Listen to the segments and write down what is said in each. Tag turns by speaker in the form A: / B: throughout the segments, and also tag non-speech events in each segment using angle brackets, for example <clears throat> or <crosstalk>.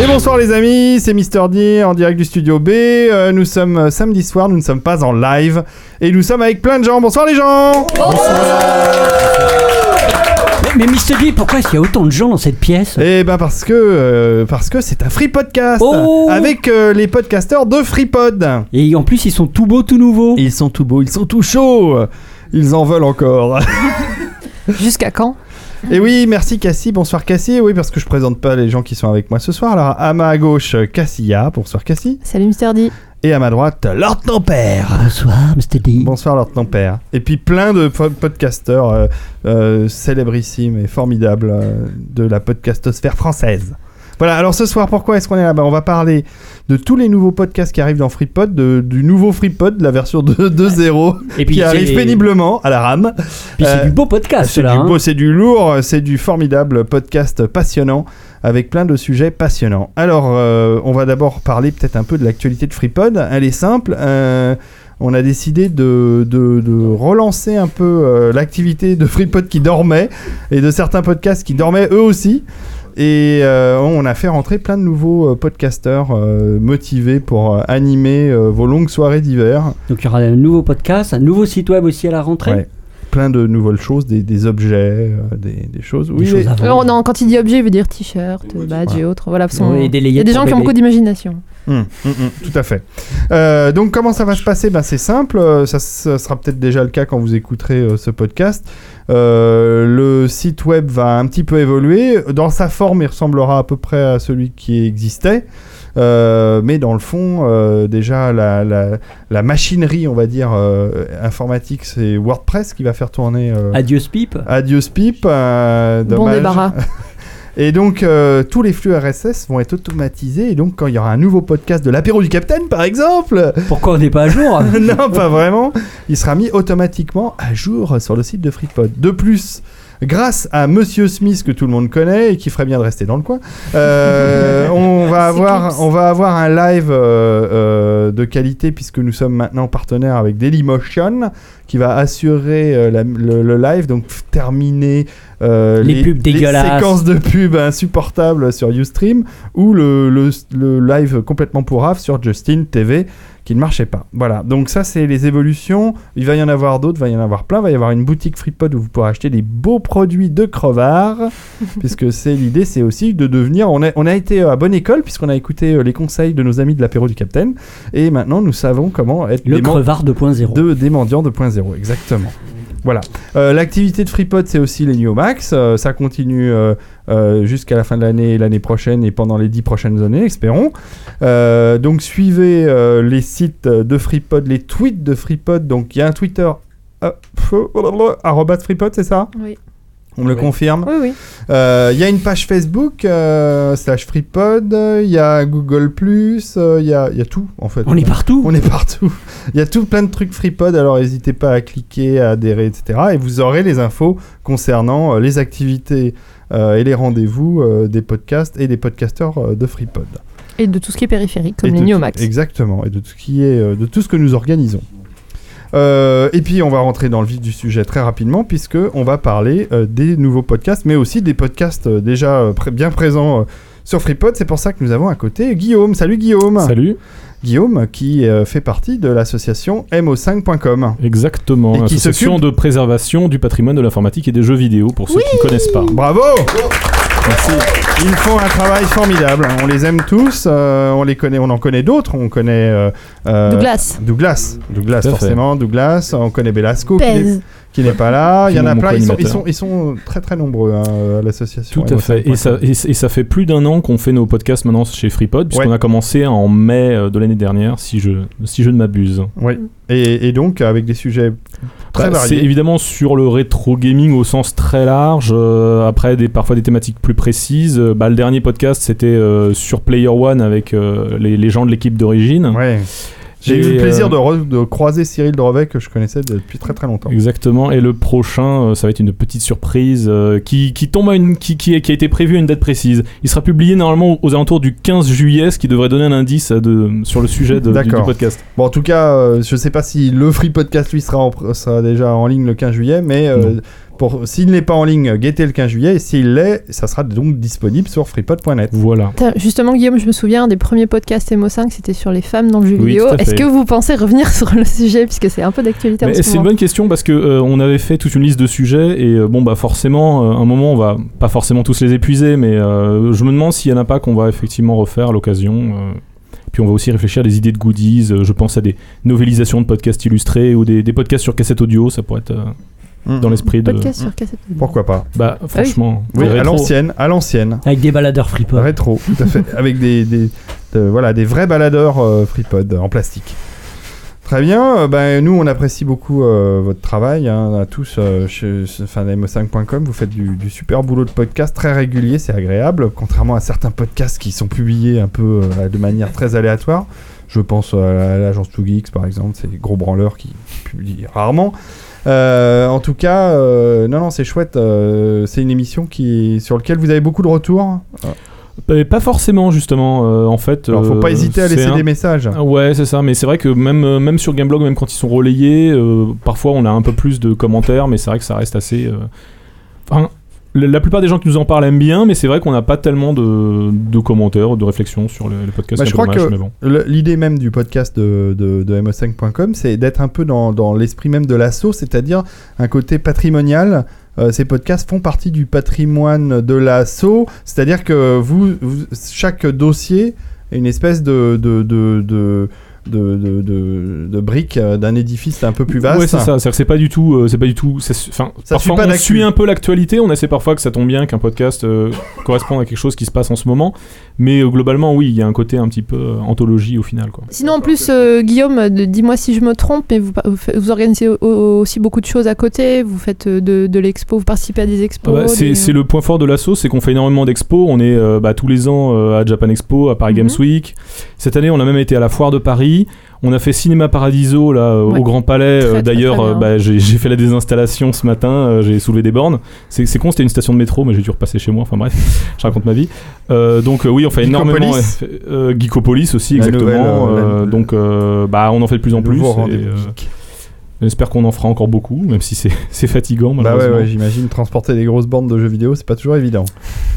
A: Et bonsoir les amis, c'est Mister D en direct du studio B. Euh, nous sommes euh, samedi soir, nous ne sommes pas en live et nous sommes avec plein de gens. Bonsoir les gens.
B: Mais Mr. D, pourquoi est-ce qu'il y a autant de gens dans cette pièce
A: Eh ben parce que euh, parce que c'est un free podcast
B: Oh.
A: avec euh, les podcasteurs de FreePod.
B: Et en plus, ils sont tout beaux, tout nouveaux.
A: Ils sont tout beaux, ils sont tout chauds. Ils en veulent encore. <laughs>
C: Jusqu'à quand
A: Et oui, merci Cassie. Bonsoir Cassie. Oui, parce que je présente pas les gens qui sont avec moi ce soir. Alors à ma gauche, Cassia. Bonsoir Cassie.
C: Salut Mister D.
A: Et à ma droite, Lord Tempère.
B: Bonsoir, Mr. D.
A: Bonsoir Lord Tempère. Et puis plein de po- podcasteurs euh, euh, célébrissimes et formidables euh, de la podcastosphère française. Voilà, alors ce soir, pourquoi est-ce qu'on est là-bas On va parler de tous les nouveaux podcasts qui arrivent dans FreePod, de- du nouveau FreePod, de la version 2 2.0,
B: Et
A: qui arrive
B: c'est-
A: péniblement à la rame.
B: puis c'est
A: Euh,
B: du beau podcast,
A: C'est
B: là.
A: du
B: hein.
A: beau, c'est du lourd, c'est du formidable podcast passionnant avec plein de sujets passionnants. Alors, euh, on va d'abord parler peut-être un peu de l'actualité de FreePod. Elle est simple. euh, on a décidé de, de- de relancer un peu euh, l'activité de FreePod qui dormait et de certains podcasts qui dormaient eux aussi. Et euh, on a fait rentrer plein de nouveaux euh, podcasteurs euh, motivés pour euh, animer euh, vos longues soirées d'hiver.
B: Donc il y aura un nouveau podcast, un nouveau site web aussi à la rentrée.
A: Ouais. Plein de nouvelles choses, des, des objets, euh, des, des choses.
B: Des choses à vendre.
C: Euh, non, quand il dit objet, il veut dire t-shirt, badge et autres. Voilà, parce qu'on-
B: Oui, et des
C: il y a
B: layettes
C: des
B: pour
C: gens qui ont
B: bébé.
C: beaucoup d'imagination.
A: Hum, hum, hum, tout à fait. Euh, donc comment ça va se passer ben, C'est simple, euh, ça, ça sera peut-être déjà le cas quand vous écouterez euh, ce podcast. Euh, le site web va un petit peu évoluer. Dans sa forme, il ressemblera à peu près à celui qui existait. Euh, mais dans le fond, euh, déjà, la, la- la machinerie, on va dire, euh, informatique, c'est WordPress qui va faire tourner euh,
B: Adieu, Spip.
A: Adios Pip. euh,
C: Bon
A: dommage. <laughs>
C: débarras.
A: Et donc, euh, tous les flux RSS vont être automatisés. Et donc, quand il y aura un nouveau podcast de l'apéro du Capitaine, par exemple,
B: Pourquoi on n'est pas à jour
A: <laughs> non, pas vraiment, il sera mis automatiquement à jour sur le site de FreePod. De plus, grâce à Monsieur Smith, que tout le monde connaît et qui ferait bien de rester dans le coin,
B: <laughs>
A: euh, on, va avoir, on va avoir un live euh, euh, de qualité puisque nous sommes maintenant partenaires avec Dailymotion qui va assurer euh, la- le, le live, donc f- terminer euh,
B: Les pubs dégueulasses.
A: séquences de pubs insupportables sur Ustream ou le, le- le live complètement pourrave sur Justin TV qui ne marchait pas. Voilà, donc ça c'est les évolutions. Il va y en avoir d'autres, il va y en avoir plein. Il va y avoir une boutique FreePod où vous pourrez acheter des beaux produits
B: <laughs>
A: de crevard, puisque c'est l'idée, c'est aussi de devenir... On a, on a été euh, à bonne école, puisqu'on a écouté euh, les conseils de nos amis de l'apéro du Capitaine, et maintenant nous savons comment être
B: Le
A: des membres
B: crevard 2.0.
A: de des mendiants 2.0, exactement. Voilà. Euh, L'activité de FreePod, c'est aussi les New Max. Euh, ça continue euh, euh, jusqu'à la fin de l'année, et l'année prochaine et pendant les 10 prochaines années, espérons. Euh, donc suivez euh, les sites de FreePod, les tweets de FreePod. Donc il y a un Twitter, euh, pff, blablabla, arobase FreePod, c'est ça
C: Oui,
A: On me le
B: Ouais.
A: confirme.
C: oui. oui.
A: Euh, Il y a une page Facebook, euh, slash FreePod. Il y a Google, euh, il y, a, il y a tout en fait.
B: On est partout.
A: On est partout. <laughs> Il y a tout plein de trucs FreePod, alors n'hésitez pas à cliquer, à adhérer, etc. Et vous aurez les infos concernant euh, les activités euh, et les rendez-vous euh, des podcasts et des podcasteurs euh, de FreePod.
C: Et de tout ce qui est périphérique, comme
A: Et
C: les
A: de tout-
C: Neomax.
A: Exactement, et de tout ce qui est euh, de tout ce que nous organisons. Euh, et puis on va rentrer dans le vif du sujet très rapidement puisque on va parler euh, des nouveaux podcasts, mais aussi des podcasts euh, déjà euh, pr- bien présents euh, sur FreePod. C'est pour ça que nous avons à côté Guillaume. Salut Guillaume.
D: Salut,
A: Guillaume qui euh, fait partie de l'association mo5.com.
D: exactement.
A: Et qui
D: Association
A: s'occupe-
D: de préservation du patrimoine de l'informatique et des jeux vidéo pour ceux qui ne connaissent pas.
A: Bravo Merci. Ils font un travail formidable. hein. On les aime tous. euh, on les connaît. On en connaît d'autres. On connaît euh, euh,
C: Douglas.
A: Douglas. Douglas,
D: Tout à fait.
A: forcément. Douglas. On connaît Belasco qui n'est-
C: Pèse.
A: qui n'est pas là. Il y en a
D: Mon
A: plein. Ils sont, ils
D: co-animateur.
A: sont, ils sont très très nombreux hein, à l'association.
D: Tout à fait. Et ça, et, et ça fait plus d'un an qu'on fait nos podcasts maintenant chez FreePod, puisqu'on
A: Ouais.
D: a commencé en mai euh, de l'année dernière, si je, si je ne m'abuse.
A: Oui. Et, et donc avec des sujets très
D: Bah, c'est
A: variés.
D: évidemment sur le rétro gaming au sens très large, euh, après des, parfois des thématiques plus précises. Euh, bah, le dernier podcast, c'était euh, sur Player One avec euh, les, les gens de l'équipe d'origine.
A: Ouais. J'ai
D: Et,
A: eu le plaisir
D: euh,
A: de, re- de croiser Cyril Drevet que je connaissais depuis très très longtemps.
D: Exactement, et le prochain, euh, ça va être une petite surprise euh, qui, qui tombe à une, qui, qui, qui a été prévue à une date précise. Il sera publié normalement aux alentours du 15 juillet, ce qui devrait donner un indice euh, de, sur le sujet de, du- du,
A: D'accord.
D: podcast.
A: Bon, en tout cas, euh, je sais pas si le Free Podcast lui sera, en pr- sera déjà en ligne le 15 juillet, mais euh, Pour, s'il n'est pas en ligne, guettez le 15 juillet. Et s'il l'est, ça sera donc disponible sur freepod.net.
D: Voilà.
C: Tiens, Justement, Guillaume, je me souviens, un des premiers podcasts MO5, c'était sur les femmes dans le jeu
D: Oui,
C: vidéo.
D: tout à fait.
C: Est-ce que vous pensez revenir <laughs> sur le sujet, puisque c'est un peu d'actualité en
D: Mais
C: ce
D: c'est une
C: moment
D: bonne question parce que euh, on avait fait toute une liste de sujets et euh, bon bah forcément euh, un moment on va pas forcément tous les épuiser mais euh, je me demande s'il y en a pas qu'on va effectivement refaire à l'occasion. euh. Puis on va aussi réfléchir à des idées de goodies. euh, je pense à des novélisations de podcasts illustrés ou des, des podcasts sur cassette audio. Ça pourrait être euh,
A: Mm.
D: dans l'esprit de.
C: Podcast sur cassette. Ah
A: Pourquoi pas
D: Bah franchement.
A: Oui,
D: des
A: à
D: rétros.
A: l'ancienne, à l'ancienne.
B: Ah Avec des baladeurs freepod.
A: Rétro, tout
B: <laughs>
A: à fait. Avec des, des- de- voilà, des vrais baladeurs euh, FreePod en plastique. Très bien, euh, ben, nous on apprécie beaucoup euh, votre travail, hein, à tous, euh, chez, chez- enfin, mo5.com, vous faites du, du super boulot de podcast, très régulier, c'est agréable, contrairement à certains podcasts qui sont publiés un peu euh, de manière très aléatoire. Je pense à l'agence 2Geeks par exemple, c'est les gros branleurs qui publient rarement. Euh, en tout cas, euh, non, non, c'est chouette. euh, c'est une émission qui, sur laquelle vous avez beaucoup de retours.
D: Euh, pas forcément justement. euh, en fait.
A: Alors, faut
D: euh,
A: pas hésiter à laisser
D: c'est un-
A: des messages.
D: Ah Ouais, c'est ça, mais c'est vrai que même, euh, même sur Gameblog, même quand ils sont relayés, euh, parfois on a un peu plus de commentaires, mais c'est vrai que ça reste assez. euh, enfin, la la plupart des gens qui nous en parlent aiment bien, mais c'est vrai qu'on n'a pas tellement de, de commentaires, de réflexions sur le, le podcast.
A: Bah, je
D: c'est
A: crois
D: dommage,
A: que-
D: mais bon.
A: Le- L'idée même du podcast de, de, de mo5.com, c'est d'être un peu dans, dans l'esprit même de l'assaut, c'est-à-dire un côté patrimonial. Euh, ces podcasts font partie du patrimoine de l'assaut, c'est-à-dire que vous, vous- chaque dossier est une espèce de, de, de, de, de, de- de- de brique euh, d'un édifice un peu plus vaste.
D: Ouais, c'est ça. C'est-à-dire que c'est pas du tout, euh, c'est pas du tout. c'est su- Enfin,
A: Ça suit
D: parfois
A: pas
D: on
A: l'actu.
D: suit un peu l'actualité. On essaie parfois que ça tombe bien qu'un podcast euh, corresponde à quelque chose qui se passe en ce moment, mais euh, globalement, oui, il y a un côté un petit peu euh, anthologie au final, quoi.
C: Sinon, en plus, euh, Guillaume, de- dis-moi si je me trompe, mais vous, pa- vous fa- vous organisez au- au- aussi beaucoup de choses à côté. Vous faites euh, de, de l'expo, vous participez à des expos.
D: Ouais, Ah bah, c'est
C: des-
D: c'est le point fort de l'assaut, c'est qu'on fait énormément d'expos. On est euh, bah, tous les ans euh, à Japan Expo, à Paris
C: Mhm.
D: Games Week. Cette année, on a même été à la foire de Paris. On a fait Cinéma Paradiso là euh,
C: Ouais.
D: au Grand Palais.
C: Très,
D: Euh,
C: très,
D: D'ailleurs,
C: très
D: euh,
C: bien.
D: bah, j'ai j'ai fait la désinstallation ce matin. euh, j'ai soulevé des bornes. C'est c'est con, c'était une station de métro, mais j'ai dû repasser chez moi. Enfin bref, <laughs> je raconte ma vie. Euh, donc euh, oui, on fait
A: Geekopolis.
D: énormément. euh, euh, Geekopolis aussi,
A: La
D: exactement.
A: nouvelle, euh, la-
D: Euh, donc euh, bah, on en fait de plus en
A: Le
D: plus.
A: nouveau
D: et,
A: rendez-vous
D: euh,
A: geek.
D: J'espère qu'on en fera encore beaucoup, même si c'est <laughs> c'est fatigant
A: Bah ouais,
D: malheureusement.
A: ouais, j'imagine transporter des grosses bandes de jeux vidéo, c'est pas toujours évident.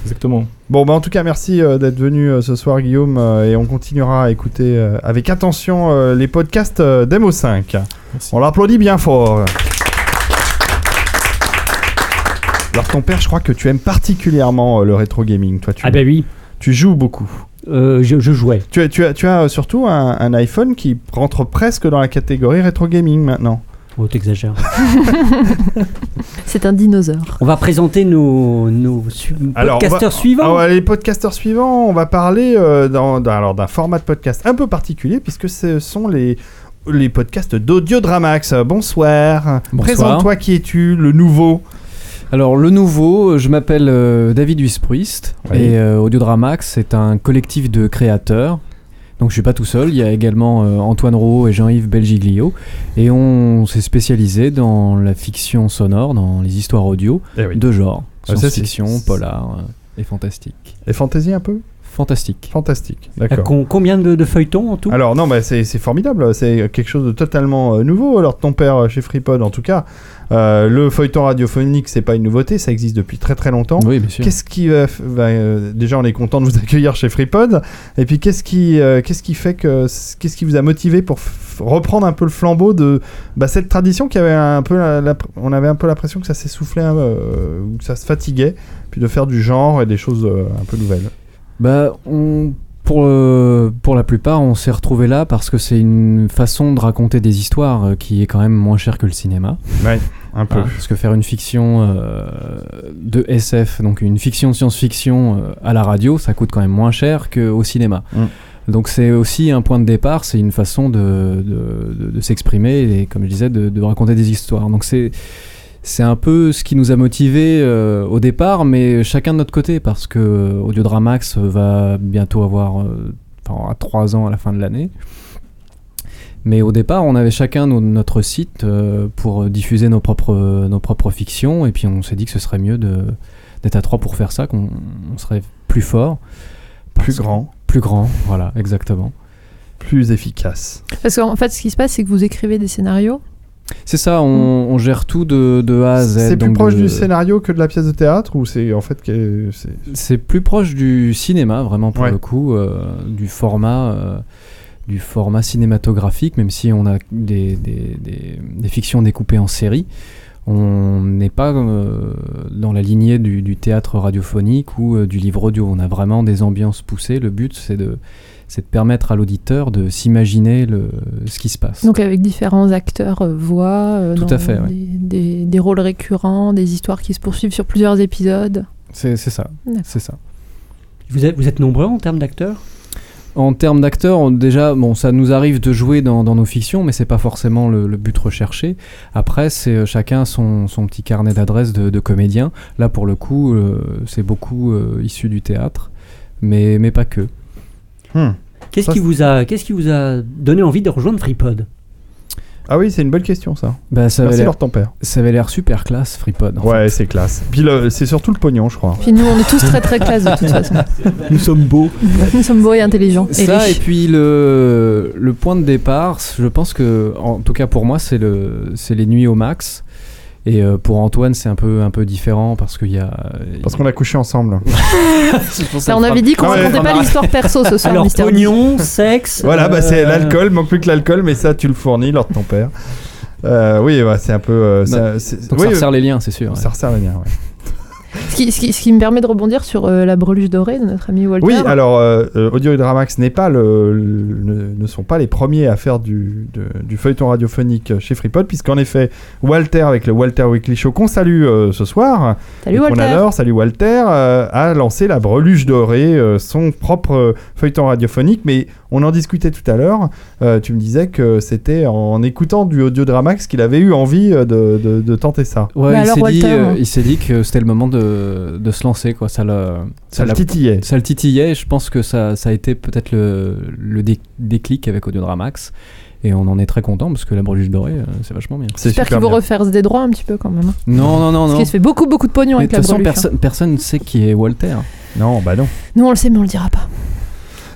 D: Exactement.
A: Bon, bah en tout cas, merci euh, d'être venu euh, ce soir, Guillaume, euh, et on continuera à écouter euh, avec attention euh, les podcasts euh, d'Emo 5.
D: Merci.
A: On l'applaudit bien fort. Alors, ton père, je crois que tu aimes particulièrement euh, le rétro gaming. Toi, tu,
B: Ah ben oui,
A: tu joues beaucoup.
B: euh, je, je jouais.
A: Tu as, tu as, tu as euh, surtout un, un iPhone qui rentre presque dans la catégorie rétro gaming maintenant.
B: Oh, t'exagères.
C: C'est un dinosaure.
B: On va présenter nos, nos su-
A: Alors, on
B: podcasteurs
A: Ah
B: suivants.
A: ouais, les podcasteurs suivants, on va parler euh, dans- dans- alors, d'un format de podcast un peu particulier puisque ce sont les, les podcasts d'Audiodramax. Bonsoir.
E: Bonsoir.
A: Présente-toi qui es-tu, le nouveau.
E: Alors le nouveau, euh, je m'appelle euh, David Huisproust
A: Oui.
E: et euh, Audiodramax c'est un collectif de créateurs. Donc je suis pas tout seul, il y a également euh, Antoine Rouault et Jean-Yves Belgiglio et on s'est spécialisé dans la fiction sonore, dans les histoires audio de genre,
A: Ah, ça, c'est-
E: science-fiction, polar euh, et fantastique.
A: Et fantaisie un peu
E: Fantastique.
A: Fantastique.
B: Euh,
A: D'accord.
B: con- combien de, de feuilletons en tout
A: Alors non, bah, c'est c'est formidable, c'est quelque chose de totalement euh, nouveau. Alors ton père euh, chez FreePod, en tout cas, euh, le feuilleton radiophonique, c'est pas une nouveauté, ça existe depuis très très longtemps.
E: Oui, bien sûr.
A: Qu'est-ce qui va, f- va, euh, déjà on est content de vous <laughs> accueillir chez FreePod et puis qu'est-ce qui euh, qu'est-ce qui fait que qu'est-ce qui vous a motivé pour f- reprendre un peu le flambeau de bah, cette tradition qui avait un peu la- la- on avait un peu l'impression que ça s'essoufflait euh, ou que ça se fatiguait puis de faire du genre et des choses euh, un peu nouvelles.
E: Bah, on, pour, euh, pour la plupart, on s'est retrouvé là parce que c'est une façon de raconter des histoires euh, qui est quand même moins chère que le cinéma.
A: Un peu.
E: Hein, parce que faire une fiction euh, de SF, donc une fiction science-fiction euh, à la radio, ça coûte quand même moins cher qu'au cinéma.
A: Mm.
E: Donc c'est aussi un point de départ, c'est une façon de, de- de- de s'exprimer et, comme je disais, de, de raconter des histoires. Donc c'est c'est un peu ce qui nous a motivés euh, au départ, mais chacun de notre côté, parce que Audiodramax va bientôt avoir, euh, enfin, aura 3 ans à la fin de l'année. Mais au départ, on avait chacun no- notre site euh, pour diffuser nos propres, nos propres fictions, et puis on s'est dit que ce serait mieux de- d'être à trois pour faire ça, qu'on on serait plus fort.
A: Plus
E: Parce-
A: grand,
E: Plus grand, voilà, exactement.
A: plus efficace.
C: Parce qu'en fait, ce qui se passe, c'est que vous écrivez des scénarios
E: C'est ça, on, on gère tout de, de A à Z.
A: C'est plus
E: donc euh,
A: proche
E: de-
A: du scénario que de la pièce de théâtre ou c'est en fait que c'est
E: C'est plus proche du cinéma, vraiment pour
A: Ouais.
E: le coup, euh, du format. euh, du format cinématographique, même si on a des, des- des- des fictions découpées en séries, on n'est pas euh, dans la lignée du, du théâtre radiophonique ou euh, du livre audio. On a vraiment des ambiances poussées. Le but, c'est de, c'est de permettre à l'auditeur de s'imaginer le, ce qui se passe.
C: Donc avec différents acteurs, euh, voix, euh,
E: Tout à
C: dans
E: fait, ouais.
C: des, des- des rôles récurrents, des histoires qui se poursuivent sur plusieurs épisodes.
E: C'est c'est ça.
C: D'accord.
E: C'est ça.
B: Vous êtes, vous êtes nombreux en termes d'acteurs
E: En termes d'acteurs, on- déjà, bon, ça nous arrive de jouer dans, dans nos fictions, mais c'est pas forcément le, le but recherché. Après, c'est euh, chacun son, son petit carnet d'adresses de, de comédiens. Là, pour le coup, euh, c'est beaucoup euh, issu du théâtre, mais, mais pas que.
A: Hmm.
B: Qu'est-ce
A: Ça,
B: qui
A: c'est-
B: vous a qu'est-ce qui vous a donné envie de rejoindre FreePod
A: Ah oui, c'est une bonne question ça.
E: Bah, ça, avait
A: Merci
E: l'air,
A: leur tempère.
E: ça avait l'air super classe, Freepod. en
A: Ouais, c'est classe. Puis le- c'est surtout le pognon, je crois.
C: Puis nous, on est tous très très classe
A: <laughs>
C: de toute façon.
B: <laughs> Nous sommes beaux.
C: Nous sommes beaux et intelligents. Et
E: Ça et
C: riches.
E: puis le, le point de départ, je pense que en tout cas pour moi c'est le c'est les nuits au max et euh, pour Antoine c'est un peu un peu différent parce qu'il y a euh,
A: Parce qu'on a couché
E: <laughs>
A: ensemble.
C: Ça, on avait dit qu'on
A: Non, mais-
C: racontait pas l'histoire perso ce soir,
B: Alors
C: Mister Beast.
B: pognon, sexe.
A: <laughs> Voilà, bah, c'est
B: euh,
A: l'alcool, manque plus que l'alcool, mais ça tu le fournis lors de ton père. Euh, oui, bah, c'est un peu. euh, ça, c'est- oui,
E: donc
A: euh,
E: ça resserre les liens c'est sûr.
A: ça resserre les liens, ouais.
C: Ce qui, ce qui- ce qui me permet de rebondir sur euh, la breluche dorée de notre ami Walter.
A: Oui, alors euh, euh, Audio et Dramax n'est pas le, le- ne, ne sont pas les premiers à faire du, de- du feuilleton radiophonique chez Freepod, puisqu'en effet, Walter avec le Walter Weekly Show qu'on salue euh, ce soir,
C: Salut
A: et qu'on
C: Walter.
A: adore, salut Walter, euh, a lancé la Breluche Dorée, euh, son propre euh, feuilleton radiophonique. Mais on en discutait tout à l'heure. euh, tu me disais que c'était en écoutant du Audio Dramax qu'il avait eu envie euh, de, de- de tenter ça.
E: Ouais,
C: Mais
E: il
C: alors,
E: s'est dit
C: Walter,
E: euh,
C: hein.
E: il s'est dit que c'était le moment de, de se lancer quoi ça l'a-
A: Ça le
E: l'a-
A: titillait.
E: ça le titillait et je pense que ça, ça a été peut-être le, le dé- déclic avec Audiodramax et on en est très content parce que la Bruges dorée euh, c'est vachement bien.
A: C'est
C: J'espère
A: super
C: qu'ils vont
A: bien.
C: refaire des droits un petit peu quand même. hein.
E: Non non non
C: Parce
E: non.
C: qu'il se fait beaucoup beaucoup de pognon
E: Mais
C: avec
E: De
C: la
E: toute façon
C: breluche. hein.
E: personne personne ne sait qui est Walter.
A: Non, bah non.
C: Nous on le sait mais on le dira pas.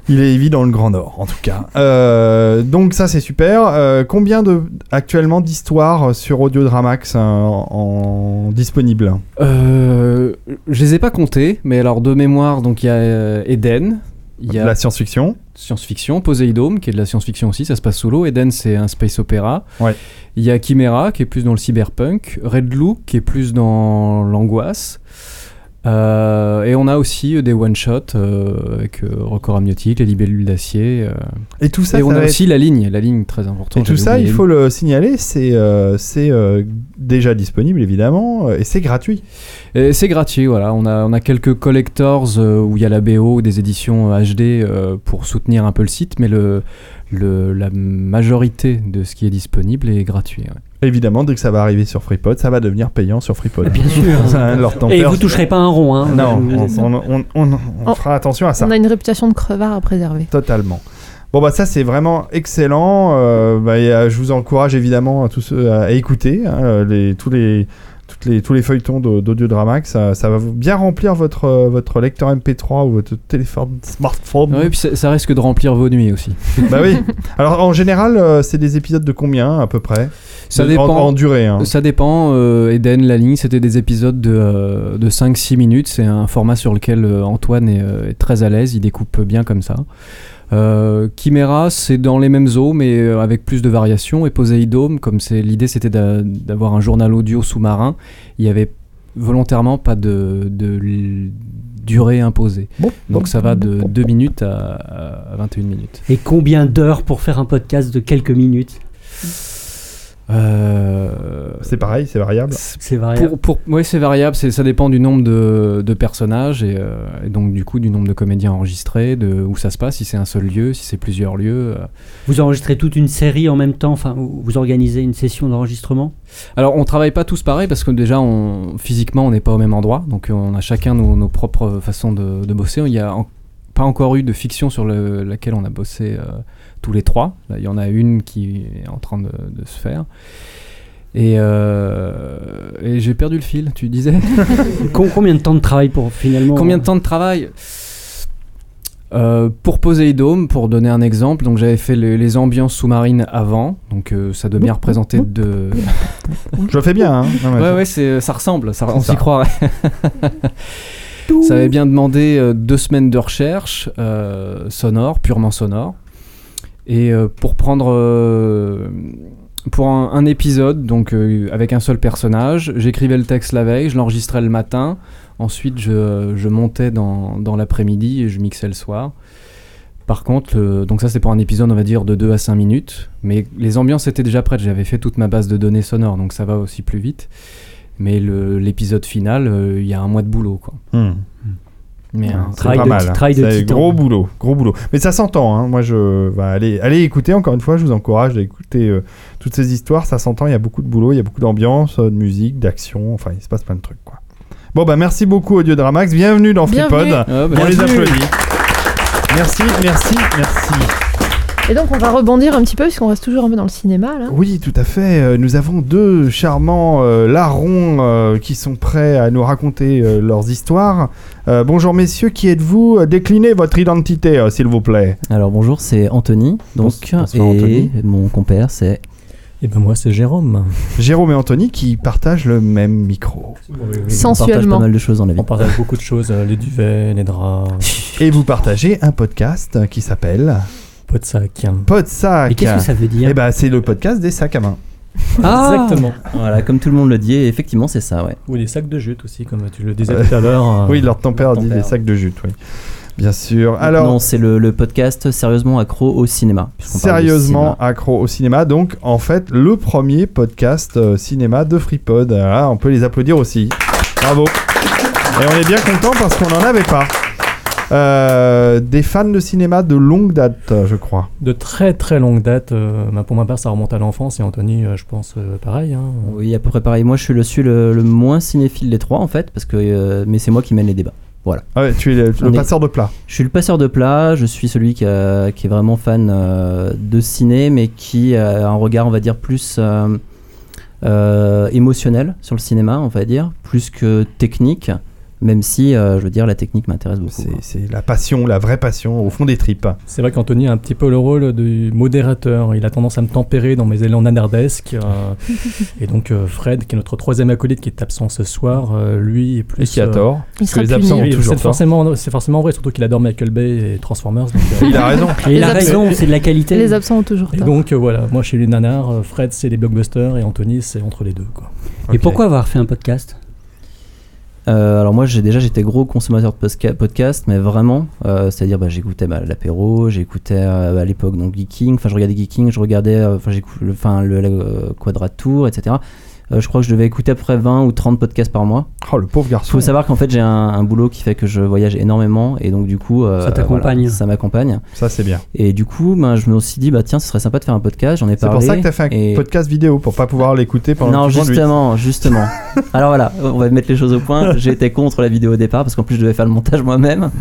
A: Il est évident dans le Grand Nord, en tout cas. Euh, donc ça, c'est super. Euh, combien de actuellement d'histoires sur Audiodramax euh, en, en- disponibles
E: Euh, je les ai pas comptés, mais alors de mémoire, donc il y a euh, Eden, il y a
A: De la science-fiction.
E: science-fiction, Poséidome qui est de la science-fiction aussi, ça se passe sous l'eau. Eden c'est un space opéra.
A: Ouais.
E: Il y a Chimera qui est plus dans le cyberpunk, Red Look qui est plus dans l'angoisse. Euh, et on a aussi euh, des one-shots euh, avec euh, Record Amniotique, les libellules d'acier. euh.
A: Et tout ça,
E: et
A: ça
E: on a
A: va être-
E: aussi la ligne, la ligne très importante.
A: Et tout
E: j'avais
A: ça, il
E: oublié.
A: faut le signaler, c'est euh, c'est, euh, déjà disponible évidemment euh, et c'est gratuit.
E: Et c'est gratuit, voilà. On a, on a quelques collectors euh, où il y a la BO, des éditions euh, HD euh, pour soutenir un peu le site, mais le, le- la majorité de ce qui est disponible est gratuit. ouais.
A: Évidemment, dès que ça va arriver sur FreePod, ça va devenir payant sur FreePod.
B: Bien sûr.
A: <laughs> Ça, hein, leur
B: Et
A: tempère-
B: vous toucherez pas un rond, hein
A: Non,
B: Vous-
A: on,
B: vous-
A: on- on- on- on
C: Oh.
A: fera attention à ça.
C: On a une réputation de crevard à préserver.
A: Totalement. Bon bah ça c'est vraiment excellent. Euh, bah, et, euh, je vous encourage évidemment à tous ceux à, à écouter hein, les, tous les toutes les tous les feuilletons de- d'audio Dramax. Ça, ça va vous- bien remplir votre euh, votre lecteur MP3 ou votre téléphone smartphone.
E: Ouais, et puis ça, ça risque de remplir vos nuits aussi.
A: <laughs> Bah oui. Alors en général euh, c'est des épisodes de combien à peu près
E: Ça
A: De- en-
E: dépend.
A: En, durée. hein.
E: Ça dépend, euh, Eden, la ligne, c'était des épisodes de, euh, de 5-6 minutes. C'est un format sur lequel euh, Antoine est, euh, est très à l'aise, il découpe bien comme ça. Euh, Chimera, c'est dans les mêmes eaux, mais euh, avec plus de variations. Et Poséidome, comme c'est l'idée, c'était d'a- d'avoir un journal audio sous-marin, il y avait volontairement pas de, de l- durée imposée.
A: Bon,
E: Donc ça va de 2 minutes à, à 21 minutes.
B: Et combien d'heures pour faire un podcast de quelques minutes
E: Euh,
A: C'est pareil, c'est variable.
B: C'est variable.
E: Pour, pour, ouais, c'est variable, c'est, ça dépend du nombre de, de personnages et, euh, et donc du coup du nombre de comédiens enregistrés, de où ça se passe, si c'est un seul lieu, si c'est plusieurs lieux. euh.
B: Vous enregistrez toute une série en même temps, enfin, vous vous organisez une session d'enregistrement
E: Alors on travaille pas tous pareil parce que déjà on, physiquement on n'est pas au même endroit, donc on a chacun nos, nos propres façons de, de bosser. Il y a en- pas encore eu de fiction sur le- laquelle on a bossé euh, tous les trois. Là, il y en a une qui est en train de, de se faire. Et, euh, et j'ai perdu le fil, tu disais
B: Com- Combien de temps de travail pour finalement
E: Combien de temps de travail Euh, pour Poséidome, pour donner un exemple, donc j'avais fait les, les ambiances sous-marines avant, donc euh, ça devait représenter de.
A: Je le fais bien, hein. Non, mais
E: Ouais, ouais,
F: euh,
E: c'est, ça ressemble, ça, on
A: C'est
E: s'y
A: ça.
E: croirait. <laughs> ça avait bien demandé euh, deux semaines de recherche euh, sonore, purement sonore. Et euh, pour prendre. euh, pour un, un épisode, donc euh, avec un seul personnage, j'écrivais le texte la veille, je l'enregistrais le matin, ensuite je, je montais dans, dans l'après-midi et je mixais le soir. Par contre, euh, donc ça c'est pour un épisode, on va dire, de 2 à 5 minutes, mais les ambiances étaient déjà prêtes, j'avais fait toute ma base de données sonores, donc ça va aussi plus vite. Mais le- l'épisode final, euh, il y a un mois de boulot, quoi.
A: Hmm.
E: Mais un-
A: C'est
B: Travail
A: pas
B: de
A: mal.
B: ti-
A: hein.
B: travail de
A: C'est
B: titan.
A: gros boulot, gros boulot. Mais ça s'entend. hein. Moi, je bah, allez, allez écouter encore une fois. Je vous encourage à écouter euh, toutes ces histoires. Ça s'entend. Il y a beaucoup de boulot, il y a beaucoup d'ambiance, euh, de musique, d'action. Enfin, il se passe plein de trucs, quoi. Bon bah merci beaucoup Audio Dramax. Bienvenue dans
C: Bienvenue.
A: Freepod.
E: Ah, bah,
A: On les
E: bienvenue.
A: applaudit. Merci, merci, merci.
C: Et donc on va rebondir un petit peu puisqu'on reste toujours un peu dans le cinéma là.
A: Oui, tout à fait. Euh, Nous avons deux charmants euh, larrons euh, qui sont prêts à nous raconter euh, leurs histoires. Euh, bonjour messieurs, qui êtes-vous Déclinez votre identité, euh, s'il vous plaît.
G: Alors bonjour, c'est Anthony. Donc,
A: Bonsoir,
G: et
A: Anthony.
G: mon compère, c'est.
H: Et ben moi c'est Jérôme.
A: Jérôme et Anthony qui partagent le même micro.
G: On partage pas
C: Sensuellement.
G: mal de choses dans la vie.
H: On partage beaucoup de choses, euh, les duvets, les draps,
A: Et vous partagez un podcast qui s'appelle
H: pot de sac. hein.
A: Podsac.
B: Et qu'est-ce que ça veut dire
A: Eh ben, c'est le podcast des sacs à main.
H: Exactement.
G: Ah Voilà, comme tout le monde le dit, et effectivement, c'est ça, ouais.
H: Ou des sacs de jute aussi, comme tu le disais tout à l'heure. euh,
A: oui, leur ton père
G: ton
A: dit des
G: père.
A: sacs de jute, oui. Bien sûr. Alors,
G: non, c'est le, le podcast sérieusement accro au cinéma. puisqu'on parle de
A: sérieusement
G: cinéma.
A: accro au cinéma. Donc, en fait, le premier podcast euh, cinéma de FreePod. Ah, on peut les applaudir aussi. Bravo. Et on est bien content parce qu'on n'en avait pas. Euh, des fans de cinéma de longue date, euh, je crois.
H: De très très longue date. euh, bah, pour ma part, ça remonte à l'enfance et Anthony, euh, je pense euh, pareil. hein.
G: Oui, à peu près pareil. Moi, je suis le, suis le, le moins cinéphile des trois, en fait, parce que, euh, mais c'est moi qui mène les débats.
A: Ah ouais, tu es le, le
G: On est-
A: passeur de plat.
G: Je suis le passeur de plat, je suis celui qui, a- qui est vraiment fan euh, de ciné, mais qui euh, a un regard, on va dire, plus euh, euh, émotionnel sur le cinéma, on va dire, plus que technique, même si, euh, je veux dire, la technique m'intéresse beaucoup.
A: C'est c'est la passion, la vraie passion au fond des tripes.
H: C'est vrai qu'Anthony a un petit peu le rôle du modérateur. Il a tendance à me tempérer dans mes élans nanardesques. euh,
B: <laughs>
H: et donc euh, Fred, qui est notre troisième acolyte qui est absent ce soir, euh, lui est plus. euh,
A: tort.
C: Il sera
A: les
C: puni.
A: absents ont
H: oui,
A: toujours
H: c'est
A: tort.
H: forcément, c'est forcément vrai, surtout qu'il adore Michael Bay et Transformers. donc, euh,
A: <laughs> Il a raison.
B: Et
C: Les
B: la
C: abs-
B: raison, c'est de la qualité.
C: Les absents ont toujours
H: Et
C: tort.
H: donc euh, voilà, moi je suis les nanars, euh, Fred c'est les blockbusters et Anthony c'est entre les deux quoi.
B: Et pourquoi avoir fait un podcast
G: Euh, alors moi j'ai déjà j'étais gros consommateur de posca- podcast mais vraiment euh, c'est-à-dire bah, j'écoutais bah, l'apéro j'écoutais euh, à l'époque donc Geeking enfin je regardais Geeking je regardais euh, enfin j'écou- le, enfin, le, euh, le Quadratour etc Euh, je crois que je devais écouter à peu près 20 ou 30 podcasts par mois
A: Oh, le pauvre
G: il
A: garçon.
G: faut savoir qu'en fait j'ai un, un boulot qui fait que je voyage énormément et donc du coup euh,
B: Ça t'accompagne.
G: voilà, ça m'accompagne
A: Ça, c'est bien.
G: et du coup ben je me suis dit bah tiens ce serait sympa de faire un podcast j'en ai
A: C'est
G: parlé
A: pour ça que tu as fait un
G: et-
A: podcast vidéo, pour pas pouvoir l'écouter pendant
G: non,
A: que tu conduis.
G: justement, justement. Alors voilà, on va mettre les choses au point. J'étais contre la vidéo au départ parce qu'en plus je devais faire le montage moi-même.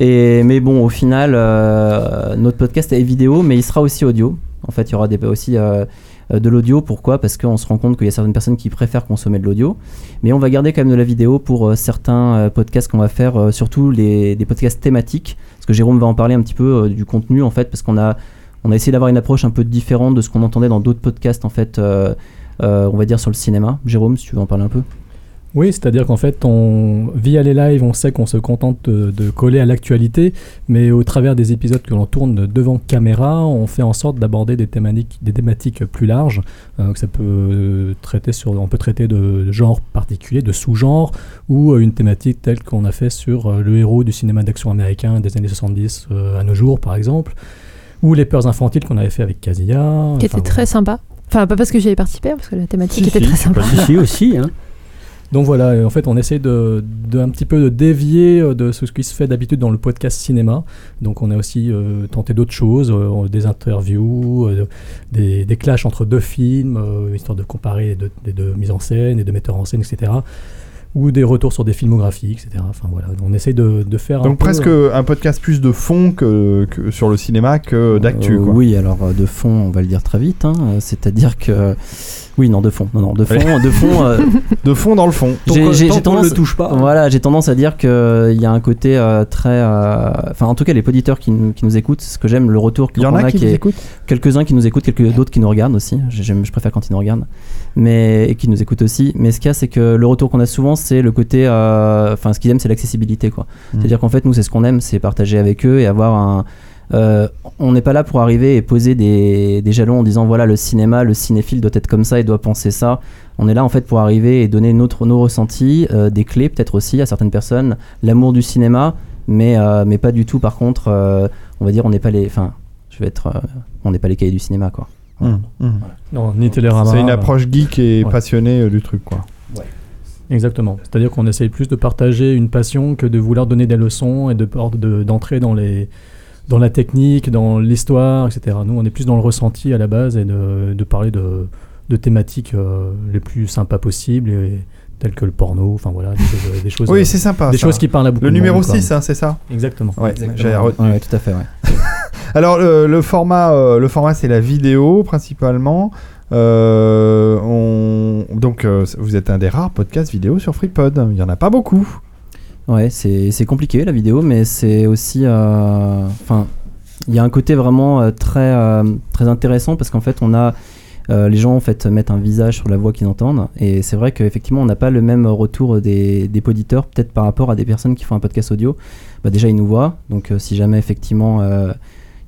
G: Et mais bon, au final, euh, notre podcast est vidéo, mais il sera aussi audio. En fait, il y aura des, aussi euh, de l'audio. Pourquoi Parce qu'on se rend compte qu'il y a certaines personnes qui préfèrent consommer de l'audio, mais on va garder quand même de la vidéo pour euh, certains euh, podcasts qu'on va faire, euh, surtout les, des podcasts thématiques. Parce que Jérôme va en parler un petit peu euh, du contenu en fait, parce qu'on a on a essayé d'avoir une approche un peu différente de ce qu'on entendait dans d'autres podcasts en fait. euh, euh, on va dire sur le cinéma. Jérôme, si tu veux en parler un peu.
H: Oui, c'est-à-dire qu'en fait, on, via les lives, on sait qu'on se contente de, de coller à l'actualité, mais au travers des épisodes que l'on tourne devant caméra, on fait en sorte d'aborder des thématiques, des thématiques plus larges. euh, que ça peut euh, traiter sur, on peut traiter de genre particulier, de sous-genre, ou euh, une thématique telle qu'on a fait sur euh, le héros du cinéma d'action américain des années 70 euh, à nos jours, par exemple, ou les peurs infantiles qu'on avait fait avec Casilla.
C: Qui
H: Enfin,
C: était très sympa. Enfin pas parce que j'y avais participé hein, parce que la thématique
A: Si,
C: était
A: si,
C: très
A: tu
C: sympa.
A: peux
B: Je suis aussi, hein.
H: Donc voilà, euh, en fait, on essaie de, de un petit peu de dévier euh, de ce qui se fait d'habitude dans le podcast cinéma. Donc on a aussi euh, tenté d'autres choses, euh, des interviews, euh, des, des clashs entre deux films, euh, histoire de comparer les deux, les deux mises en scène et de metteurs en scène, etc. Ou des retours sur des filmographies, etc. Enfin voilà, on essaie de, de faire. un
A: Donc
H: peu,
A: presque
H: euh,
A: un podcast plus de fond que, que sur le cinéma que d'actu.
G: Euh,
A: quoi.
G: oui, alors euh, de fond, on va le dire très vite. hein, euh, C'est-à-dire que Oui, non, de fond. Non, non, de fond, de fond. <laughs> euh,
A: De fond dans le fond.
E: Tant
G: j'ai-
E: qu'on-
G: j'ai
E: tant
G: j'ai
E: qu'on
G: tendance.
E: le touche pas.
G: Voilà, j'ai tendance à dire qu'il y a un côté euh, très. euh, Enfin, en tout cas, les auditeurs qui, nous- qui nous écoutent, ce que j'aime, le retour
A: Il y en
G: qu'on
A: a qui vous
G: est-
A: écoutent
G: quelques-uns qui nous écoutent, quelques d'autres qui nous regardent aussi. J'ai- j'aime- je préfère quand ils nous regardent, mais et qui nous écoutent aussi. Mais ce qu'il y a, c'est que le retour qu'on a souvent, c'est le côté, euh, enfin, ce qu'ils aiment, c'est l'accessibilité, quoi.
A: Mm.
G: C'est-à-dire qu'en fait, nous, c'est ce qu'on aime, c'est partager avec eux et avoir un. euh, on n'est pas là pour arriver et poser des, des jalons en disant voilà le cinéma, le cinéphile doit être comme ça et doit penser ça. On est là en fait pour arriver et donner notre, nos ressentis, euh, des clés peut-être aussi à certaines personnes, l'amour du cinéma, mais, euh, mais pas du tout par contre, euh, on va dire on n'est pas les... Enfin, je vais être... euh, on n'est pas les cahiers du cinéma quoi.
A: Hum, hum.
H: Non, ni Télérama.
A: C'est une approche geek et
H: ouais.
A: passionnée euh, du truc, quoi.
H: euh, Exactement. C'est-à-dire qu'on essaye plus de partager une passion que de vouloir donner des leçons et de peur de- d'entrer dans les dans la technique, dans l'histoire, etc. Nous, on est plus dans le ressenti à la base et de, de parler de, de thématiques euh, les plus sympas possibles, et- telles que le porno, enfin voilà, des choses, des choses,
A: Oui,
H: euh,
A: c'est sympa.
H: des
A: ça.
H: choses qui parlent à beaucoup
A: Le
H: de
A: numéro
H: monde, quoi.
A: 6, hein, c'est ça
H: Exactement.
A: Ouais, j'avais retenu.
G: Ouais, tout à fait, ouais.
A: Alors le, le format, euh, le format, c'est la vidéo principalement. Euh, on... Donc euh, vous êtes un des rares podcasts vidéo sur FreePod. Il y en a pas beaucoup.
G: Ouais, c'est c'est compliqué la vidéo, mais c'est aussi. euh, Enfin, il y a un côté vraiment euh, très, euh, très intéressant parce qu'en fait, on a. euh, les gens en fait mettent un visage sur la voix qu'ils entendent et c'est vrai qu'effectivement on n'a pas le même retour des, des poditeurs peut-être par rapport à des personnes qui font un podcast audio bah déjà ils nous voient donc euh, si jamais effectivement euh,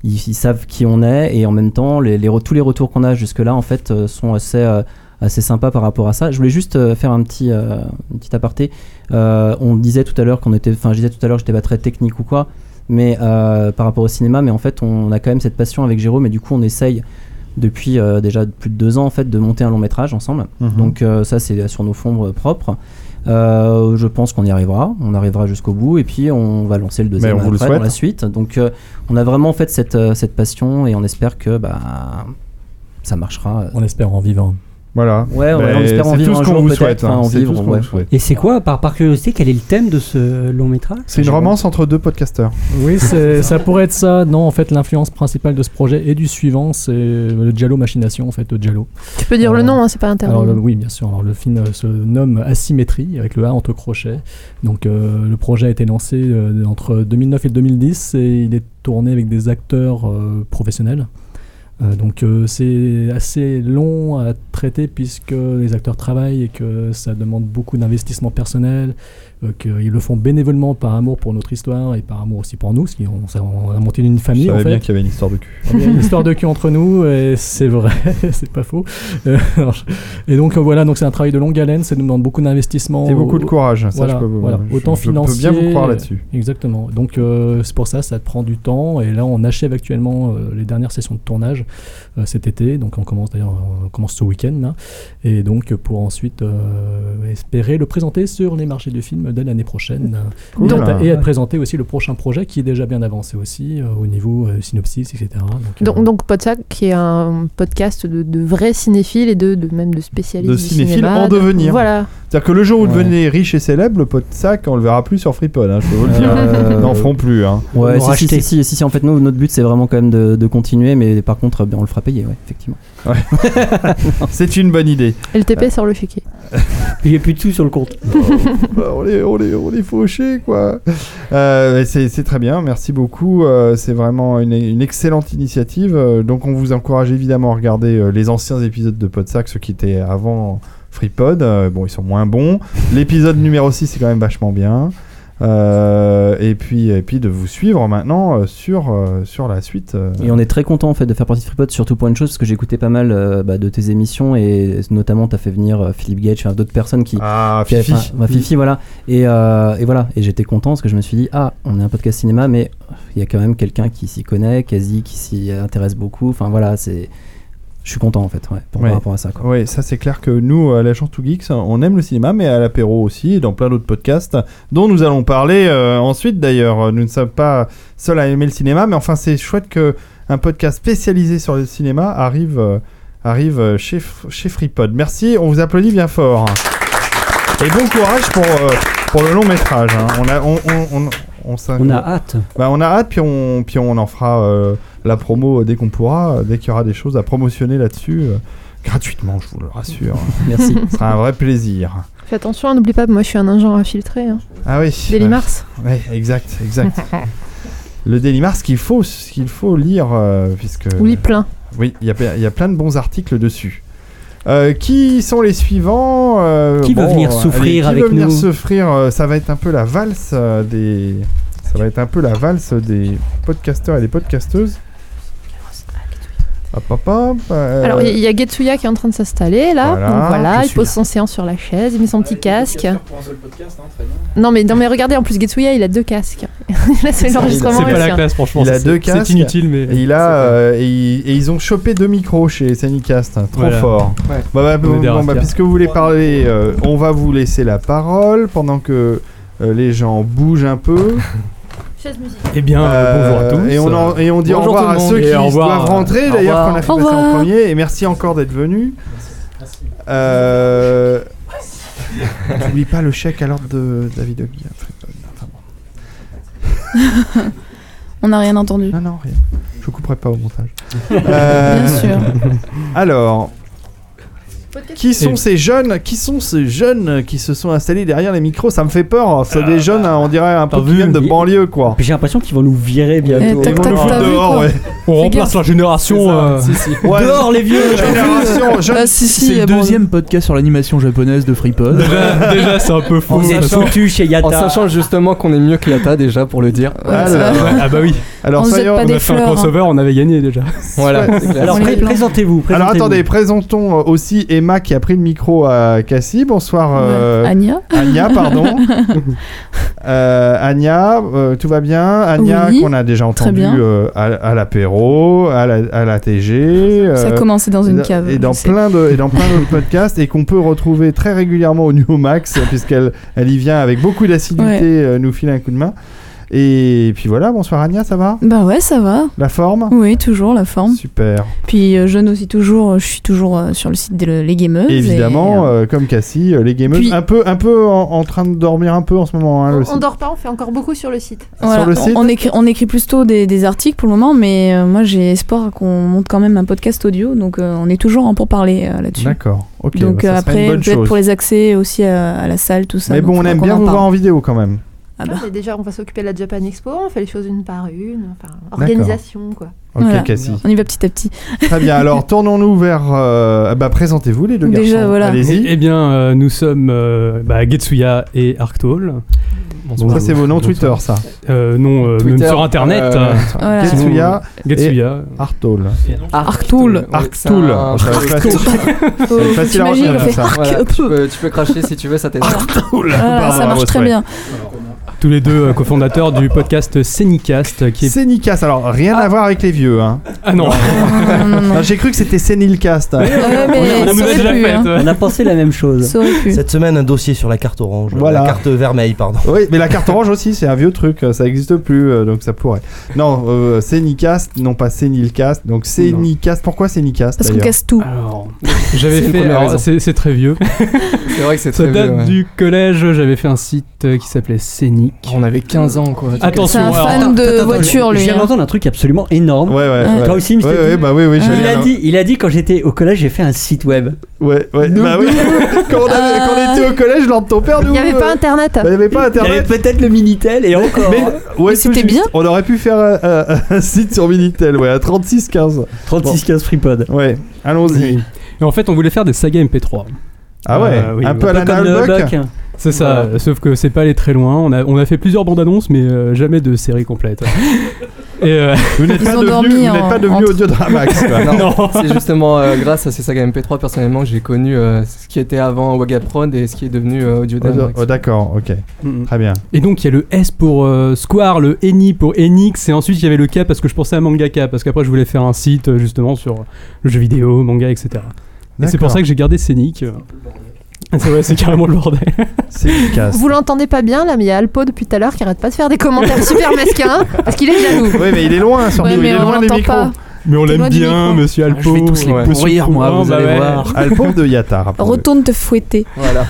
G: ils, ils savent qui on est et en même temps les, les re- tous les retours qu'on a jusque là en fait euh, sont assez euh, assez sympas par rapport à ça je voulais juste euh, faire un petit euh, un petit aparté euh, on disait tout à l'heure qu'on était, enfin, je disais tout à l'heure, que j'étais pas très technique ou quoi, mais euh, par rapport au cinéma, mais en fait, on a quand même cette passion avec Jérôme, et du coup, on essaye depuis euh, déjà plus de deux ans en fait de monter un long métrage ensemble. Donc euh, ça, c'est sur nos fonds euh, propres. Euh, je pense qu'on y arrivera, on arrivera jusqu'au bout et puis on va lancer le deuxième
A: Mais on vous le
G: après, dans la
A: souhaite.
G: suite. Donc euh, on a vraiment fait cette, euh, cette passion et on espère que bah, ça marchera.
H: On espère en vivant.
A: Voilà.
G: Ouais, on,
A: Mais
G: on espère en
A: c'est
G: vivre
A: tout
G: un
A: ce qu'on
G: jour
A: vous
G: peut-être,
A: souhaite.
G: enfin,
A: hein.
G: en
A: C'est tout
G: vivre,
A: ce qu'on
G: ouais.
A: vous souhaite.
B: Et c'est quoi, par, par curiosité, quel est le thème de ce long métrage
A: C'est une romance entre deux podcasteurs. <laughs>
H: Oui, c'est- ça pourrait être ça. Non, en fait, l'influence principale de ce projet et du suivant, c'est le Diallo Machination, en fait, le Diallo.
C: Tu peux dire le
H: Euh,
C: nom, hein, c'est pas interdit.
H: Alors, le- oui, bien sûr. Alors, le film euh, se nomme Asymétrie, avec le A entre crochets. Donc, euh, le projet a été lancé euh, entre 2009 et 2010 et il est tourné avec des acteurs euh, professionnels. Euh, donc, euh, c'est assez long à traiter puisque les acteurs travaillent et que ça demande beaucoup d'investissement personnel, euh, qu'ils le font bénévolement par amour pour notre histoire et par amour aussi pour nous, parce qu'on s'est- on a monté une
A: Je
H: famille en
A: savais
H: fait.
A: bien qu'il y avait une histoire de cul.
H: Il y a une histoire de cul entre nous, et c'est vrai, <laughs> c'est pas faux. Euh, alors, je- et donc euh, voilà, donc c'est un travail de longue haleine, ça nous demande beaucoup d'investissement.
A: C'est beaucoup de courage. ça,
H: voilà,
A: je peux vous-
H: voilà.
A: je-
H: Autant
A: je peux bien vous
H: financier,
A: croire là-dessus.
H: Exactement. Donc euh, c'est pour ça, ça te prend du temps. Et là, on achève actuellement euh, les dernières sessions de tournage euh, cet été. Donc on commence d'ailleurs, on commence ce week-end là. Et donc euh, pour ensuite euh, espérer le présenter sur les marchés du film dès l'année prochaine.
A: Cool.
H: Et à- et à
B: Ouais.
H: te présenter aussi le prochain projet qui est déjà bien avancé aussi euh, au niveau euh, synopsis, etc. Donc, euh,
C: Donc, donc Podsac, qui est un podcast de, de vrais cinéphiles et de, de même de spécialistes
A: De
C: du
A: cinéphiles
C: cinéma,
A: en
C: de-
A: devenir.
C: Voilà.
A: C'est-à-dire que le jour où vous
G: Ouais.
A: devenez riche et célèbre, le pot de sac, on le verra plus sur FreePod. hein, je peux vous le dire.
G: Euh,
A: Ils <laughs> N'en feront plus. hein.
G: Ouais,
B: l'aura
G: si si,
B: acheté.
G: si, si, si, si, en fait, nous, notre but, c'est vraiment quand même de, de continuer, mais par contre, ben, on le fera payer, ouais, effectivement. <laughs>
A: C'est une bonne idée.
C: LTP sort le chéquier.
B: Il n'y a plus de sous sur le compte.
A: <laughs> Bah, on est, on est, on est fauchés, quoi. Euh, c'est c'est très bien, merci beaucoup. Euh, c'est vraiment une, une excellente initiative. Euh, donc, on vous encourage évidemment à regarder euh, les anciens épisodes de Podsac, ceux qui étaient avant FreePod. Euh, bon, ils sont moins bons. L'épisode numéro 6 c'est quand même vachement bien. Euh, et, puis, et puis de vous suivre maintenant euh, sur, euh, sur la suite. euh.
G: Et on est très content en fait de faire partie de FreePod, surtout pour une chose, parce que j'ai écouté pas mal euh, bah, de tes émissions, et notamment, t'as fait venir euh, Philippe Gage, enfin, d'autres personnes qui.
A: Ah,
G: qui avaient-
A: Fifi.
G: enfin, bah, Fifi, voilà. Et, euh, et voilà. Et j'étais content parce que je me suis dit, ah, on est un podcast cinéma, mais il y a quand même quelqu'un qui s'y connaît, quasi, qui s'y intéresse beaucoup. Enfin voilà, c'est. Je suis content en fait, ouais, pour,
A: Ouais.
G: par rapport à ça. Quoi.
A: Oui, ça c'est clair que nous, euh, à l'agence Two Geeks, on aime le cinéma, mais à l'apéro aussi, et dans plein d'autres podcasts, dont nous allons parler euh, ensuite d'ailleurs. Nous ne sommes pas seuls à aimer le cinéma, mais enfin c'est chouette que un podcast spécialisé sur le cinéma arrive, euh, arrive euh, chez, F- chez FreePod. Merci, on vous applaudit bien fort. Et bon courage pour, euh, pour le long métrage. hein. On a... On, on, on, on s'in-
B: On a hâte.
A: bah, on a hâte, puis on, puis on en fera euh, la promo dès qu'on pourra, euh, dès qu'il y aura des choses à promotionner là-dessus. euh, gratuitement, je vous le rassure.
I: Merci.
A: Ce sera un vrai plaisir.
C: Fais attention, hein, n'oublie pas, moi je suis un ingénieur infiltré. Hein.
A: Ah oui.
C: Daily Mars.
A: Oui, exact, exact. Le Délimar, ce qu'il faut, ce qu'il faut lire, euh, puisque...
C: <laughs> Oui, plein.
A: Oui, il y a, il y a plein de bons articles dessus. Euh, qui sont les suivants Euh,
B: Qui veut venir
A: allez,
B: souffrir
A: qui
B: avec
A: veut venir
B: nous
A: souffrir Euh, Ça va être un peu la valse euh, des. Ça va être un peu la valse des podcasteurs et des podcasteuses. Hop, hop, hop, euh,
C: Alors, il y a- il y a Getsuya qui est en train de s'installer là.
A: Voilà,
C: Donc voilà,
A: je
C: il
A: suis
C: pose
A: là.
C: son séant sur la chaise, il met son petit casque. Non mais, non mais regardez, en plus Getsuya il a deux casques. <laughs> là c'est l'enregistrement. hein.
F: C'est pas
C: et
F: la
C: le sien.
F: classe, franchement.
A: Il a
F: c'est-
A: deux casques.
F: C'est inutile, mais.
A: et il a, euh, et, ils- et ils ont chopé deux micros chez Sanicast, hein, trop
F: Voilà.
A: fort.
J: Ouais.
A: Bah, bah,
F: On est
A: bon,
F: des
A: bon, bah,
F: raffias.
A: puisque vous voulez parler, euh, on va vous laisser la parole pendant que euh, les gens bougent
C: <laughs>
A: un peu.
F: Eh bien, euh,
A: Euh,
F: bonjour à tous.
A: Et on, en- et on dit
F: Bonjour
A: au revoir
F: tout
A: à
F: le
A: ceux
F: monde.
A: qui
F: Et au revoir.
A: doivent rentrer,
F: Au
A: d'ailleurs,
F: revoir.
A: qu'on a fait
C: Au
A: passer en
C: revoir.
A: premier. Et merci encore d'être venu.
C: <laughs>
A: Euh, N'oublie pas le chèque à l'ordre de David Ogui. Enfin, bon.
K: On n'a rien entendu.
A: Non, non, rien. Je couperai pas au montage.
K: <laughs>
A: Euh,
K: Bien sûr.
A: Alors. Qui sont
F: Et-
A: ces jeunes Qui sont ces jeunes qui se sont installés derrière les micros Ça me fait peur. C'est des jeunes, hein, on dirait un peu
F: t'as
A: qui
F: vu
A: viennent de
B: Il-
A: banlieue, quoi.
B: Puis j'ai l'impression qu'ils vont nous virer bientôt.
K: Eh, tac,
A: Ils vont
K: tac,
A: nous foutre
K: t'as vu,
A: dehors,
K: quoi.
A: ouais.
F: On remplace la génération. euh,
A: Ouais,
B: Dehors les vieux
A: Génération jeune
K: Ah, si, si,
L: C'est le
K: bon,
L: deuxième podcast sur l'animation japonaise de FreePod.
F: Déjà, déjà, c'est un peu faux.
B: Vous êtes
F: parce que-
B: foutus chez
J: En
B: Yata.
J: sachant justement qu'on est mieux que Yata déjà pour le dire.
K: ouais, ça va.
A: Alors,
F: Ah bah oui,
A: <laughs> alors
K: On se jette
A: soyons-
K: pas
M: On
K: des
M: a fait un
K: fleurs, hein.
M: crossover, on avait gagné
F: <laughs>
M: déjà.
J: Voilà. c'est clair.
B: Alors
K: On est
B: pré-
K: plein.
B: présentez-vous.
A: Alors
B: présentez-vous.
A: attendez, présentons euh, aussi Emma qui a pris le micro à Cassie. Bonsoir euh,
K: Anya
A: Anya,
K: <laughs>
A: pardon. Euh, Anya, euh, tout va bien Anya
K: Oui,
A: qu'on a déjà
K: très
A: entendu
K: bien.
A: euh, à, à l'apéro, à la, à la TG.
K: Ça a
A: euh,
K: commencé dans
A: et
K: une
A: dans-
K: cave.
A: Et dans
K: c'est-
A: plein de et dans plein d'autres podcasts et qu'on peut retrouver très régulièrement au New Max puisqu'elle elle y vient avec beaucoup d'assiduité
K: Ouais.
A: euh, nous file un coup de main. Et puis voilà, bonsoir Anya, ça va
K: Bah ouais, ça va.
A: La forme
K: Oui, toujours la forme.
A: Super.
K: Puis euh, jeune aussi toujours, euh, je suis toujours euh, sur le site des les gameuses. et,
A: Évidemment,
K: euh,
A: euh, comme Cassie, euh, les gameuses,
K: Puis- Oh,
A: un peu, un peu en, en train de dormir un peu en ce moment. hein,
C: On,
A: le site.
C: on dort pas, on fait encore beaucoup sur le site.
K: voilà,
A: sur le
K: on-
A: site.
K: on, écrit, on écrit plutôt des, des articles pour le moment, mais euh, moi j'ai espoir qu'on monte quand même un podcast audio, donc euh, on est toujours en pour parler là-dessus.
A: D'accord. Ok.
K: donc
A: bah,
K: euh,
A: ça serait
K: après,
A: une bonne
K: peut-être
A: chose.
K: pour les accès aussi à, à la salle, tout ça.
A: Mais
K: donc
A: bon, on
K: faudra
A: aime
K: qu'on
A: bien
K: en
A: vous
K: parle.
A: voir en vidéo quand même.
K: Ah bah.
C: Ah, mais déjà, on va s'occuper de la Japan Expo, on fait les choses une par une, enfin, organisation quoi.
A: Ok,
K: Voilà.
A: Cassie.
K: On y va petit à petit.
A: Très
K: <laughs>
A: bien. Alors, tournons-nous vers. euh, bah, présentez-vous les deux
K: Déjà,
A: garçons.
K: voilà.
A: Allez-y.
F: eh bien, euh, nous sommes euh, bah, Getsuya et Arctol.
A: ça, c'est vos noms Twitter, ça.
F: Euh, non, euh, même
J: Twitter,
F: sur internet.
J: euh,
K: Voilà.
F: Qu'est-ce-
A: Getsuya
F: Getsuya.
A: Artol.
K: Arctoul.
A: Arctoul.
J: Ouais,
A: Ah, Ça va être facile-
J: <laughs>
A: ça va être facile à
K: T'imagines,
A: retenir
K: on
A: comme
K: fait
A: ça. Bah,
J: Voilà, tu, peux, tu peux cracher si tu veux, ça t'aide. Ah,
K: Voilà, ça marche très bien.
F: Tous les deux euh, cofondateurs du podcast Scénicast euh, qui est.
A: C'est Nicas. Alors, rien à voir avec les vieux. Hein.
F: Ah non,
K: Non, non, non.
A: Non, J'ai cru que c'était hein. Sénilcast.
K: Ouais,
F: on
K: mais
F: a
K: ça
F: déjà
K: aurait pu,
F: fait.
K: hein.
F: euh.
B: On a pensé la même chose.
K: Ça aurait pu.
N: Cette semaine, un dossier sur la carte orange.
A: Voilà.
N: La carte vermeille, pardon.
A: Oui, mais la carte orange aussi, c'est un vieux truc, euh, ça existe plus, euh, donc ça pourrait. Non, euh, c'est Nicast, non pas c'est Nilcast, donc c'est
F: Non.
A: Nicast. Pourquoi c'est Nicast
K: Parce qu'on
A: d'ailleurs
K: casse tout.
F: Alors, j'avais
J: C'est une
F: fait.
J: première
F: alors,
J: raison.
F: C'est c'est très vieux.
J: C'est vrai que c'est
F: Ça
J: très
F: date
J: vieux, ouais.
F: du collège. J'avais fait un site euh, qui s'appelait Scénic.
J: On avait 15 ans quoi.
K: C'est
F: Attention,
K: un
F: alors,
K: fan de voiture,
B: Je
K: lui.
B: viens
K: hein.
B: d'entendre un truc absolument énorme.
A: Ouais, ouais, ouais.
B: Toi aussi,
A: ouais,
B: Mr.
A: ouais,
B: Dean
A: bah oui, oui, j'allais
B: Il a,
A: dire.
B: dit, il a dit quand j'étais au collège, j'ai fait un site web.
A: Ouais, ouais, bah oui. <laughs> quand, on avait- quand on était au collège, lors de ton père,
C: Euh, Il
A: nous.
C: n'y avait
A: euh,
C: pas internet.
A: bah, il y avait pas
B: Il y avait
A: internet.
B: peut-être le Minitel et encore.
A: Mais, ouais,
K: Mais c'était
A: tout juste.
K: bien.
A: On aurait pu faire euh, euh, <laughs> un site sur Minitel, ouais, à 36-15.
B: 36-15 FreePod.
A: Ouais, allons-y.
F: Et en fait, on voulait faire des sagas MP3.
A: Ah ouais,
F: Euh, oui,
A: un
F: oui.
A: peu à la
B: comme le
A: Nalbuck.
B: Buck.
F: C'est ça,
J: Voilà.
F: sauf que c'est pas allé très loin. On a, on a fait plusieurs bandes annonces, mais euh, jamais de série complète. <laughs> Et euh,
A: Vous n'êtes
K: Ils
A: pas
K: ont dormi
A: devenu, vous n'êtes
K: en-
A: pas devenu
K: entre-
A: Audiodramax, quoi.
J: <laughs> Non, c'est justement euh, grâce à ces sagas MP3 personnellement que j'ai connu euh, ce qui était avant Wagaprod et ce qui est devenu euh,
A: Audio-
J: Audiodame.
A: oh, D'accord, ok, très bien.
F: Et donc il y a le S pour euh, Square, le Eni pour Enix, et ensuite il y avait le K parce que je pensais à Mangaka, parce qu'après je voulais faire un site euh, justement sur le jeu vidéo, manga, etc. Et c'est pour
A: D'accord.
F: ça que j'ai gardé Scénic. euh. C'est vrai, c'est carrément le bordel.
A: C'est
F: <laughs>
A: efficace.
C: Vous l'entendez pas bien là, mais il y a Alpo depuis tout à l'heure qui arrête pas de faire des commentaires super
A: <laughs>
C: mesquins parce qu'il est jaloux.
A: Oui, mais il est loin, surtout.
K: Ouais,
A: il
K: mais
A: est
K: on
A: loin des
K: l'entend
A: micros.
K: pas.
F: Mais on
K: T'es l'aime loin
F: l'aime
K: du bien,
F: bien,
K: micro.
F: monsieur Alpo.
L: Ah, je vais tous les
F: ouais.
L: pourrir, moi,
F: Coupin,
L: vous
F: bah
L: allez
F: ouais.
L: voir.
A: Alpon de Yatar.
K: Retourne te fouetter.
J: Voilà.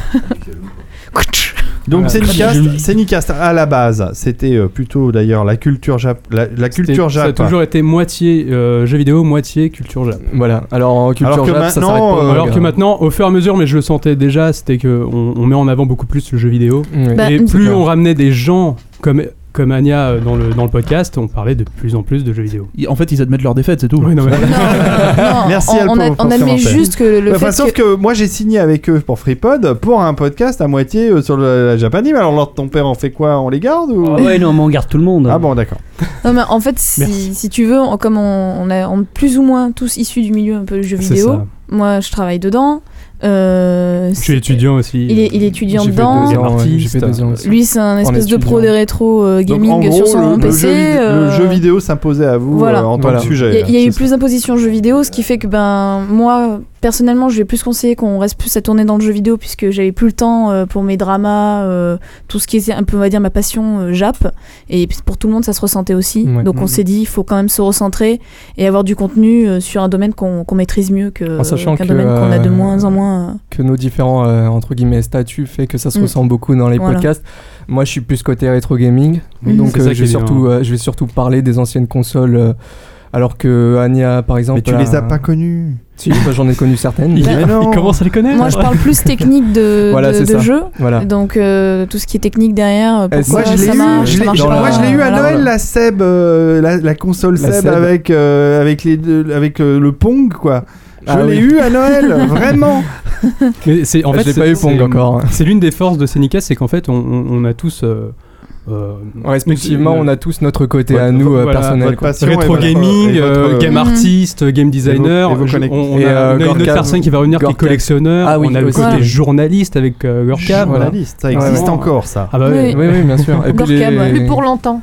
A: Donc
H: Voilà.
A: Cenicast, Cenicast, à la base, c'était euh, plutôt d'ailleurs la culture jap, la, la culture
F: Ça a
K: <laughs>
A: jap.
F: toujours été moitié euh, jeu vidéo, moitié culture jap.
J: Voilà. Alors en culture
A: Alors que
J: jap, ça s'arrête
A: maintenant,
J: pas. au
A: euh,
J: manga.
F: Alors que maintenant, au fur et à mesure, mais je le sentais déjà, c'était que on, on met en avant beaucoup plus le jeu vidéo.
J: Ouais.
C: Bah,
F: et
C: c'est
F: plus
J: clair.
F: on ramenait des gens comme, comme Anya euh, dans le, dans le podcast, on parlait de plus en plus de jeux vidéo.
L: Ils- En fait, ils admettent leur défaite, c'est tout.
F: Ouais, non,
C: <laughs>
F: mais- <laughs>
K: Non,
A: <laughs> Merci,
K: on-
A: Al,
K: on, a-
A: pour- pour
K: on
A: ce
K: admet
A: commentaire.
K: juste que le
A: Ouais,
K: fait
A: enfin, sauf
K: que...
A: que... moi j'ai signé avec eux pour FreePod pour un podcast à moitié euh, sur le, la Japanime. Alors l'ordre de ton père en fait quoi On les garde ou
B: Ah ouais, non, mais on garde tout le monde.
A: Ah bon d'accord.
K: Non, mais en fait, si,
F: Merci.
K: si tu veux, on- comme on, on est on est plus ou moins tous issus du milieu un peu du jeu
F: C'est
K: vidéo,
F: ça.
K: moi je travaille dedans. euh,
F: Je suis
K: c'est-
F: étudiant aussi.
K: Il est, il est étudiant
J: J'ai fait
K: dedans.
J: deux ans, ouais,
F: Artiste.
J: j'ai fait deux ans aussi.
K: Lui, c'est un espèce de
J: étudiant.
K: pro de rétro euh,
A: Donc,
K: gaming
A: en gros,
K: sur son
A: le, le
K: PC.
A: jeu, vid- le
K: euh,
A: jeu vidéo s'imposait à vous
K: voilà.
A: euh, en tant
J: Voilà.
A: que
K: Il y
A: sujet.
K: a, il y a
A: là,
K: eu
A: c'est
K: plus d'imposition jeu vidéo, ce qui fait que ben moi personnellement je vais plus conseiller qu'on reste plus à tourner dans le jeu vidéo puisque j'avais plus le temps euh, pour mes dramas, euh, tout ce qui était un peu on va dire ma passion euh, Jap et puis pour tout le monde ça se ressentait aussi.
J: Ouais.
K: Donc on
J: Mhm.
K: s'est dit il faut quand même se recentrer et avoir du contenu euh, sur un domaine qu'on qu'on maîtrise mieux que
J: En sachant
K: qu'un
J: que,
K: domaine Euh, qu'on a de
J: euh,
K: moins en moins. euh.
J: que nos différents euh, entre guillemets statuts fait que ça se
K: Mm.
J: ressent beaucoup dans les
K: Voilà.
J: podcasts. Moi, je suis plus côté rétro gaming,
K: Mhm.
J: donc
F: C'est
J: euh,
F: ça qui
J: je vais
F: est bien,
J: surtout euh, je vais surtout parler des anciennes consoles. euh, alors que Anya, par exemple,
A: Mais tu
J: a-
A: les as pas connus.
J: Si, bah, j'en ai connu certaines.
A: Mais non.
F: à les connaître.
K: Ben, Moi je parle
A: <laughs>
J: <laughs>
K: plus technique de,
J: Voilà,
K: de-
J: c'est
K: de
J: ça.
K: jeu,
J: Voilà. Eh,
K: donc euh, tout ce qui est technique derrière. euh,
J: Moi,
K: Pourquoi
A: Moi, Eh, je l'ai
K: ça
A: eu,
K: marche,
A: je
K: ça
A: l'ai-
K: marche
A: je-
K: pas,
A: moi, je l'ai eu à
K: voilà.
A: Noël, la Seb, euh, la, la console
J: La
A: Seb,
J: Seb.
A: Avec, euh, avec, les deux- avec euh, le Pong, quoi. Je
J: Ah
A: l'ai
J: oui.
A: eu à Noël,
J: <laughs>
A: vraiment.
F: Mais c'est en
J: Je
F: fait,
J: l'ai
F: c'est-
J: pas eu
F: c'est-
J: Pong encore.
F: C'est l'une des forces de Senica, c'est qu'en fait, on, on- on a tous. euh, euh,
J: Respectivement,
F: une-
J: on a tous notre côté
A: Votre-
J: à nous euh,
F: voilà,
J: personnel.
A: votre
J: quoi.
A: passion
F: Rétro
A: et votre-
F: gaming,
A: et votre,
F: euh,
A: euh,
F: game
K: Mhm.
F: artist, game designer.
A: et vos
F: je-
A: connect-
F: on, on
J: et,
F: a,
J: euh,
F: on a une autre
J: Gorka-
F: personne qui va revenir qui est
J: Gorka.
F: collectionneur.
J: Ah oui,
F: on a le
J: aussi.
F: côté
K: Ouais.
F: journaliste avec euh, Gorka. voilà.
A: Journaliste, ça existe
J: Ouais, ouais.
A: encore, ça.
F: Ah bah
K: Oui.
F: ouais.
J: Oui, oui, bien sûr. Et puis
K: Gorka,
J: les-
K: ouais.
C: Plus pour
A: <laughs>
C: longtemps.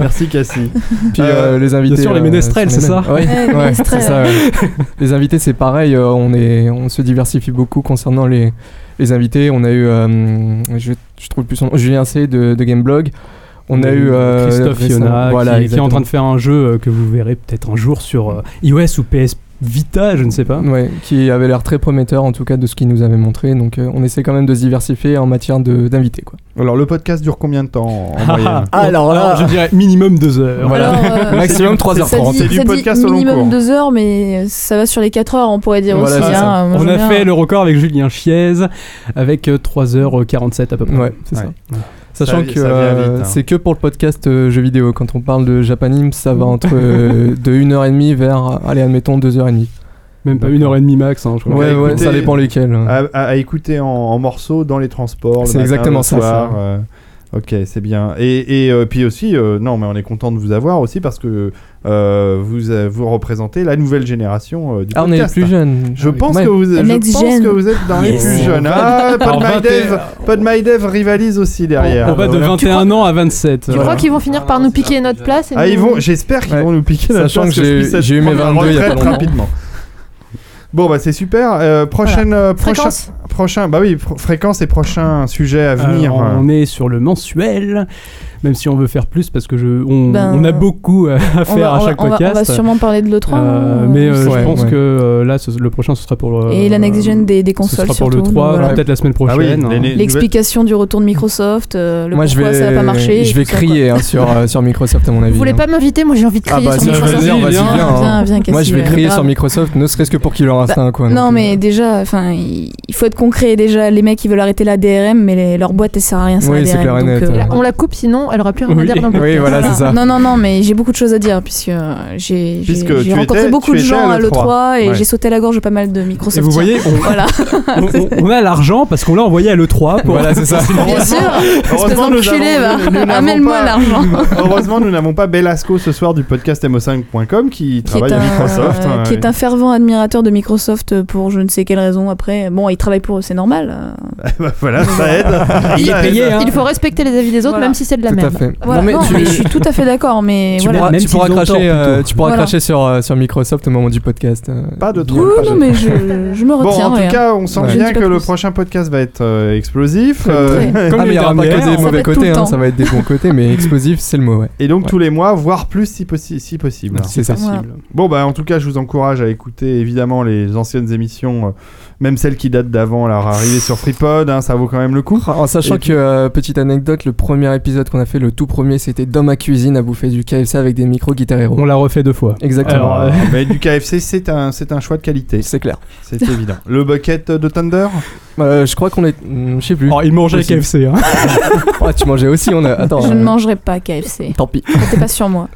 A: Merci, Cassie.
J: Puis
A: Euh,
J: euh, les invités.
F: sûr, les
J: euh,
F: ménestrels,
J: sont les
F: c'est
J: mêmes.
F: ça
J: Ouais,
K: Ouais, les
J: ouais,
K: ménestrels.
J: c'est ça, ouais. Les invités, c'est pareil. euh, on, est, on se diversifie beaucoup concernant les, les invités. On a eu, euh, je, je trouve plus son nom, Julien C de, de Gameblog. On a eu euh,
F: Christophe
J: récemment-
F: Fiona
J: voilà,
F: qui, qui est en
J: exactement.
F: train de faire un jeu euh, que vous verrez peut-être un jour sur euh, iOS ou PS Vita, je ne sais pas.
J: Ouais, qui avait l'air très prometteur en tout cas de ce qu'il nous avait montré. Donc euh, on essaie quand même de se diversifier en matière de- d'invités. quoi.
A: Alors, le podcast dure combien de temps
F: <laughs>
A: en en moyenne
J: Alors
F: Ah, je dirais minimum deux heures.
J: Voilà.
K: Ah,
F: <laughs>
K: Alors,
A: <laughs>
K: euh,
J: Maximum
K: Ça
J: 3h30.
K: dit,
A: C'est du
K: ça dit
A: podcast au long cours.
K: minimum 2 heures, mais ça va sur les 4 heures, on pourrait dire
J: Voilà,
K: aussi.
J: c'est
K: hein, moi,
F: On
K: j'aime
F: a
K: bien.
F: fait le record avec Julien Chiez avec euh, 3h47 à peu près.
J: Ouais, c'est ça.
A: Ouais.
J: Sachant
A: Ça-
J: que
A: ça vient
J: euh,
A: vite, hein.
J: c'est que pour le podcast euh, jeux vidéo. Quand on parle de Japanime, ça
F: Mm.
J: va entre euh, de 1h30 vers, allez, admettons, 2h30.
F: Même pas
A: D'accord.
F: une heure et demie max, hein, je crois.
A: Donc,
J: ouais,
A: à
J: ouais,
A: écouter-
J: ça dépend lesquels. hein.
A: à, à- à écouter en, en morceaux dans les transports. le
J: C'est
A: matin,
J: exactement
A: le
J: ça,
A: soir,
J: ça.
A: euh, ok, c'est bien. Et, et, euh, puis aussi, euh, non, mais on est content de vous avoir aussi parce que euh, vous, euh, vous représentez la nouvelle génération euh, du
J: Ah, on est les
A: podcast.
J: plus jeunes.
A: Je
J: Ah oui,
A: pense,
J: quand
A: que
J: même.
A: vous, je
K: Next
A: pense
K: gen.
A: que vous êtes dans les
B: Yes.
A: plus jeunes. Ah,
F: Alors,
A: PodMyDev
F: 21
A: PodMyDev rivalise aussi
F: On
A: derrière.
F: va de
J: Tu
F: 21 ans à 27.
C: Tu
F: Voilà.
C: crois qu'ils vont finir par nous piquer notre place et
A: Ah,
C: nous-
A: ils vont, j'espère qu'ils
J: Ouais.
A: vont nous piquer la
J: Sachant
A: place,
J: que
A: je
J: j'ai-
A: puisse être-
J: j'ai eu mes
A: prendre ma
J: 22 il y a
A: retraite
J: pas longtemps.
A: rapidement. Bon, bah c'est super. Euh, prochaine, euh, prochain,
C: Fréquence.
A: prochain, bah oui, fr- fréquence et prochain sujet à venir.
F: Alors, on est sur le mensuel, même si on veut faire plus parce que je, on,
K: Ben,
F: on a beaucoup euh, à
K: On
F: faire
K: va,
F: à
K: on, va,
F: chaque
K: on va- on va
F: podcast.
K: sûrement parler de l'E3.
F: Euh,
K: hein,
F: mais euh,
J: Ouais,
F: je pense
J: ouais.
F: que euh, là, ce- le prochain, ce sera pour le.
K: et la next gen des, des
F: Ce sera
K: consoles
F: pour
K: surtout.
F: le 3,
K: donc voilà.
J: ouais.
F: peut-être la semaine
A: Ah oui,
F: prochaine.
A: les- les nouvelles-
K: L'explication du retour de Microsoft, euh, le
J: Moi, je
K: pourquoi
J: vais,
K: ça n'a pas marché.
J: je vais
K: tout ça,
J: crier hein, sur, euh, sur Microsoft, à mon avis.
C: Vous voulez
J: hein.
C: pas m'inviter Moi j'ai envie de
J: Ah,
C: crier
J: bah,
C: sur
J: si,
F: ça,
C: Microsoft.
J: vas-y,
F: Microsoft.
J: vas-y,
F: Viens,
J: viens.
K: quoi.
J: hein.
K: Viens, viens,
J: Moi,
K: Cassie,
J: je vais
K: euh,
J: crier
K: grave. Bah,
J: sur Microsoft, ne serait-ce que pour qu'il leur reste un coin.
K: Non,
J: donc,
K: mais
J: euh,
K: déjà, enfin, il il faut être concret. Déjà, les mecs, ils veulent arrêter la DRM, mais les- leur boîte, elle sert à rien, c'est
J: Oui,
K: la
J: c'est
K: DRM.
J: clair et
K: donc,
J: net,
K: euh,
J: ouais.
C: Là, On la coupe sinon elle aura plus rien à
F: Oui.
C: dire dans le
J: Oui,
C: podcast.
J: voilà, c'est ça.
K: Non, non, non, mais j'ai beaucoup de choses à dire, puisque euh, j'ai j'ai-
A: Puisque
K: j'ai
A: tu
K: rencontré
A: étais-
K: beaucoup de
A: tu étais
K: gens
A: à
K: à l'E3 et
A: Ouais.
K: j'ai sauté à la gorge pas mal de Microsoft.
F: Et vous voyez, on,
K: <laughs> Voilà,
F: on-
K: <laughs>
F: on- on a l'argent parce qu'on l'a envoyé à l'E3
A: <laughs>
F: pour
J: Voilà, c'est
F: <laughs>
J: ça.
K: bien sûr. Espèce
A: Heureusement, nous
K: d'enculé, va.
A: avons- nous- nous n'avons
K: Amène-moi <laughs>
A: pas- Ah
K: l'argent.
A: <laughs> Heureusement, nous n'avons pas Belasco ce soir du podcast mo5.com
K: <laughs> Qui
A: qui travaille
K: est,
A: à
K: un,
A: Microsoft.
K: euh,
A: hein,
K: qui est un fervent admirateur de Microsoft pour je ne sais quelle raison. Après, bon, il travaille pour eux, c'est normal. euh.
A: Bah <laughs> voilà, ça aide.
F: Il est
A: Ça aide.
F: payé, hein.
C: Il faut respecter les avis des autres
K: Voilà.
C: même si c'est de la
J: Tout à
C: merde.
J: fait.
K: Voilà.
J: Non, mais
K: non,
J: tu-
K: mais je suis tout à fait d'accord, mais
J: Tu
K: voilà.
J: pourras,
B: Même
J: tu
B: s'ils
J: pourras
B: ont tort,
J: cracher, euh,
B: plutôt.
J: tu pourras
K: Voilà.
J: cracher sur, euh, sur Microsoft au moment du podcast. euh.
A: Pas de
K: Oui,
A: trop. pas de
K: non,
A: trop.
K: mais
A: <laughs>
K: je, je me
A: Bon,
K: retiens.
A: en tout
K: rien.
A: cas, on sent
J: Ouais.
A: bien
K: Je ne dis
A: que
K: pas
A: le
K: plus.
A: prochain podcast va être euh, explosif. euh,
K: Ouais.
A: <laughs>
J: ah, mais il n'y aura pas
F: dernière,
J: que
K: ça
J: des
K: va
J: mauvais
K: être tout
J: côtés,
K: le
J: hein,
K: temps.
J: ça va être des bons côtés, mais explosif, c'est le mot, ouais.
A: Et donc
J: Ouais.
A: tous les mois, voire plus si, possi- si possible.
J: C'est ça.
K: Voilà.
A: Bon bah en tout cas, je vous encourage à écouter évidemment les anciennes émissions même celles qui datent d'avant leur arrivée sur FreePod, hein, ça vaut quand même le coup.
J: En sachant que, euh, petite anecdote, le premier épisode qu'on a fait, le tout premier, c'était dans ma cuisine à bouffer du KFC avec des micros Guitar Hero.
H: On l'a refait deux fois.
J: Exactement. <laughs>
A: Alors, euh, mais du KFC, c'est un, c'est un choix de qualité.
J: C'est clair.
A: C'est évident. Le bucket de Thunder
J: Euh, je crois qu'on est. hmm, Je sais plus.
H: Oh, il mangeait
J: Possible.
H: KFC. Hein.
J: <laughs> Ah, tu mangeais aussi, on a. Attends.
K: Je ne
J: euh,
K: mangerai pas KFC.
J: Tant pis.
K: C'était pas sur moi.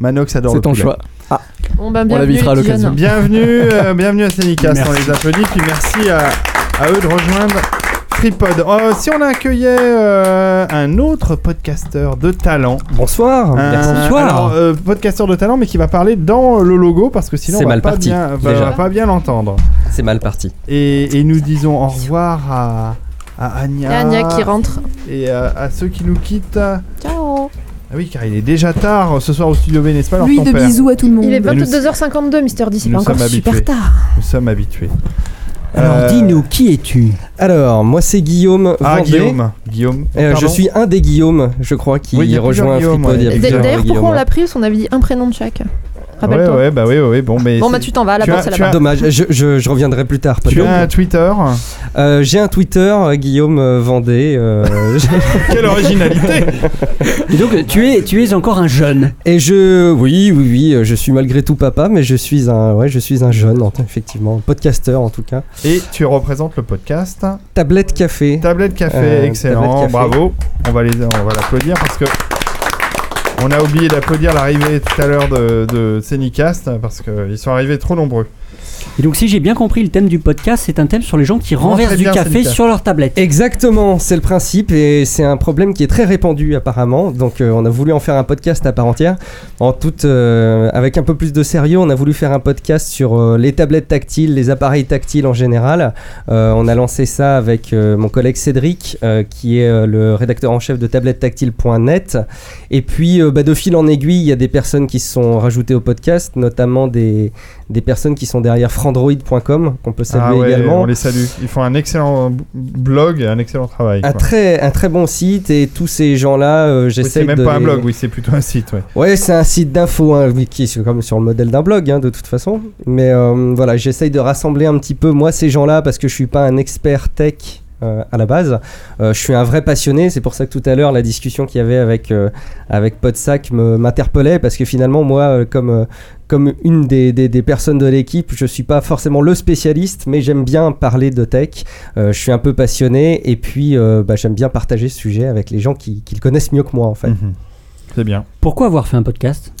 A: Manox adore
J: C'est
A: le
J: ton
A: poulet.
J: choix.
C: Bon, ben,
J: On
C: bienvenue,
J: l'invitera à l'occasion.
C: Étienne.
A: Bienvenue,
C: <laughs>
A: euh, bienvenue à Sénicast,
H: Merci.
A: on les applaudit, puis merci à, à eux de rejoindre Freepod. Euh, si on accueillait euh, un autre podcasteur de talent,
O: Bonsoir.
A: un-
G: bonsoir.
A: alors, euh, podcasteur de talent, mais qui va parler dans euh, le logo, parce que sinon on
O: C'est
A: va
O: mal
A: pas
O: parti,
A: bien, va-
O: déjà.
A: va pas bien l'entendre.
O: C'est mal parti.
A: Et, et nous disons au revoir à, à Anya,
C: Et Anya qui rentre.
A: et à, à ceux qui nous quittent. Ah
C: Ciao.
A: oui, car il est déjà tard ce soir au studio B, n'est-ce pas alors
K: Lui
A: ton
K: de
A: père
K: bisous à tout le monde.
C: Il est
A: nous-
C: 22h52, Mister D, c'est
A: nous
C: pas encore
A: sommes habitués.
C: super tard.
A: Nous sommes habitués.
B: Alors
A: Euh,
B: dis-nous, qui es-tu
O: Alors, moi c'est Guillaume
A: Ah,
O: Vendée.
A: Guillaume. Guillaume.
O: Euh, je
A: Pardon
O: suis un des Guillaume, je crois, qui
A: Oui, il y a plusieurs
O: rejoint
A: Guillaume,
O: Freepod.
A: ouais.
O: Il y a
A: Et
O: plusieurs
C: D'ailleurs, pourquoi on
O: Guillaume.
C: l'a pris On avait dit un prénom de chaque.
A: Ouais,
C: Rappelle-toi.
A: ouais, bah oui, oui, oui, bon, mais.
C: Bon,
A: c'est-
C: bah, tu t'en vas,
A: Tu
C: là-bas,
A: as-
C: c'est
A: tu
C: là-bas.
A: as-
O: Dommage, je, je- je reviendrai plus tard.
A: tu
O: pardon.
A: as un Twitter
O: Euh, J'ai un Twitter, euh, Guillaume euh, Vendée. euh, <laughs>
A: Quelle originalité
B: Et donc tu es, tu es encore un jeune.
O: et je, oui, oui, oui, euh, je suis malgré tout papa, mais je suis un, ouais, je suis un jeune, en- effectivement, podcasteur en tout cas.
A: Et tu représentes le podcast.
O: Tablette café.
A: Tablette Café,
O: Euh,
A: excellent,
O: Tablette Café.
A: bravo. On va, les, on va l'applaudir parce que. On a oublié d'applaudir l'arrivée tout à l'heure de, de Scénicast parce qu'ils sont arrivés trop nombreux.
B: Et donc si j'ai bien compris, le thème du podcast, c'est un thème sur les gens qui
A: Rentrez
B: renversent du
A: bien,
B: café
A: Sonica.
B: sur leur tablette.
O: Exactement, c'est le principe et c'est un problème qui est très répandu apparemment. Donc euh, on a voulu en faire un podcast à part entière, en toute, euh, avec un peu plus de sérieux. On a voulu faire un podcast sur euh, les tablettes tactiles, les appareils tactiles en général. Euh, on a lancé ça avec euh, mon collègue Cédric, euh, qui est euh, le rédacteur en chef de tablettetactile.net. Et puis euh, bah, de fil en aiguille, il y a des personnes qui se sont rajoutées au podcast, notamment des, des personnes qui sont derrière frandroid.com qu'on peut saluer
A: ah ouais,
O: également.
A: on les salue. Ils font un excellent b- blog et un excellent travail.
O: Un
A: quoi.
O: Ah, très, un très bon site et tous ces gens-là, euh,
A: Oui,
O: j'essaie
A: c'est même
O: de
A: pas un
O: les-
A: blog, oui, c'est plutôt un site. Ouais.
O: Ouais, c'est un site d'info hein, oui, qui est comme sur le modèle d'un blog hein, de toute façon. Mais euh, voilà, j'essaye de rassembler un petit peu moi ces gens-là parce que je suis pas un expert tech. euh, à la base, Euh, je suis un vrai passionné. C'est pour ça que tout à l'heure la discussion qu'il y avait avec euh, avec Podsac me- m'interpellait parce que finalement moi euh, comme euh, comme une des, des- des personnes de l'équipe, je suis pas forcément le spécialiste, mais j'aime bien parler de tech. Euh, je suis un peu passionné et puis euh, bah, j'aime bien partager ce sujet avec les gens qui, qui le connaissent mieux que moi en fait.
A: Mhm. C'est bien.
B: Pourquoi avoir fait un podcast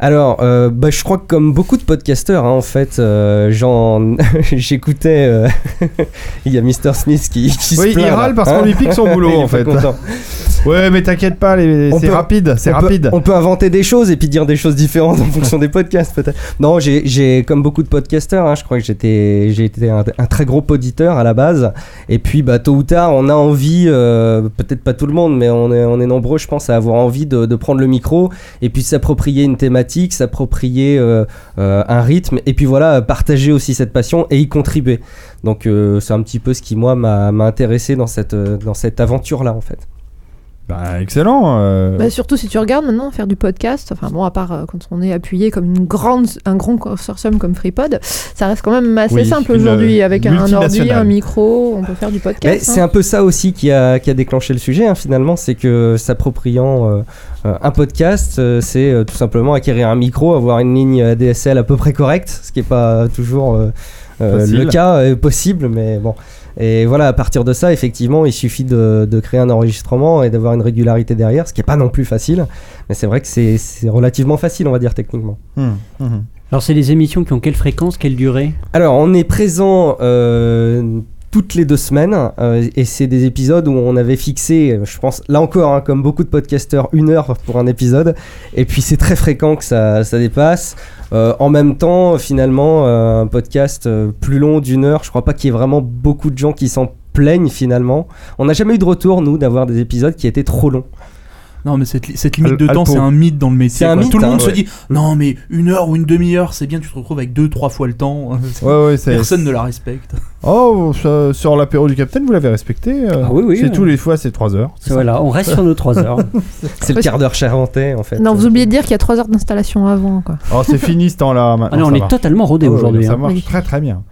O: Alors, euh, bah, je crois que comme beaucoup de podcasteurs, hein, en fait, euh, j'en- <laughs> j'écoutais. euh, <laughs> il y a Mr. Smith qui, qui
A: Oui,
O: se plaint,
A: il
O: là.
A: râle parce qu'on
O: Hein
A: lui pique son boulot,
O: <laughs> Il est
A: en
O: pas
A: fait.
O: content.
A: Ouais, mais t'inquiète pas, les-
O: On
A: c'est
O: peut-
A: rapide, c'est
O: on peut-
A: rapide.
O: on peut inventer des choses et puis dire des choses différentes en fonction des podcasts, peut-être. Non, j'ai- j'ai, comme beaucoup de podcasteurs, hein, je crois que j'étais j'ai été un, un très gros auditeur à la base. Et puis, bah, tôt ou tard, on a envie, euh, peut-être pas tout le monde, mais on est, on est nombreux, je pense, à avoir envie de, de prendre le micro et puis de s'approprier une thématique, s'approprier euh, euh, un rythme et puis voilà, partager aussi cette passion et y contribuer. Donc, euh, c'est un petit peu ce qui, moi, m'a m'a intéressé dans cette, euh, dans cette aventure-là, en fait.
A: Bah, excellent. euh,
C: Bah, surtout si tu regardes maintenant faire du podcast, enfin bon, à part euh, quand on est appuyé comme une grande, un grand consortium comme FreePod, ça reste quand même assez
A: Oui,
C: simple
A: une,
C: aujourd'hui
A: euh,
C: avec un ordi,
A: multinationale.
C: un micro, on peut faire du podcast.
O: Mais c'est
C: hein.
O: un peu ça aussi qui a, qui a déclenché le sujet, hein, finalement, c'est que s'appropriant euh, euh, un podcast, euh, c'est euh, tout simplement acquérir un micro, avoir une ligne ADSL à peu près correcte, ce qui n'est pas toujours euh, euh,
A: Facile.
O: le cas euh, possible, mais bon. Et voilà, à partir de ça, effectivement, il suffit de, de créer un enregistrement et d'avoir une régularité derrière, ce qui n'est pas non plus facile, mais c'est vrai que c'est c'est relativement facile, on va dire, techniquement.
A: hum, hum.
B: Alors c'est des émissions qui ont quelle fréquence, quelle durée
O: Alors, on est présent euh, toutes les deux semaines euh, et c'est des épisodes où on avait fixé, euh, je pense, là encore, hein, comme beaucoup de podcasteurs, une heure pour un épisode. Et puis, c'est très fréquent que ça, ça dépasse. Euh, en même temps, finalement, euh, un podcast euh, plus long d'une heure, je crois pas qu'il y ait vraiment beaucoup de gens qui s'en plaignent finalement. On n'a jamais eu de retour, nous, d'avoir des épisodes qui étaient trop longs.
L: Non, mais cette, li- cette limite
A: Al-
L: de temps,
A: Alpo.
L: c'est un mythe dans le métier.
O: C'est un
L: quoi.
O: mythe,
L: Tout le
O: hein,
L: monde se
O: ouais.
L: dit non, mais une heure ou une demi-heure, c'est bien, tu te retrouves avec deux, trois fois le temps. <laughs>
A: Ouais, ouais, c'est.
L: Personne ne la respecte.
A: <laughs> Oh, ça- sur l'apéro du capitaine, vous l'avez respecté. euh,
B: Ah oui, oui,
A: C'est
B: oui.
A: tous les fois, c'est 3 heures.
B: Voilà, on reste sur nos 3
A: <laughs>
B: heures.
O: C'est le
C: Parce-
O: quart d'heure charentais, en fait.
C: Non, vous oubliez de dire qu'il y a 3 heures d'installation avant. Quoi.
A: Oh, c'est fini ce temps-là.
B: Ah
A: Maintenant,
B: non, on
A: ça
B: est
A: marche.
B: totalement rodé
A: Ouais, ouais,
B: aujourd'hui.
A: Ça
B: hein.
A: marche
C: Oui.
A: très très bien.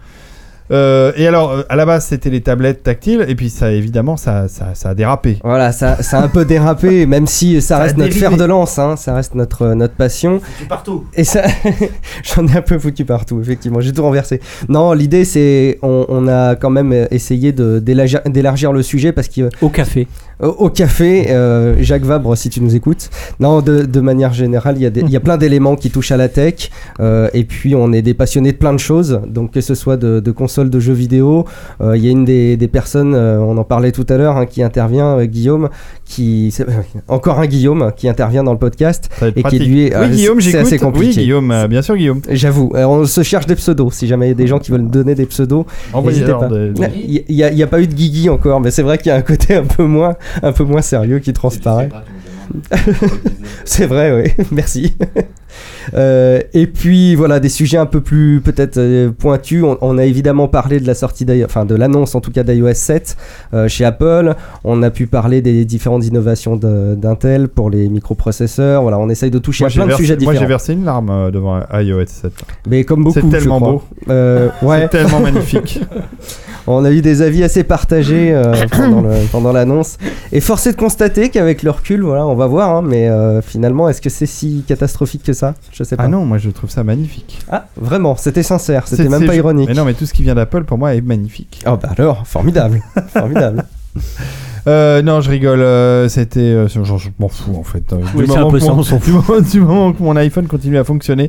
A: Euh, et alors, euh, à la base, c'était les tablettes tactiles, et puis ça, évidemment, ça, ça, ça a dérapé.
O: Voilà, ça, ça a un peu dérapé, même si
A: Ça
O: ça
A: a
O: reste notre
A: dérivé.
O: fer de lance, hein, ça reste notre, notre passion.
A: partout.
O: Et ça, <laughs> j'en ai un peu foutu partout, effectivement, j'ai tout renversé. Non, l'idée, c'est, on, on a quand même euh, essayé de, d'élargir, d'élargir le sujet parce que.
B: Au café.
O: Au, au café, euh, Jacques Vabre, si tu nous écoutes. Non, de, de manière générale, il y, a des- il y a plein d'éléments qui touchent à la tech, euh, et puis on est des passionnés de plein de choses, donc que ce soit de, de consoles, de jeux vidéo. euh, Il y a une des, des personnes, euh, on en parlait tout à l'heure, hein, qui intervient, euh, Guillaume, qui. c'est- euh, encore un Guillaume qui intervient dans le podcast, et qui
A: pratique.
O: lui.
A: Oui,
O: euh,
A: Guillaume,
O: c'est- c'est assez
A: j'écoute. Oui,
O: compliqué.
A: Guillaume, euh, bien sûr, Guillaume.
O: J'avoue, euh, on se cherche des pseudos. Si jamais il y a des gens qui veulent nous donner des pseudos,
A: Envoyez
O: n'hésitez
A: leur
O: pas.
A: des- des-
O: Il n'y a, il y a pas eu de Guigui encore, mais c'est vrai qu'il y a un côté un peu moins, un peu moins sérieux qui transparaît. <laughs> c'est vrai, oui. <laughs> Merci. Euh, et puis voilà des sujets un peu plus peut-être euh, pointus. On, on a évidemment parlé de la sortie d'i- enfin de l'annonce en tout cas d'iOS 7 euh, chez Apple. On a pu parler des différentes innovations de- d'Intel pour les microprocesseurs. Voilà, on essaye de toucher
A: Moi,
O: à
A: j'ai
O: plein de
A: versé-
O: sujets
A: moi,
O: différents.
A: j'ai versé une larme euh, devant iOS 7.
O: Mais comme beaucoup,
A: C'est tellement
O: je crois.
A: beau.
O: Euh, ouais.
A: C'est
O: <laughs>
A: tellement magnifique.
O: On a eu des avis assez partagés euh,
A: <coughs>
O: pendant le- pendant l'annonce. Et force est de constater qu'avec le recul, voilà, on va voir. hein, mais euh, finalement, est-ce que c'est si catastrophique que ça Je sais pas.
A: Ah non, moi je trouve ça magnifique.
O: Ah, vraiment, c'était sincère, c'était
A: C'est-
O: même
A: c'est
O: pas
A: ju-
O: ironique.
A: Mais non, mais tout ce qui vient d'Apple pour moi est magnifique.
O: Oh bah
A: <laughs>
O: alors, formidable, formidable.
A: Euh, non, je rigole. euh, c'était, euh, je, je m'en fous en fait. euh,
B: Oui, c'est un peu
A: que
B: ça,
A: mon,
B: on s'en
A: du moment- <laughs> du moment que mon iPhone continue à fonctionner.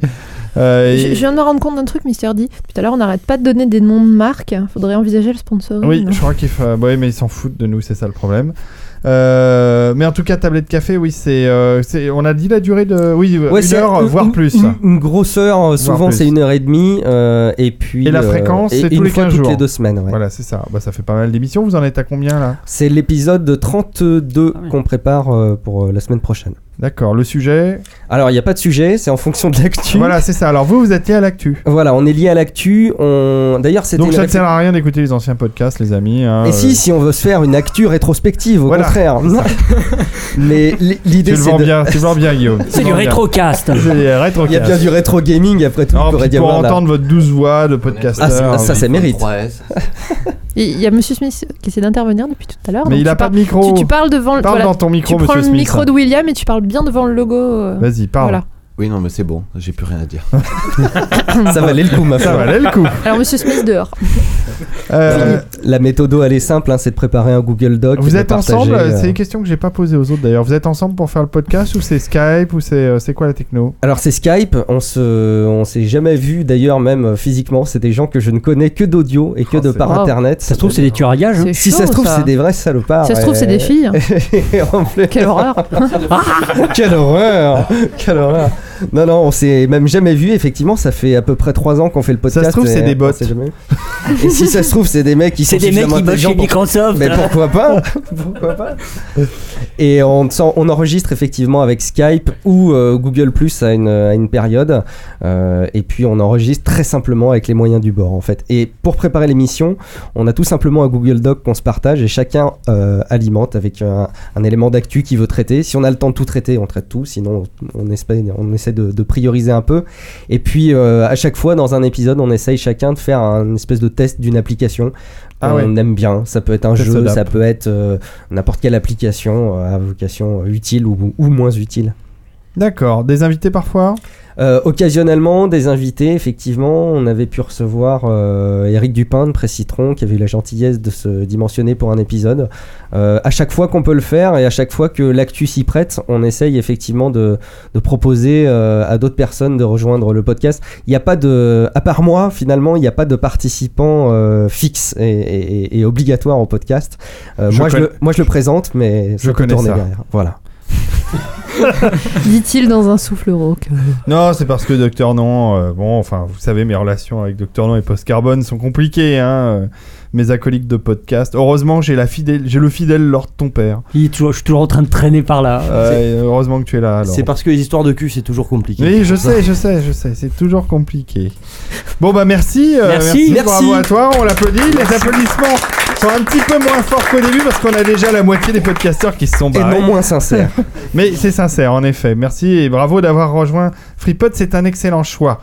A: euh,
C: Je,
A: et-
C: je viens de me rendre compte d'un truc, Mister D. Depuis tout à l'heure, on n'arrête pas de donner des noms de marques. Faudrait envisager le sponsoring.
A: Oui,
C: non
A: je crois qu'il faut. bah oui, mais ils s'en foutent de nous, c'est ça le problème. Euh, mais en tout cas, tablette café, oui, c'est. euh, c'est- on a dit la durée de. Oui,
O: Ouais,
A: une
O: c'est
A: heure,
O: une-
A: voire
O: une-
A: plus.
O: Une, une grosseur, euh,
A: Voire
O: souvent
A: plus.
O: c'est une heure et demie. euh, et puis.
A: Et la
O: euh,
A: fréquence,
O: et
A: c'est tous
O: une
A: les
O: fois
A: 15
O: toutes
A: jours.
O: les deux semaines, ouais.
A: Voilà, c'est ça. Bah, ça fait pas mal d'émissions. Vous en êtes à combien là
O: C'est l'épisode de 32
B: Ah
O: qu'on prépare euh, pour euh, la semaine prochaine.
A: D'accord, le sujet
O: Alors, il n'y a pas de sujet, c'est en fonction de l'actu.
A: Voilà, c'est ça. Alors vous, vous êtes lié à l'actu.
O: Voilà, on est lié à l'actu. On... D'ailleurs, c'était.
A: Donc
O: une
A: ça ne
O: réflexion-
A: sert à rien d'écouter les anciens podcasts, les amis. hein,
O: Et
A: euh,
O: si, si on veut se faire une actu rétrospective, au
A: Voilà. <laughs>
O: contraire. Mais l-
A: tu le
O: l'idée, c'est.
A: vends
O: de-
A: bien, tu le vends bien, Guillaume. Tu
B: C'est
A: le
B: du
A: vends bien.
B: rétrocast.
A: <laughs> C'est du
O: Il y a
A: rétrocast.
O: bien du rétro gaming après tout.
A: Non,
O: il
A: puis
O: pourrait y
A: pour
O: avoir, là.
A: entendre votre douce voix de podcasteur.
O: Ah, ça, ça, ça mérite.
C: Et Il y a Monsieur Smith qui essaie d'intervenir depuis tout à l'heure.
A: Mais
C: donc
A: il
C: tu
A: a pas
C: parles-
A: de micro.
C: Tu, tu parles devant le.
A: Parle
C: voilà,
A: dans ton micro,
C: Tu prends
A: Monsieur
C: le
A: Smith.
C: micro de William et tu parles bien devant le logo. euh,
A: Vas-y, parle.
C: Voilà.
P: Oui, non, mais c'est bon, j'ai plus rien à
A: <laughs>
P: dire.
O: Ça valait le coup, ma
A: Ça
O: foi.
A: valait le coup.
C: Alors Monsieur Smith dehors.
A: Euh,
O: La méthode, elle est simple, hein, c'est de préparer un Google Doc. et
A: vous
O: de
A: êtes
O: partager,
A: ensemble
O: euh,
A: C'est une question que j'ai pas posée aux autres d'ailleurs. Vous êtes ensemble pour faire le podcast ou c'est Skype ou c'est euh, c'est quoi la techno
O: Alors c'est Skype, on se, on s'est jamais vu d'ailleurs même euh, physiquement. C'est des gens que je ne connais que d'audio et que de par
B: Oh.
O: internet.
B: Ça se trouve, c'est des tueurs à gages, hein.
C: C'est
O: si ça
C: chaud,
O: se trouve,
C: ça.
O: c'est des vrais
A: Ah
O: salopards.
C: Si ça se trouve,
O: et-
C: c'est des filles. hein.
O: Et
A: <laughs>
O: en plus-
C: Quelle horreur.
O: <laughs>
B: <laughs>
O: Quelle horreur Quelle horreur Non, non, on s'est même jamais vu. Effectivement, ça fait à peu près 3 ans qu'on fait le podcast.
A: se trouve, c'est
O: et
A: des
O: on
A: bots.
O: s'est jamais vu. Et si ça se trouve, c'est des mecs qui sont
B: C'est des mecs
O: suffisamment
B: qui bossent
O: intelligents
B: chez
O: pour-
B: Microsoft.
O: Mais pourquoi pas
A: <laughs>
O: Pourquoi pas Et on, s'en- on enregistre effectivement avec Skype ou euh, Google Plus à une, à une période. Euh, et puis on enregistre très simplement avec les moyens du bord en fait. Et pour préparer l'émission, on a tout simplement un Google Doc qu'on se partage et chacun euh, alimente avec un, un élément d'actu qu'il veut traiter. Si on a le temps de tout traiter, on traite tout. Sinon, on, essaie- on essaie de, de prioriser un peu. Et puis euh, à chaque fois dans un épisode, on essaye chacun de faire un espèce de test d'une application.
A: Ah
O: on
A: ouais.
O: aime bien. hein. Ça peut être un
A: Test
O: jeu,
A: d'app.
O: ça peut être euh, n'importe quelle application euh, à vocation euh, utile ou, ou moins utile.
A: D'accord. Des invités parfois
O: Euh, occasionnellement, des invités, effectivement, on avait pu recevoir euh, Eric Dupin de Presse Citron qui avait eu la gentillesse de se dimensionner pour un épisode. Euh, à chaque fois qu'on peut le faire et à chaque fois que l'actu s'y prête, on essaye effectivement de, de proposer euh, à d'autres personnes de rejoindre le podcast. Il n'y a pas de, à part moi, finalement, il n'y a pas de participant euh, fixe et, et- et obligatoire au podcast. Euh,
A: Je
O: moi, je
A: conna-
O: le, moi, je le présente, mais
A: Je
O: ça peut
A: connais
O: tourner
A: ça.
O: derrière. Voilà.
C: Dit-il dans un souffle rauque.
A: Non, c'est parce que Docteur Non. euh, bon, enfin, vous savez, mes relations avec Docteur Non et Post Carbone sont compliquées. Hein, euh, mes acolytes de podcast. Heureusement, j'ai la fidèle, j'ai le fidèle Lord ton père.
B: Il est toujours- je suis toujours en train de traîner par là.
A: Euh, heureusement que tu es là. Lord.
P: C'est parce que les histoires de cul, c'est toujours compliqué.
A: Oui, je sais, je sais, je sais. C'est toujours compliqué. Bon, bah merci. euh,
P: Merci.
A: Bravo à
P: Merci.
A: toi. On l'applaudit. Les applaudissements sont un petit peu moins forts qu'au début parce qu'on a déjà la moitié des podcasteurs qui se sont
O: Et
A: barrés.
O: non
A: <laughs>
O: moins sincère.
A: Mais c'est sincère, en effet. Merci et bravo d'avoir rejoint FreePod. C'est un excellent choix.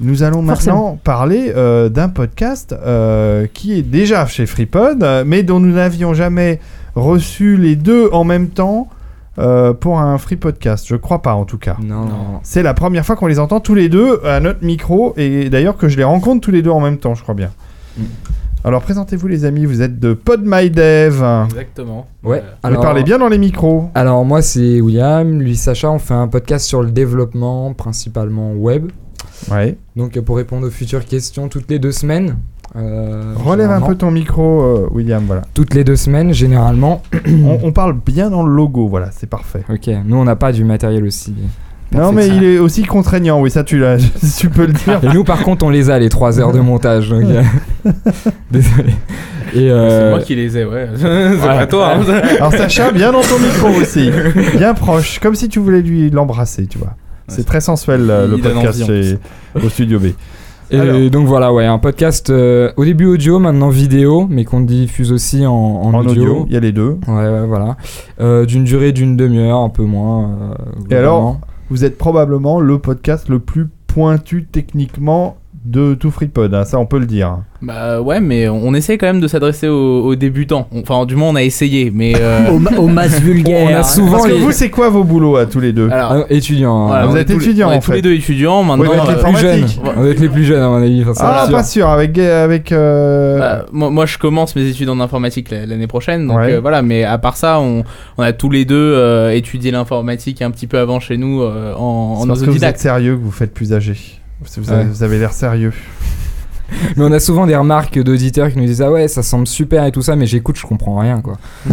A: Nous allons maintenant
C: Forcément.
A: parler euh, d'un podcast euh, qui est déjà chez FreePod, euh, mais dont nous n'avions jamais reçu les deux en même temps euh, pour un Free Podcast. Je crois pas, en tout cas.
E: Non.
A: C'est la première fois qu'on les entend tous les deux à notre micro, et d'ailleurs que je les rencontre tous les deux en même temps, je crois bien.
Q: Mm.
A: Alors présentez-vous les amis, vous êtes de PodMyDev.
Q: Exactement.
A: Ouais.
Q: Ouais,
A: Vous
Q: alors-
A: parlez bien dans les micros.
Q: Alors moi c'est William, lui Sacha, on fait un podcast sur le développement principalement web.
A: Ouais.
Q: Donc euh, pour répondre aux futures questions toutes les deux semaines. euh,
A: Relève un
Q: généralement.
A: peu ton micro, euh, William, voilà.
Q: Toutes les deux semaines généralement.
A: <clears throat> on, on parle bien dans le logo, voilà, c'est parfait.
Q: Ok, nous on n'a pas du matériel aussi.
A: Non mais
Q: perfectionniste.
A: il est aussi contraignant, oui ça tu, l'as- <laughs> tu peux le dire.
Q: Et nous, par contre, on les a, les 3 heures de montage.
A: <laughs>
Q: donc, euh, <laughs> Désolé. Et,
A: C'est
Q: euh,
A: moi
F: qui les ai,
R: <laughs>
F: ouais.
Q: C'est pas toi, hein.
A: <laughs> Alors Sacha, bien dans ton micro
Q: <laughs>
A: aussi. Bien proche, comme si tu voulais lui l'embrasser, tu vois. C'est très sensuel euh, le
Q: Il donne
A: podcast
Q: envie, en
A: chez- au studio B.
Q: Et donc voilà, ouais, un podcast euh, au début audio, maintenant vidéo, mais qu'on diffuse aussi en, en,
A: En audio, il y a les deux.
Q: Ouais, ouais, voilà. Euh, d'une durée d'une demi-heure, un peu moins. euh,
A: Et alors,
Q: globalement.
A: vous êtes probablement le podcast le plus pointu techniquement de tout FreePod, hein, ça on peut le dire.
R: <laughs> Bah ouais, mais on essaie quand même de s'adresser aux, aux débutants. Enfin, du moins, on a essayé, mais. euh,
B: Au ma- aux masses vulgaires. On a souvent
A: Parce que
R: les-
A: vous, c'est quoi vos boulots à tous les deux
Q: Ah,
R: Alors,
Q: Étudiant.
R: Voilà,
A: Vous
R: on est
A: êtes
R: tous les-
A: étudiant
R: on est
A: en
R: tous
A: fait.
R: les deux étudiants.
A: Ouais,
R: Maintenant,
A: mais avec
R: euh,
Q: Plus jeunes.
A: Informatique.
Q: On va être les plus jeunes, à mon avis. enfin, ça,
A: Ah,
Q: c'est sûr.
A: pas sûr, avec. avec euh,
R: Bah, moi, moi, je commence mes études en informatique la- l'année prochaine, donc
A: Ouais.
R: euh, voilà. Mais à part ça, on, on a tous les deux euh, étudié l'informatique un petit peu avant chez nous euh, en,
A: c'est
R: en
A: parce que vous êtes
R: autodidacte.
A: sérieux que vous faites plus âgé. Vous, vous avez-
Q: Ouais.
A: vous avez l'air sérieux.
Q: Mais on a souvent des remarques d'auditeurs qui nous disent Ah ouais, ça semble super et tout ça, mais j'écoute, je comprends rien, quoi. <laughs>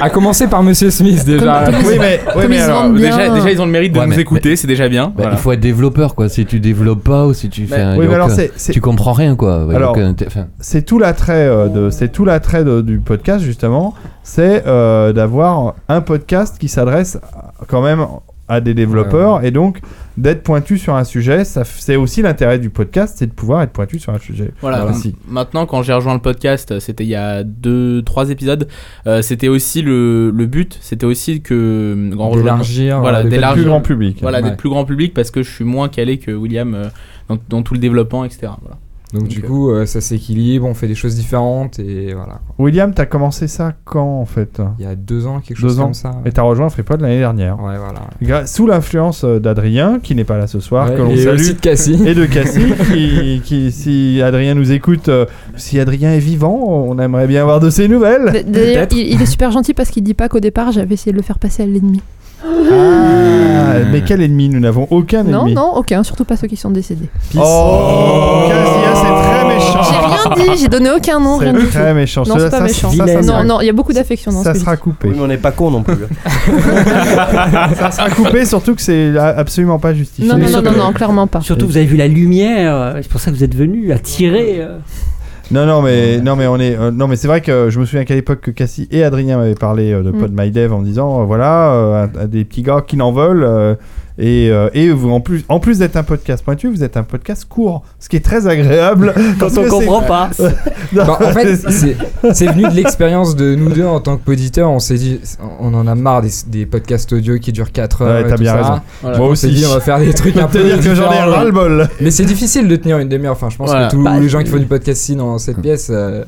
Q: à commencer par Monsieur Smith déjà.
R: euh,
A: Oui, mais, oui, mais alors,
R: déjà, déjà, ils ont le mérite de
P: Ouais,
R: nous
P: mais-
R: écouter, c'est déjà bien.
P: Bah,
R: Voilà.
P: Il faut être développeur quoi. Si tu développes pas ou si tu fais. un-
A: oui,
P: y a
A: mais alors,
P: aucun-
A: c'est- c'est-
P: Tu comprends rien quoi. Ouais,
A: Alors,
P: y a aucun- enfin,
A: c'est tout l'attrait euh, de c'est tout l'attrait de- du podcast justement, c'est euh, d'avoir un podcast qui s'adresse à- quand même à des développeurs et donc d'être pointu sur un sujet, ça f- c'est aussi l'intérêt du podcast, c'est de pouvoir être pointu sur un sujet.
Q: Ah,
R: Voilà,
A: précis.
R: m- maintenant quand j'ai rejoint le podcast, euh, c'était il y a deux, trois épisodes, euh, c'était aussi le, le but, c'était aussi que... en rejoignant-
Q: D'élargir, euh,
R: Voilà,
Q: le
R: d'élargir-
Q: plus grand public.
R: Voilà,
Q: Ouais.
R: des plus grands publics parce que je suis moins calé que William euh, dans, dans tout le développement, etc. Voilà.
Q: Donc, du coup, euh, ça s'équilibre, on fait des choses différentes et voilà.
A: William, t'as commencé ça quand en fait
Q: Il y a deux ans, quelque
A: Deux
Q: chose
A: ans.
Q: comme ça. ouais.
A: Et t'as rejoint FreePod l'année dernière.
Q: Ouais, voilà.
A: Gra- Sous l'influence euh, d'Adrien, qui n'est pas là ce soir,
Q: Ouais,
A: que l'on
Q: et
A: salue.
Q: aussi de Cassie.
A: Et de Cassie, qui, qui, si Adrien nous écoute, euh, si Adrien est vivant, on aimerait bien avoir de ses nouvelles.
C: D- D'ailleurs, il, il est super gentil parce qu'il dit pas qu'au départ j'avais essayé de le faire passer à l'ennemi.
A: Ah, mais quel ennemi Nous n'avons aucun
C: Non,
A: ennemi.
C: non, aucun, surtout pas ceux qui sont décédés.
A: Oh, Casia, c'est très méchant.
C: J'ai rien dit, j'ai donné aucun nom,
A: C'est
C: rien du
A: très
C: tout.
A: méchant.
C: Non,
A: Ça-
C: c'est pas
A: ça-
C: méchant.
A: ça- ça- ça-
C: non, non, il y a beaucoup d'affection dans
A: ça
C: ce que
A: sera
C: je dis.
A: coupé.
P: Oui, mais on n'est pas con non plus.
A: <laughs> ça sera coupé, surtout que c'est a- absolument pas justifié.
C: Non, non, non, non, non, clairement pas.
B: Surtout, vous avez vu la lumière, euh, c'est pour ça que vous êtes venu attirer. euh.
A: Non, non, mais, non, mais on est, euh, non, mais c'est vrai que je me souviens qu'à l'époque que Cassie et Adrien m'avaient parlé euh, de
B: Mm.
A: Pod My Dev en disant, euh, voilà, euh, un- un des petits gars qui n'en veulent. euh, et, euh, et vous, en plus, en plus d'être un podcast pointu, vous êtes un podcast court, ce qui est très <laughs> agréable.
Q: <laughs>
A: parce
B: on
A: que c'est-
B: comprend pas.
A: <laughs> Non,
Q: Bah, en fait, c'est c'est venu de l'expérience de nous deux en tant qu'auditeurs. On s'est dit, on en a marre des, des podcasts audio qui durent 4
A: Ouais,
Q: heures. et
A: t'as
Q: tout
A: bien
Q: ça.
A: raison. Voilà. Moi
Q: On s'est
A: aussi.
Q: dit, on va faire
A: <laughs>
Q: des trucs un peu.
A: Peut-être que j'en ai
Q: différents.
A: ras-le-bol.
Q: Mais c'est difficile de tenir une demi-heure. Enfin, je pense
R: Voilà.
Q: que tous
R: Bah,
Q: les gens qui font du podcasting dans cette pièce euh,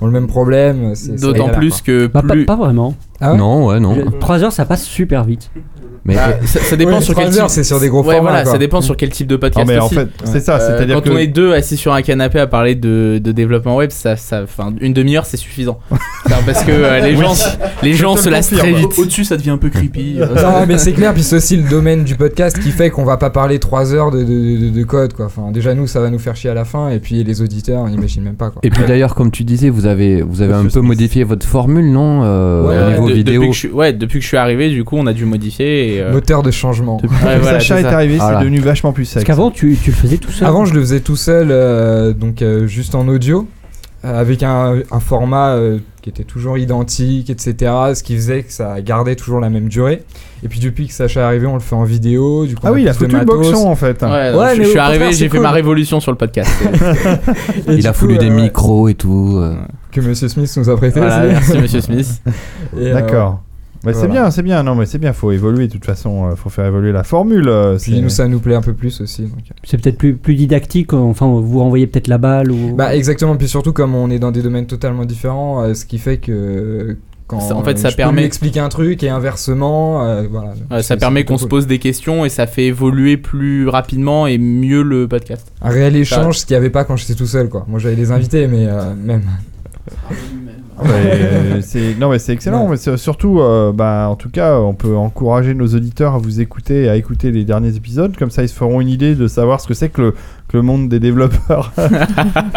Q: ont le même problème. c'est- c'est
R: D'autant
Q: galère,
R: plus
Q: quoi.
R: que...
B: Bah, pas-
R: plus...
B: pas, vraiment.
Q: Ah ouais
P: Non, ouais, non.
B: Je- Trois heures, ça passe super vite.
P: Mais
R: Bah,
A: euh,
R: ça, ça dépend
Q: Ouais,
R: sur
Q: trois
R: quel
Q: heures,
R: type.
Q: c'est sur des gros
R: Ouais,
Q: formats,
R: voilà,
Q: quoi.
R: ça dépend sur quel type de podcast.
Q: Ah,
A: Non, mais en
R: aussi. Euh,
A: fait, c'est ça, c'est-à-dire
R: quand
A: que-
R: on est deux assis sur un canapé à parler de, de développement web, ça, ça, enfin, une demi-heure c'est
Q: <laughs>
R: suffisant. Enfin, parce que euh, les
Q: Oui.
R: gens, les
Q: Je
R: gens
Q: te
R: se
Q: le
R: lassent
Q: confirme.
R: très vite.
Q: Au-
L: Au-dessus, ça devient un peu creepy.
A: <laughs>
Q: Non, mais c'est clair, puis c'est aussi le domaine du podcast qui fait qu'on va pas parler 3 heures de, de- de- de code. Quoi. Enfin, déjà, nous, ça va nous faire chier à la fin, et puis les auditeurs, on imagine même pas. Quoi.
P: Et puis d'ailleurs, comme tu disais, vous avez, vous avez un peu modifié votre formule, non euh, Au niveau
R: de-
P: vidéo.
R: Depuis que, je, suis- ouais, depuis que je suis arrivé, du coup, on a dû modifier. et, euh,
Q: Moteur de changement.
R: Ouais, voilà,
A: Sacha
R: c'est
A: est,
R: ça.
A: arrivé,
R: Voilà.
A: c'est devenu vachement plus sec.
B: qu'avant, tu, tu le faisais tout seul.
Q: Avant, je le faisais tout seul, euh, donc euh, juste en audio, euh, avec un, un format euh, qui était toujours identique, etc. Ce qui faisait que ça gardait toujours la même durée. Et puis depuis que Sacha est arrivé, on le fait en vidéo. Du coup,
A: Ah
Q: on
A: oui, il a
Q: plus de
A: foutu le
Q: matos.
A: boxon, en fait.
R: Ouais,
A: Ouais,
R: non, je-
A: mais
R: je,
A: au
R: suis
A: contraire,
R: arrivé,
A: c'est
R: j'ai fait
A: cool.
R: ma révolution sur le podcast.
Q: Et
P: Il
Q: du
P: a
Q: coup,
P: foulu des
Q: euh, ouais.
P: micros et tout. euh.
A: <laughs>
Q: Que Monsieur Smith nous a prêté.
R: Voilà,
Q: aussi.
R: merci, Monsieur Smith.
Q: <laughs> Et, euh,
A: D'accord. Mais c'est
Q: Voilà.
A: bien, c'est bien. Non, mais c'est bien. Faut évoluer de toute façon. euh, Faut faire évoluer la formule. euh, c'est-
Q: Puis nous, ça nous plaît un peu plus aussi. donc.
B: C'est peut-être plus, plus didactique, enfin vous renvoyez peut-être la balle ou...
Q: Bah exactement, puis surtout comme on est dans des domaines totalement différents, euh, ce qui fait que euh, quand
R: Ça- en fait,
Q: euh,
R: ça
Q: je peux
R: permet-
Q: lui expliquer un truc et inversement, euh, voilà.
R: Ouais, ça
Q: C'est-
R: permet
Q: c'est
R: qu'on
Q: plutôt
R: se
Q: cool.
R: pose des questions et ça fait évoluer plus rapidement et mieux le podcast.
Q: un réel
R: Ça-
Q: échange, ce qu'il n'y avait pas quand j'étais tout seul quoi. Moi j'avais des invités, mais euh, même.
A: Ah, mais,
Q: <laughs>
A: euh, c'est- non mais c'est excellent, mais c'est- surtout, euh, bah, en tout cas, on peut encourager nos auditeurs à vous écouter, et à écouter les derniers épisodes, comme ça ils se feront une idée de savoir ce que c'est que le, que le monde
R: <laughs>
A: des développeurs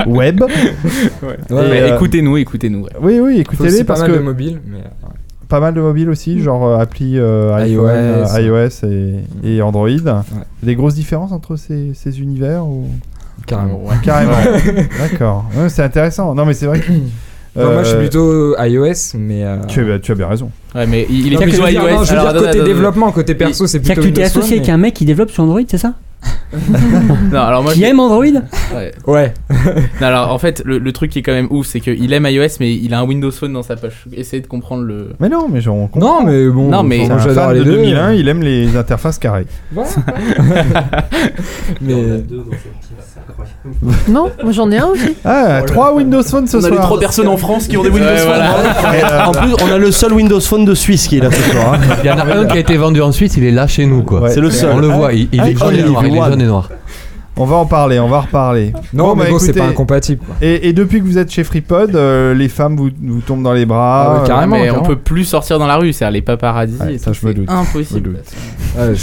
A: web.
R: Ouais.
A: Et,
R: Mais
A: euh,
R: Écoutez-nous, écoutez-nous. ouais.
A: Eh Oui, oui,
Q: Faut aussi
A: écoutez-les parce
Q: pas mal
A: que
Q: de mobile, mais euh,
A: pas mal de mobiles aussi, genre euh, appli euh, iPhone,
Q: iOS.
A: euh, iOS et, et Android. Des grosses différences entre ces, ces univers ou
Q: carrément. <laughs>
A: carrément. D'accord, Ouais, c'est intéressant. Non mais c'est vrai que
Q: Non, moi je suis
A: Euh,
Q: plutôt iOS, mais. euh,
A: tu as, tu as bien raison.
R: Ouais, mais il il est
Q: Non, mais je
R: plutôt
Q: veux dire,
R: iOS.
Q: non, je veux
R: Alors,
Q: dire
R: attends,
Q: côté
R: attends,
Q: développement, côté perso, c'est
B: C'est-à-dire
Q: plutôt
B: que tu t'es
Q: Windows Phone,
B: associé avec
Q: mais-
B: un mec qui développe sur Android, c'est ça
R: Non, alors moi,
B: Qui
R: je-
B: aime Android
R: Ouais.
Q: Ouais.
R: <laughs> Non, alors en fait, le, le truc qui est quand même ouf, c'est qu'il aime iOS, mais il a un Windows Phone dans sa poche. Essayez de comprendre le.
A: Mais non, mais genre, on comprend.
Q: Non, mais bon,
R: Non, mais-
A: C'est
R: Moi,
A: un
R: j'adore
A: fan
R: les
A: de
R: deux.
A: 2001, il aime les interfaces carrées. <laughs>
Q: mais
C: Non, moi j'en ai un aussi.
A: Ah, 3 Windows Phone ce
N: On a
A: soir.
N: les trois personnes en France qui ont des Windows
R: Ouais,
N: Phone.
L: hein.
A: euh,
R: voilà.
N: en plus, on a le seul Windows Phone de Suisse qui est là ce soir. hein.
P: Il y en a un qui a été vendu en Suisse, il est là chez nous quoi.
N: C'est le seul.
P: On le voit, il, il
A: Ah,
P: est jaune et
A: incroyable.
P: noir. Il est jaune et noir.
A: On va en parler, on va en reparler. bah,
Q: Non, mais bon, c'est
A: écoutez,
Q: pas incompatible. quoi.
A: Et, et depuis que vous êtes chez FreePod, euh, les femmes vous, vous tombent dans les bras.
Q: Ah ouais,
A: euh,
Q: carrément,
R: mais on peut plus sortir dans la rue, c'est les paparazzi.
A: Ouais,
R: et
A: ça,
R: tout,
A: je me
R: c'est
A: doute.
R: Impossible.
A: Je me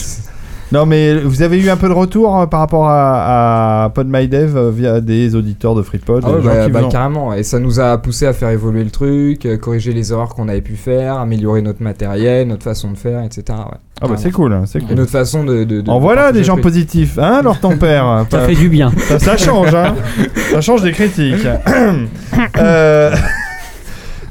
A: Non, mais vous avez eu un peu de retour euh, par rapport à, à PodMyDev euh, via des auditeurs de FreePod.
Q: Ah ouais,
A: des gens
Q: bah,
A: qui
Q: bah,
A: vous ont-
Q: carrément. Et ça nous a poussé à faire évoluer le truc, euh, corriger les erreurs qu'on avait pu faire, améliorer notre matériel, notre façon de faire, etc. ouais.
A: Ah bah, c'est
Q: Carrément.
A: cool, hein, c'est
Q: Et
A: cool.
Q: Notre façon de. de- de-
A: En voilà
Q: partager
A: des gens
Q: le truc.
A: positifs, hein, leur ton père.
B: Ça fait du bien.
A: Ça, ça change, hein. Ça change des critiques. Euh, <laughs>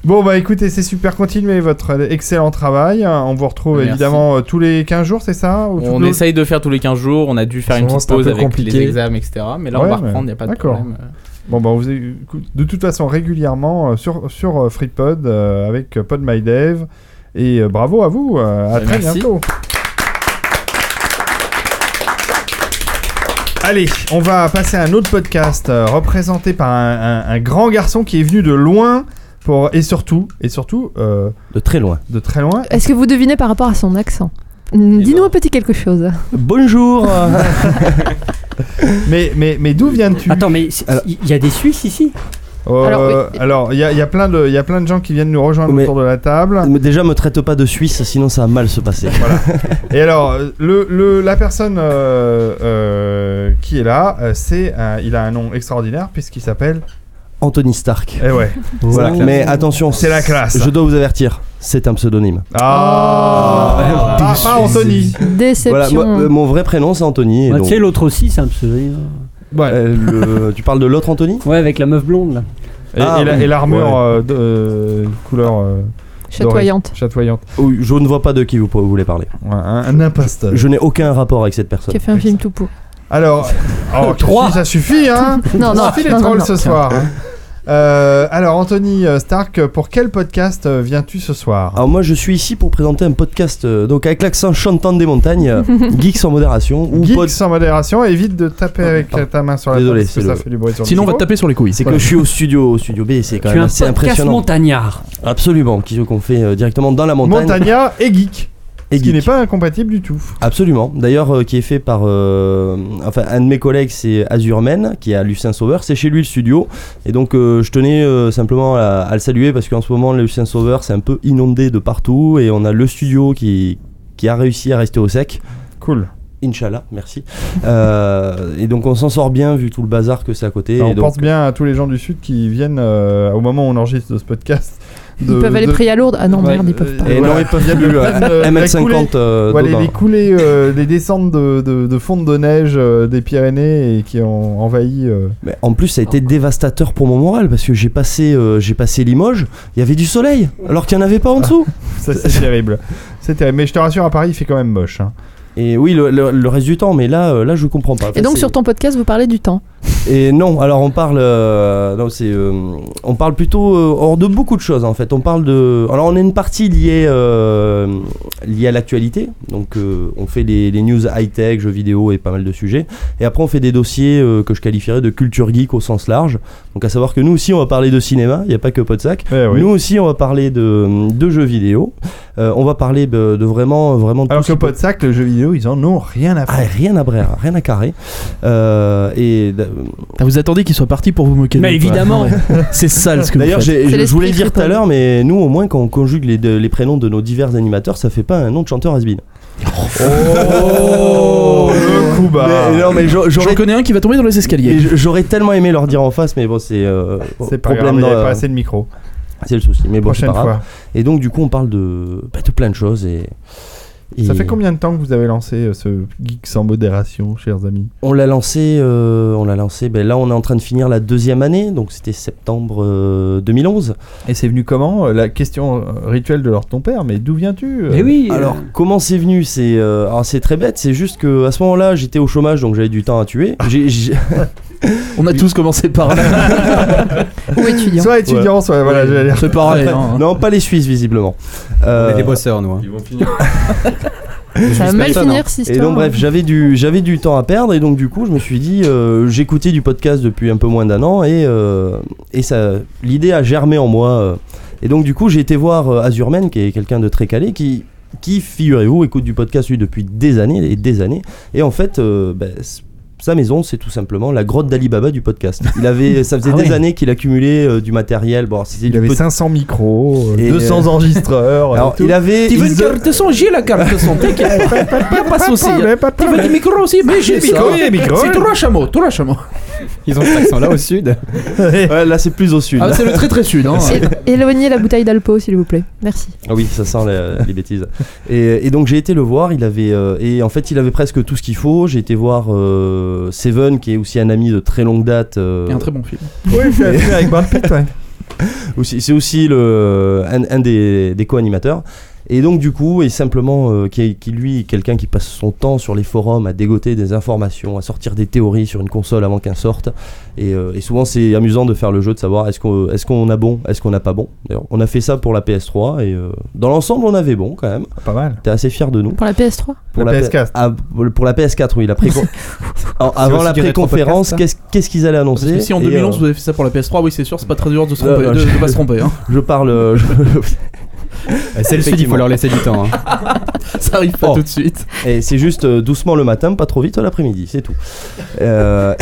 A: Bon, bah écoutez, c'est super. Continuez votre excellent travail. On vous retrouve
R: Merci.
A: évidemment euh, tous les 15 jours, c'est ça Ou toutes
R: On
A: les-
R: essaye de faire tous les 15 jours, on a dû faire une
A: Souvent,
R: petite
A: c'est un
R: pause
A: peu
R: avec
A: compliqué.
R: les examens, etc. Mais là, on
A: Ouais,
R: va
A: mais-
R: reprendre, il n'y a pas de
A: d'accord.
R: problème.
A: Bon, bah, on vous écoute de toute façon régulièrement euh, sur, sur euh, FreePod euh, avec euh, PodMyDev. Et euh, bravo à vous. euh, à
R: Bah,
A: très
R: merci.
A: bientôt. Allez, on va passer à un autre podcast euh, représenté par un, un- un grand garçon qui est venu de loin pour et surtout et surtout euh,
N: de très loin.
A: De très loin.
C: Est-ce que vous devinez par rapport à son accent Dis-nous un petit quelque chose.
N: Bonjour
A: <laughs> Mais, mais, mais d'où viens-tu
B: Attends, mais c'est- il y a des Suisses ici
A: Euh, Alors, il y, a- il y a plein de il y a plein de gens qui viennent nous rejoindre
N: Mais-
A: autour de la table.
N: Mais Déjà, me traite pas de Suisse, sinon ça va mal se passer.
A: Et alors, euh, le, le- la personne euh, euh, qui est là, euh, c'est un- il a un nom extraordinaire puisqu'il s'appelle.
N: Anthony Stark.
A: Eh ouais.
N: <laughs> Voilà.
A: C'est la classe.
N: Mais attention,
A: C'est la classe.
N: Je dois vous avertir, c'est un pseudonyme.
A: Ah, pas, pas Anthony.
N: Voilà,
C: Déception.
N: moi, euh, mon vrai prénom c'est Anthony. et
B: Bah,
N: donc-
B: Tu sais, l'autre aussi, c'est un pseudonyme.
N: Euh, le- tu parles de l'autre Anthony
B: Ouais, avec la meuf blonde là.
A: Et,
N: Ah,
A: et la-
N: oui.
A: et l'armure
N: Ouais.
A: euh, de euh, couleur. euh, dorée.
C: Chatoyante.
A: Chatoyante.
N: Oui, Je ne vois pas de qui vous vous voulez parler.
A: un, imposteur.
N: Je, n'ai aucun rapport avec cette personne.
C: Qui a fait un film tout pour.
B: <laughs>
A: Alors, oh, trois, ça suffit, hein
C: <laughs> Non,
A: Ça
C: non,
A: suffit les
C: non, non,
A: trolls
C: non.
A: ce soir. hein. Euh, alors, Anthony euh, Stark, pour quel podcast euh, viens-tu ce soir
N: Alors moi je suis ici pour présenter un podcast euh, donc avec l'accent chantant des
C: <laughs>
N: montagnes, euh, Geeks en modération ou
A: Geeks
N: pod-
A: sans modération, évite de taper avec euh, ta main sur la
N: Désolé,
A: table parce que
N: c'est
A: ça
N: le-
A: fait du bruit sur le
N: Sinon, on va
A: micro.
N: te taper
R: sur les couilles.
N: C'est
A: Voilà.
N: que je suis au studio, au studio B, et c'est quand
B: Tu es
N: même
B: un
N: assez
B: podcast
N: impressionnant.
B: montagnard.
N: Absolument, qui se qu'on fait euh, directement dans la montagne.
A: Montagna et geek.
N: Et
A: ce qui
N: geek.
A: n'est pas incompatible du tout.
N: <laughs> Absolument. D'ailleurs, euh, qui est fait par. euh, enfin, un de mes collègues, c'est Azurmen, qui est à Lucien Sauveur. C'est chez lui le studio. Et donc, euh, je tenais euh, simplement à, à le saluer parce qu'en ce moment, le Lucien Sauveur, c'est un peu inondé de partout. Et on a le studio qui, qui a réussi à rester au sec.
A: Cool.
N: Inch'Allah, merci. Euh, et donc, on s'en sort bien vu tout le bazar que c'est à côté.
A: Alors,
N: et
A: Bah, on
N: donc,
A: pense bien à tous les gens du Sud qui viennent euh, au moment où on enregistre ce podcast.
C: Ils peuvent aller prier à Lourdes Ah non,
A: Ouais,
C: merde, ils peuvent pas.
N: Et non, ils peuvent
A: Il y a <laughs>
N: plus,
A: le-
N: euh,
A: le- la
N: 1m50,
A: coulée-
N: euh,
A: voilà,
N: d'eau
A: les
N: dans-
A: coulées, euh, les descentes de, de, de fonte de neige euh, des Pyrénées et qui ont envahi. euh,
N: Mais en plus, ça a été dévastateur pour mon moral parce que j'ai passé, euh, j'ai passé Limoges, il y avait du soleil alors qu'il n'y en avait pas en dessous.
A: <laughs> ça, c'est terrible. C'est terrible. Mais je te rassure, à Paris, il fait quand même moche. hein.
N: Et oui, le, le- le reste du temps, mais là, euh, là je comprends pas.
C: Et donc sur ton podcast, vous parlez du temps.
N: Et non, alors on parle, euh, non, c'est, euh, on parle plutôt euh, hors de beaucoup de choses en fait. On parle de, alors on a une partie liée, euh, liée à l'actualité, donc euh, on fait les, les news high tech, jeux vidéo et pas mal de sujets. Et après on fait des dossiers euh, que je qualifierais de culture geek au sens large. Donc à savoir que nous aussi on va parler de cinéma, il n'y a pas que Podsac.
A: oui.
N: Nous aussi on va parler de, de jeux vidéo. Euh, on va parler de, de vraiment, vraiment. de
A: Alors
N: tout ce
A: que
N: qui peut-
A: Podsac, le jeu vidéo, ils en ont rien à
N: ah,
A: faire.
N: rien à brère, rien à carrer. Euh, et d-
S: Ah, vous attendez qu'ils soient partis pour vous moquer de
N: Mais
S: nous, quoi.
N: évidemment.
S: <laughs> C'est sale ce que vous
N: D'ailleurs,
S: faites.
N: j'ai- je voulais le dire tout à l'heure, mais nous, au moins, quand on conjugue les, deux- les prénoms de nos divers animateurs, ça fait pas un nom de chanteur has
A: Oh, <laughs> le coup bas.
N: Mais non, mais j'aurais-
S: J'en
N: j'aurais-
S: connais un qui va tomber dans les escaliers.
N: mais j- J'aurais tellement aimé leur dire en face, mais bon, c'est. euh,
A: C'est pas grave,
N: problème
A: il y
N: dans- euh,
A: avait pas assez de micro.
N: C'est le souci, mais bon, c'est
A: Prochaine
N: pas grave.
A: fois.
N: Et donc, du coup, on parle de, bah, de plein de choses. Et, et-
A: Ça fait combien de temps que vous avez lancé euh, ce geek sans modération, chers amis
N: On l'a lancé, euh, on l'a lancé. Ben là, on est en train de finir la deuxième année, donc c'était septembre euh, 2011.
A: Et c'est venu comment euh, La question rituelle de leur ton père, mais d'où viens-tu
N: Euh, Alors comment c'est venu C'est euh, alors, c'est très bête. C'est juste que à ce moment-là, j'étais au chômage, donc j'avais du temps à tuer. J'ai-
A: <laughs>
N: j'ai-
S: On a tous commencé par là.
A: Ou étudiant. Soit étudiant,
N: Ouais.
A: soit voilà,
N: Ouais.
A: j'allais dire.
S: C'est pareil. hein.
N: Non, pas les Suisses visiblement. Euh,
T: On est des
N: bosseurs, nous.
T: Ils vont finir.
C: Ça va mal finir, cette
N: hein. Et
C: histoire.
N: donc bref, j'avais du j'avais du temps à perdre et donc du coup, je me suis dit euh, j'écoutais du podcast depuis un peu moins d'un an et euh, et ça l'idée a germé en moi euh. et donc du coup, j'ai été voir euh, Azurman qui est quelqu'un de très calé qui qui figurez-vous écoute du podcast lui depuis des années et des années et en fait euh, ben, c- sa maison, c'est tout simplement la grotte d'Alibaba du podcast. Il avait, ça faisait
A: Ah
N: des
A: ouais.
N: années qu'il accumulait euh, du matériel. Bon,
A: Il avait 500 micros, euh,
N: Et,
A: 200
N: euh,
A: enregistreurs. et
N: Alors,
A: tout.
N: il avait.
S: Tu veux
N: ils-
S: une carte son J'ai la carte son, t'inquiète. Y'a pas de souci. Tu veux des micros aussi Mais j'ai
A: Micro,
S: ça.
A: il y a micro.
S: C'est trois chameaux, trois chameaux.
T: Ils ont cet accent-là au
L: <laughs>
T: sud.
N: Ouais, là, c'est plus au sud.
S: Ah, c'est le très très sud. Hein.
C: É- Éloignez la bouteille d'Alpo, s'il vous plaît. Merci.
N: Ah oui, ça sent la- les bêtises. Et, et donc j'ai été le voir, il avait euh, et en fait il avait presque tout ce qu'il faut. J'ai été voir euh, Seven, qui est aussi un ami de très longue date. euh,
S: Et un très bon film.
A: Oui, je
N: <laughs>
A: suis
N: Et-
A: venu avec Brad
N: <laughs>
A: Pitt, ouais.
N: aussi- c'est aussi le, un, un des, des co-animateurs. Et donc du coup, et simplement, euh, qui, est- qui, lui, est quelqu'un qui passe son temps sur les forums à dégoter des informations, à sortir des théories sur une console avant qu'elle sorte. Et, euh, et souvent, c'est amusant de faire le jeu de savoir est-ce qu'on est qu'on a bon, est-ce qu'on n'a pas bon. D'ailleurs, on a fait ça pour la PS3 et euh, dans l'ensemble, on avait bon quand même.
A: Pas mal.
N: T'es assez fier de nous.
C: Pour la PS3
N: Pour
A: La
N: la,
A: PS4.
N: P- ah, pour la PS4, oui. La pré- Alors,
R: C'est
N: avant
R: aussi
N: la
R: du rétro-podcast,
N: pré-conférence,
R: ça
N: qu'est-ce qu'est-ce qu'ils allaient
R: Parce
N: annoncer
R: que si en
N: Et,
R: 2011
N: euh,
R: vous avez fait ça pour la PS3, oui, c'est sûr, c'est pas très dur de, se
N: non,
R: tromper,
N: non,
R: de,
N: je-
R: de pas se tromper. <laughs> Hein.
N: Je parle. <laughs> euh, je-
T: C'est le sud, il faut leur laisser du temps. hein.
R: <laughs> Ça arrive pas
N: Oh.
R: tout de suite.
N: Et c'est juste euh, doucement le matin, pas trop vite l'après-midi, c'est tout. Euh,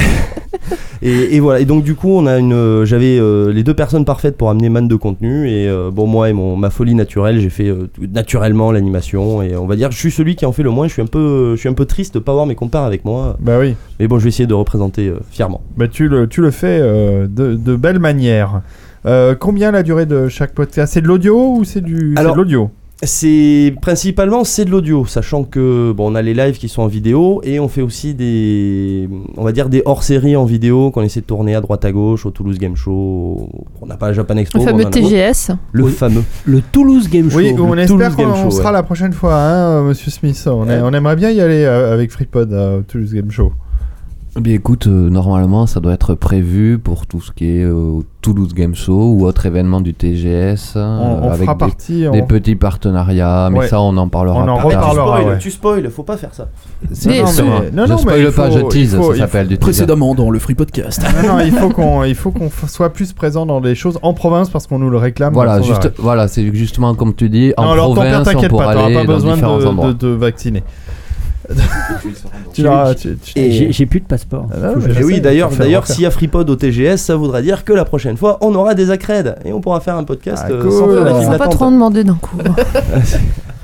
N: <laughs> et, et voilà. Et donc du coup, on a une. euh, J'avais euh, les deux personnes parfaites pour amener man de contenu. Et euh, bon, moi et mon ma folie naturelle, j'ai fait euh, tout- naturellement l'animation. Et on va dire, je suis celui qui en fait le moins. Je suis un peu, euh, je suis un peu triste de pas voir mes compères avec moi.
A: Bah oui.
N: Mais bon, je vais essayer de représenter euh, fièrement.
A: Bah, tu, le, tu le fais euh, de, de belle manière. Euh, combien la durée de chaque podcast C'est de l'audio ou c'est du c'est
N: Alors-
A: de l'audio
N: C'est principalement c'est de l'audio, sachant que bon on a les lives qui sont en vidéo et on fait aussi des on va dire des hors-séries en vidéo qu'on essaie de tourner à droite à gauche au Toulouse Game Show. On n'a pas Japan Expo.
C: Le
N: mais
C: fameux
N: on en a-
C: TGS.
N: Le fameux.
B: Le Toulouse Game Show.
A: Oui,
N: Le
A: on
N: Toulouse
A: espère
N: Game
A: qu'on on
N: Show,
A: sera
N: ouais.
A: la prochaine fois, hein, euh, Monsieur Smith. On, est- on aimerait bien y aller euh, avec FreePod euh, au Toulouse Game Show.
P: Eh bien, écoute, euh, normalement, ça doit être prévu pour tout ce qui est euh, Toulouse Game Show ou autre événement du TGS euh,
A: on
P: avec
A: fera
P: des,
A: partie,
P: des
A: on-
P: petits partenariats, mais
A: Ouais.
P: ça, on en parlera
A: On en
P: plus tard.
A: reparlera, ouais.
N: Ah, Tu spoil, faut pas faire ça.
P: C'est
A: Non, non,
P: sûr.
A: mais- non,
P: je
A: non, mais
P: spoil
A: il
P: pas,
A: faut-
P: je tease,
A: il faut-
P: ça s'appelle du teaser.
S: Précédemment dans le Free Podcast.
A: non, non, il faut qu'on il faut qu'on f- soit plus présent dans des choses en province parce qu'on nous le réclame.
P: Voilà,
A: sans
P: juste,
A: arrêt.
P: voilà, c'est justement comme tu dis, en
A: non, alors ton père,
P: province, on
A: t'inquiète
P: pourra
A: pas, t'auras
P: aller
A: pas
P: dans
A: besoin
P: différents
A: de,
P: endroits.
A: de, de vacciner. tu
P: J'ai-
A: l'auras.
B: J'ai j'ai plus de passeport. Faut que je
N: Et
B: fasse
N: bah oui,
B: ça,
N: d'ailleurs,
B: faut faire
N: d'ailleurs,
B: refaire.
N: s'il y a FreePod au TGS, ça voudra dire que la prochaine fois, on aura des accrèdes et on pourra faire un podcast
A: Ah,
N: euh,
A: cool.
N: sans faire la
A: On
N: file
C: Bah,
A: va
C: Pas
N: d'attente.
C: trop en demander d'un coup.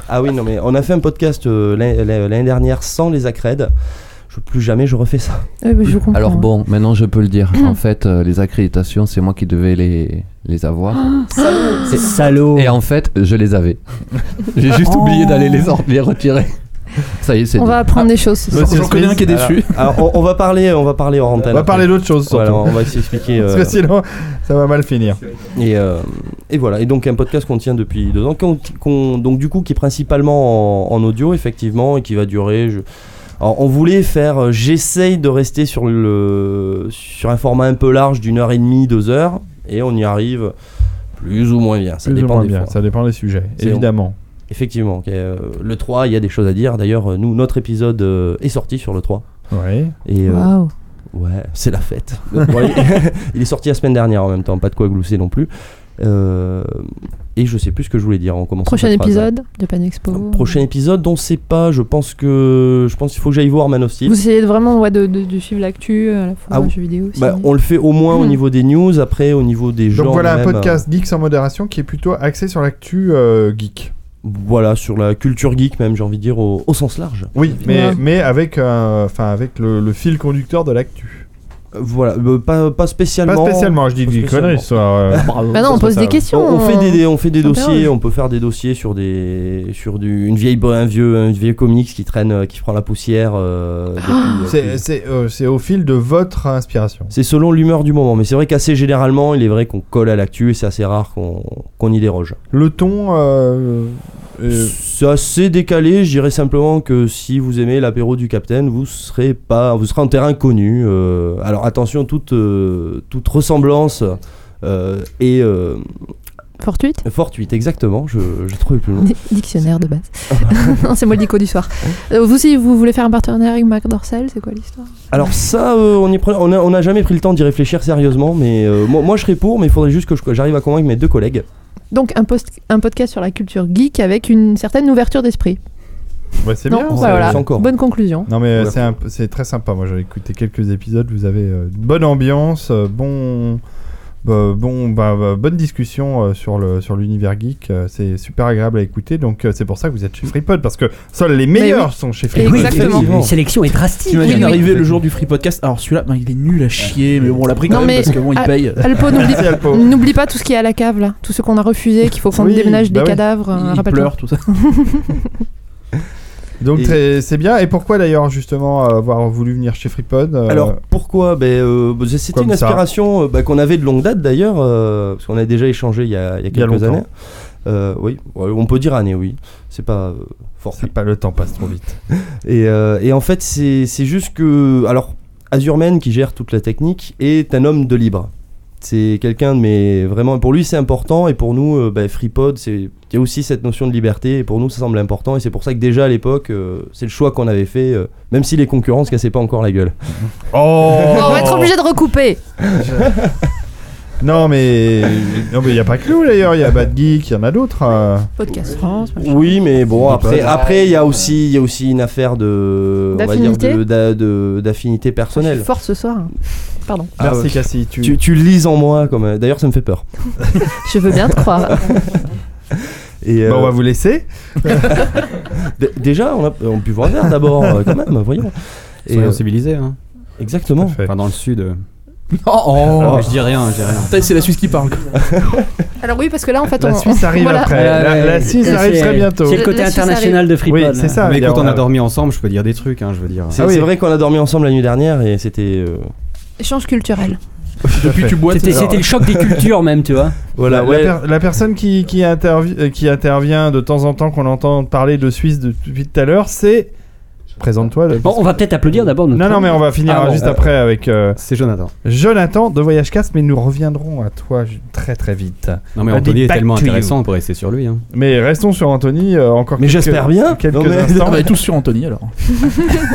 N: Ah oui, non, mais on a fait un podcast euh, l'an- l'an- l'année dernière sans les accrèdes. Je, plus jamais je refais ça.
C: Oui, mais je comprends.
P: Alors bon, maintenant je peux le
A: <clears throat>
P: dire. en fait, euh, les accréditations, c'est moi qui devais les, les
C: <gasps>
P: avoir.
C: Ah,
B: C'est-
P: Salaud Et en fait, je les
A: <laughs>
P: avais. J'ai juste oublié d'aller les, en- les retirer. Ça y est, c'est
C: On
P: dit.
C: va apprendre des choses ce soir.
N: Alors, alors, on, on va parler, on va parler hors antenne.
A: On va
N: après.
A: parler d'autre chose,
N: Voilà,
A: surtout.
N: on va s'expliquer.
A: Parce
N: euh,
A: que sinon, ça va mal finir.
N: et, euh, et voilà. Et donc un podcast qu'on tient depuis deux ans, qu'on- qu'on- donc du coup qui est principalement en, en audio effectivement et qui va durer. je- Alors, on voulait faire, euh, j'essaye de rester sur, le, sur un format un peu large d'une heure et demie, deux heures, et on y arrive plus ou moins bien. Ça
A: Plus ou
N: dépend
A: moins
N: des
A: bien,
N: fois.
A: ça dépend des sujets,
N: C'est-
A: évidemment.
N: Effectivement, ok, euh, le 3, il y a des choses à dire. D'ailleurs, euh, nous, notre épisode euh, est sorti sur le 3.
A: Ouais.
N: Et, euh,
A: Waouh.
N: Ouais, c'est la fête. Le 3, il- <laughs> il est sorti la semaine dernière en même temps, pas de quoi glousser non plus. Euh, et je sais plus ce que je voulais dire en commençant.
C: Prochain
N: cette phrase.
C: épisode, Japan Expo.
N: Prochain épisode, on sait pas. Je pense que je pense qu'il faut que j'aille voir Man of Steel.
C: Vous essayez de vraiment ouais, de, de- de suivre l'actu, euh, à la fois
N: Ah oui.
C: jeux vidéo aussi. Hmm.
N: Bah, on le fait au moins au niveau des news, après au niveau des
A: Donc
N: genres
A: voilà un
N: même,
A: podcast Geeks en modération qui est plutôt axé sur l'actu euh, geek.
N: euh, voilà, sur la culture geek même, euh, j'ai envie de dire au, au sens large.
A: Oui, mais,
N: Ouais.
A: mais avec, un- enfin avec le, le fil conducteur de l'actu.
N: Euh, Voilà, euh, pas, pas spécialement.
A: Pas spécialement, je dis
N: Pas
A: des
N: spécialement. Ah,
A: conneries,
N: <laughs>
A: ça, euh,
C: Bah non, on pose des questions, euh,
N: On, on fait des, des- on fait des
C: on
N: dossiers,
C: s'interroge.
N: on peut faire des dossiers sur des, sur du, une vieille, un vieux, un vieux comics qui traîne, euh, qui prend la poussière. euh, depuis, euh,
A: C'est-
N: plus-
A: C'est euh, c'est au fil de votre inspiration.
N: C'est selon l'humeur du moment, mais c'est vrai qu'assez généralement, il est vrai qu'on colle à l'actu et c'est assez rare qu'on qu'on y déroge.
A: Le ton. euh, euh,
N: C'est assez décalé, je dirais simplement que si vous aimez l'apéro du Capitaine, vous serez pas, vous serez en terrain connu. euh, alors attention, toute, euh, toute ressemblance euh, est euh,
C: Fortuite
N: fortuite, exactement. Je, je trouvais plus
C: <laughs>
N: long.
C: <laughs> Di- Dictionnaire de
N: <laughs>
C: base. <laughs> non, c'est moi le dico du soir. Euh, Vous aussi, vous voulez faire un partenariat avec Marc Dorcel C'est quoi l'histoire
N: Alors ça, euh, on y prenait- on a, on a jamais pris le temps d'y réfléchir sérieusement, mais euh, moi, moi, je serais pour, mais il faudrait juste que je- j'arrive à convaincre mes deux collègues.
C: Donc, un, post- un podcast sur la culture geek avec une certaine ouverture d'esprit.
A: bah, c'est
C: Non,
A: bien.
C: bah,
A: ça.
C: voilà. Bonne conclusion.
A: Non mais euh,
C: Ouais.
A: c'est un- c'est très sympa. Moi j'ai écouté quelques épisodes. Vous avez euh, une bonne ambiance, euh, bon, bah, bon, bah, bah, bonne discussion euh, sur le sur l'univers geek. Euh, c'est super agréable à écouter. Donc euh, c'est pour ça que vous êtes chez FreePod parce que seuls les meilleurs
L: oui.
A: sont chez
L: Et
A: FreePod.
L: oui, Exactement. effectivement.
A: La
L: La sélection
A: est
L: Tu m'as arrivé le jour du free podcast. Alors celui-là, ben, il est nul à chier, mais bon, on l'a pris quand
C: Non,
L: même
C: mais
L: parce que bon, il
C: Al-
L: paye.
C: Alpo,
L: <laughs>
C: n'oublie- n'oublie pas tout ce qui est à la cave, là. Tout ce qu'on a refusé, qu'il faut qu'on
L: Oui,
C: déménage des
L: bah oui.
C: cadavres. euh,
L: Il
C: rappelle-toi.
L: pleure, tout ça. <laughs>
A: Donc
N: Et-
A: c'est- c'est bien. Et pourquoi d'ailleurs justement euh, avoir voulu venir chez FreePod euh,
N: Alors pourquoi ben, euh, bah, C'était
A: Comme
N: une
A: ça.
N: aspiration euh, bah, qu'on avait de longue date d'ailleurs, euh, parce qu'on a déjà échangé il y a, il y a
A: Il y a
N: quelques
A: longtemps.
N: années. Euh, oui, ouais, on peut dire année, oui. C'est pas euh, forcé.
A: pas le temps passe trop vite.
N: <laughs> et, euh, et en fait, c'est c'est juste que. Alors, Azurman, qui gère toute la technique, est un homme de libre. C'est quelqu'un de mais vraiment pour lui c'est important et pour nous euh, bah, FreePod c'est il y a aussi cette notion de liberté et pour nous ça semble important et c'est pour ça que déjà à l'époque euh, c'est le choix qu'on avait fait euh, même si les concurrents se cassaient pas encore
C: <laughs>
N: la gueule.
A: Oh
C: On va être obligé de recouper.
A: Non mais non mais il y a pas que nous d'ailleurs. Il y a Bad Geek, il y en a d'autres. euh.
C: Podcast France.
N: Oui, mais bon,
A: Des
N: après,
A: potes.
N: après il y a aussi, il y a aussi une affaire de, on va dire,
C: D'affinité
N: de- d'a- de- d'affinité
C: Je suis
N: personnelle.
C: forte ce soir. hein. Pardon.
N: Ah,
A: Merci,
N: ouais.
A: Cassie, tu-
N: Tu, tu lises en moi, comme. euh, D'ailleurs, ça me fait peur.
C: <laughs> Je veux bien te
N: <laughs>
C: croire.
N: Et, euh,
A: Bah, on va vous laisser.
N: <laughs> d- déjà, on a, on a pu voir vert d'abord, euh, quand même, voyons. euh,
T: Soyons civilisés, hein.
N: Exactement.
T: Enfin, dans le sud. euh.
L: Oh,
T: Ah, mais je dis rien, je dis rien.
L: Putain, C'est la Suisse qui parle. quoi.
C: Alors oui, parce que là, en fait,
A: La
C: on...
A: Suisse arrive
C: voilà.
A: après.
T: Ah
A: La, la Suisse
B: C'est-
A: arrive très bientôt.
B: C'est le côté
C: La Suisse
B: international de
A: Oui,
B: Freepod.
A: c'est ça.
T: Mais
A: il y
T: quand on a
A: on-
T: dormi ensemble, je peux dire des trucs, hein, je veux dire.
N: Ah
A: Ah
N: C'est c'est vrai qu'on a dormi ensemble la nuit dernière et
C: <laughs>
N: c'était. euh,
C: Échange culturel.
L: Depuis, tu bois.
B: C'était
L: alors.
B: c'était le choc des cultures même, tu vois.
N: Voilà,
A: la,
N: ouais.
A: la per- la personne qui, qui, intervi- euh, qui intervient de temps en temps, qu'on entend parler de Suisse de- depuis tout à l'heure, c'est. Présente-toi. le-
B: Bon, on va peut-être applaudir d'abord.
A: Non, non, mais on va finir
T: Ah bon,
A: juste
T: euh,
A: après avec euh,
T: C'est Jonathan.
A: Jonathan de Voyage Casse, mais nous reviendrons à toi ju- très très vite.
T: Non, mais
A: I'll
T: Anthony
A: be
T: est
A: back
T: tellement
A: to you.
T: intéressant, on pourrait rester sur lui. Hein.
A: Mais restons sur Anthony euh, encore
N: Mais
A: quelques-
N: j'espère bien.
A: Quelques
N: Non, mais-
A: instants.
L: On est tous sur Anthony alors.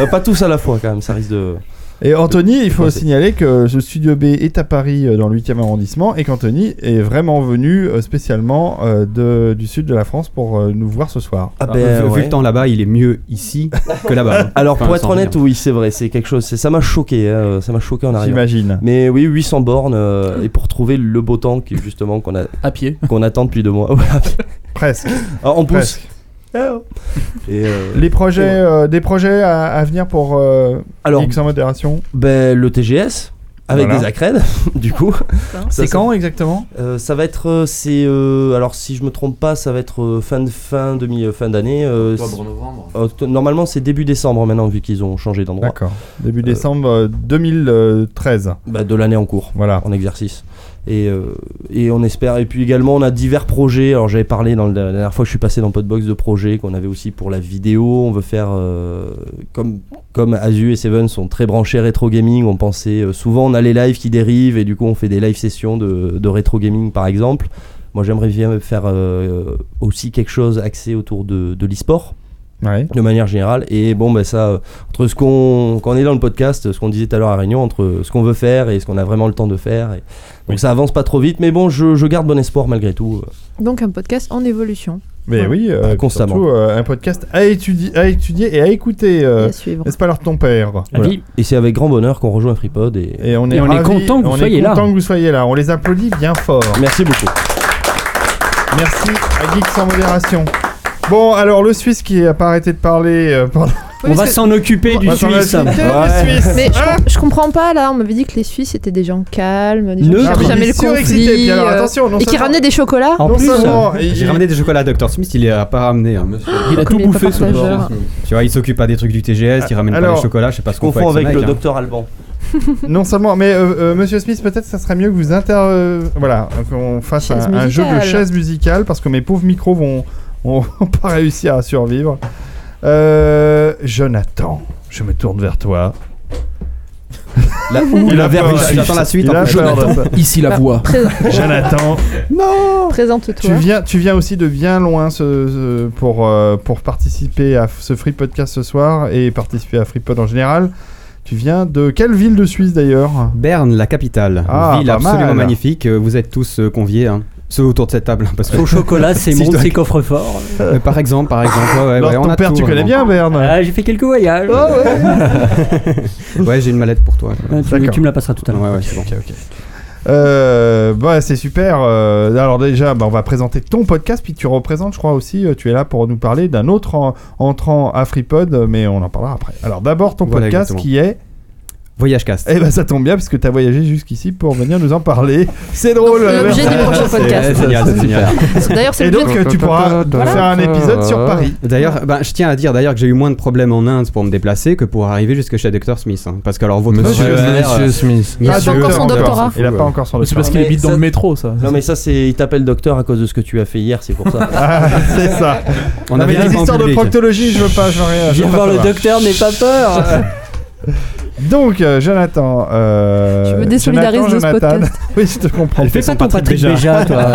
N: euh, pas tous à la fois, quand même, ça risque de.
A: Et Anthony, il faut
N: Merci.
A: signaler que ce studio B est à Paris euh, dans le 8e arrondissement et qu'Anthony est vraiment venu euh, spécialement euh, de- du sud de la France pour euh, nous voir ce soir.
N: Ah,
T: Ah, vu,
N: ben,
T: vu
N: ouais.
T: le temps là-bas, il est mieux ici que là-bas. hein.
N: Alors,
T: Enfin,
N: pour être
T: sans
N: honnête,
T: dire.
N: oui, c'est vrai, c'est quelque chose. c'est- Ça m'a choqué, hein, ça m'a choqué en arrivant.
A: J'imagine.
N: Mais oui, 800 bornes euh, et pour trouver le beau temps qui justement qu'on a
L: À pied.
N: qu'on attend depuis deux mois. Ouais, à pied.
A: Presque.
N: Ah, on pousse.
A: Presque.
N: Et, euh,
A: Les projets,
N: et ouais.
A: euh, des projets à, à venir pour euh,
N: Alors-
A: Geeks en modération.
N: Ben, le TGS avec
A: Voilà.
N: des acrèdes, <laughs> du coup.
L: C'est
N: Ça,
L: quand exactement
N: ça- euh, Ça va être, euh, c'est, euh, alors si je me trompe pas, ça va être euh, fin de fin demi euh, fin d'année. euh,
T: Octobre,
N: c'est-
T: novembre.
N: Oct- normalement, c'est début décembre maintenant vu qu'ils ont changé d'endroit.
A: D'accord. Début décembre euh, 2013.
N: Bah, de l'année en cours,
A: Voilà.
N: en exercice. Et, euh, et on espère. Et puis également, on a divers projets. Alors, j'avais parlé dans le- la dernière fois que je suis passé dans Podbox de projets qu'on avait aussi pour la vidéo. On veut faire euh, comme comme Azu et Seven sont très branchés rétro gaming. On pensait euh, souvent on a les lives qui dérivent et du coup on fait des live sessions de, de rétro gaming par exemple. Moi, j'aimerais bien faire euh, aussi quelque chose axé autour de, de l'e-sport. De manière générale. Et bon, ben ça, euh, entre ce qu'on quand on est dans le podcast, ce qu'on disait tout à l'heure à Réunion, entre ce qu'on veut faire et ce qu'on a vraiment le temps de faire. et- Donc ça avance pas trop vite, mais bon, je, je garde bon espoir malgré tout. euh,
C: Donc un podcast en évolution.
A: Mais oui, euh,
N: Bah, constamment.
A: surtout, euh, un podcast à étudier, à étudier et à écouter. euh,
C: Et à suivre.
A: N'est-ce pas leur ton père
N: Voilà. Et c'est avec grand bonheur qu'on rejoint FreePod. Et,
A: Et on est, ravis, on est content que vous soyez là. On les applaudit bien fort.
N: Merci beaucoup.
A: Merci à Geeks sans modération. Bon, alors le Suisse qui a pas arrêté de parler euh, pendant.
B: On va s'en occuper du
A: On va s'en
B: Suisse.
A: occuper du
B: Ouais.
A: Suisse.
C: Mais je, com- je comprends pas là, on m'avait dit que les Suisses étaient des gens calmes, des gens
T: Neutres.
C: qui cherchaient
T: Ah,
C: jamais
T: mais
C: le
A: surexcités.
C: conflit,
A: Puis alors,
C: euh,
A: attention, non
C: et qui
A: seulement-
C: ramenaient des chocolats.
B: Ah,
T: En plus,
A: seulement,
T: euh,
A: il-
T: j'ai ramené des chocolats à Dr. Smith, il les a pas ramené.
B: Ah,
T: monsieur.
A: Il a tout
T: bouffé,
A: ce
T: soir. Tu vois, il s'occupe pas des trucs du TGS, il ramène pas
A: Alors,
T: les chocolats, je sais pas ce
N: je
T: qu'on fait
N: confonds
T: avec,
N: avec
T: ce
N: le
T: mec, hein.
N: docteur Alban.
A: <laughs> non seulement, mais euh, euh, Monsieur Smith, peut-être ça serait mieux que vous inter, euh, voilà, qu'on fasse
N: Chaise
A: un, un jeu de
N: musicale.
A: chaise musicale parce que mes pauvres micros vont, vont <laughs> pas réussir à survivre. Euh, Jonathan, je me tourne vers toi.
T: La- ou
A: Il a
T: la verve
A: peur,
T: suisse. J'attends la suite,
A: Il
T: en
A: a
T: fait.
A: peur de
T: Jonathan,
A: ça.
T: ici la voix.
A: Jonathan,
C: Non Présente-toi.
A: tu viens, tu viens aussi de bien loin ce- ce- pour, euh, pour participer à ce Free Podcast ce soir et participer à FreePod en général. Tu viens de quelle ville de Suisse d'ailleurs
T: Berne, la capitale.
A: Ah,
T: Ville
A: pas
T: absolument
A: mal.
T: magnifique. euh, Vous êtes tous euh, conviés, hein. ceux autour de cette table. hein, Parce que
B: Au
T: <laughs>
B: chocolat, c'est
T: Si je
B: mon
T: dois-
B: petit coffre-fort.
T: Euh, par exemple, par exemple. ouais, ouais,
A: Alors,
T: ouais, on
A: ton
T: a
A: père,
T: tout, hein.
A: tu connais
T: vraiment.
A: bien Berne
B: Ah, j'ai fait quelques voyages. Euh,
T: Ouais, j'ai une mallette pour toi.
B: Ah, tu, me- tu me la passeras tout à l'heure.
T: Ouais, ouais, c'est bon.
A: Euh, bah, c'est super. Euh, alors déjà, bah, on va présenter ton podcast, puis tu représentes, je crois aussi, euh, tu es là pour nous parler d'un autre en- entrant à FreePod, euh, mais on en parlera après. Alors d'abord, ton
T: Voilà,
A: podcast
T: exactement.
A: qui est...
T: Voyage cast.
A: Eh ben ça tombe bien, parce que tu as voyagé jusqu'ici pour venir nous en parler. <laughs> C'est drôle.
C: l'objet
A: merci.
C: du prochain
T: C'est- podcast. c'est génial, c'est génial.
C: D'ailleurs, c'est
A: Et
C: l'objet
A: donc
C: de-
A: euh, tu pourras faire un épisode sur Paris.
T: D'ailleurs, ben, je tiens à dire d'ailleurs que j'ai eu moins de problèmes en Inde pour me déplacer que pour arriver jusque chez Dr Smith. hein. parce que alors votre
E: Monsieur-
T: frère,
E: Monsieur
T: euh,
E: Smith. Il a pas
T: monsieur-
E: encore son
T: encore,
E: doctorat.
T: c'est fou,
A: Il a pas
T: ouais.
A: encore son
L: Mais c'est parce qu'il
N: Mais
L: habite dans
N: ça-
L: le métro, ça.
N: Non, mais ça, c'est. Il t'appelle docteur à cause de ce que tu as fait hier, c'est pour ça.
A: <laughs> Ah, c'est ça.
T: On
A: Non,
T: avait
A: mais les
T: dit en
A: histoires de
T: public.
A: proctologie, je veux pas, je veux rien. je veux
B: Viens
A: pas
B: voir le
A: savoir.
B: docteur, n'aie pas peur.
A: <laughs> Donc, euh, Jonathan. Euh,
B: Je me désolidarise
A: Jonathan,
B: de ce
A: Jonathan.
B: podcast.
A: <laughs> Oui, je te comprends.
B: Elle fait
A: ça
B: pas ton Patrick Béja, toi.
A: <laughs>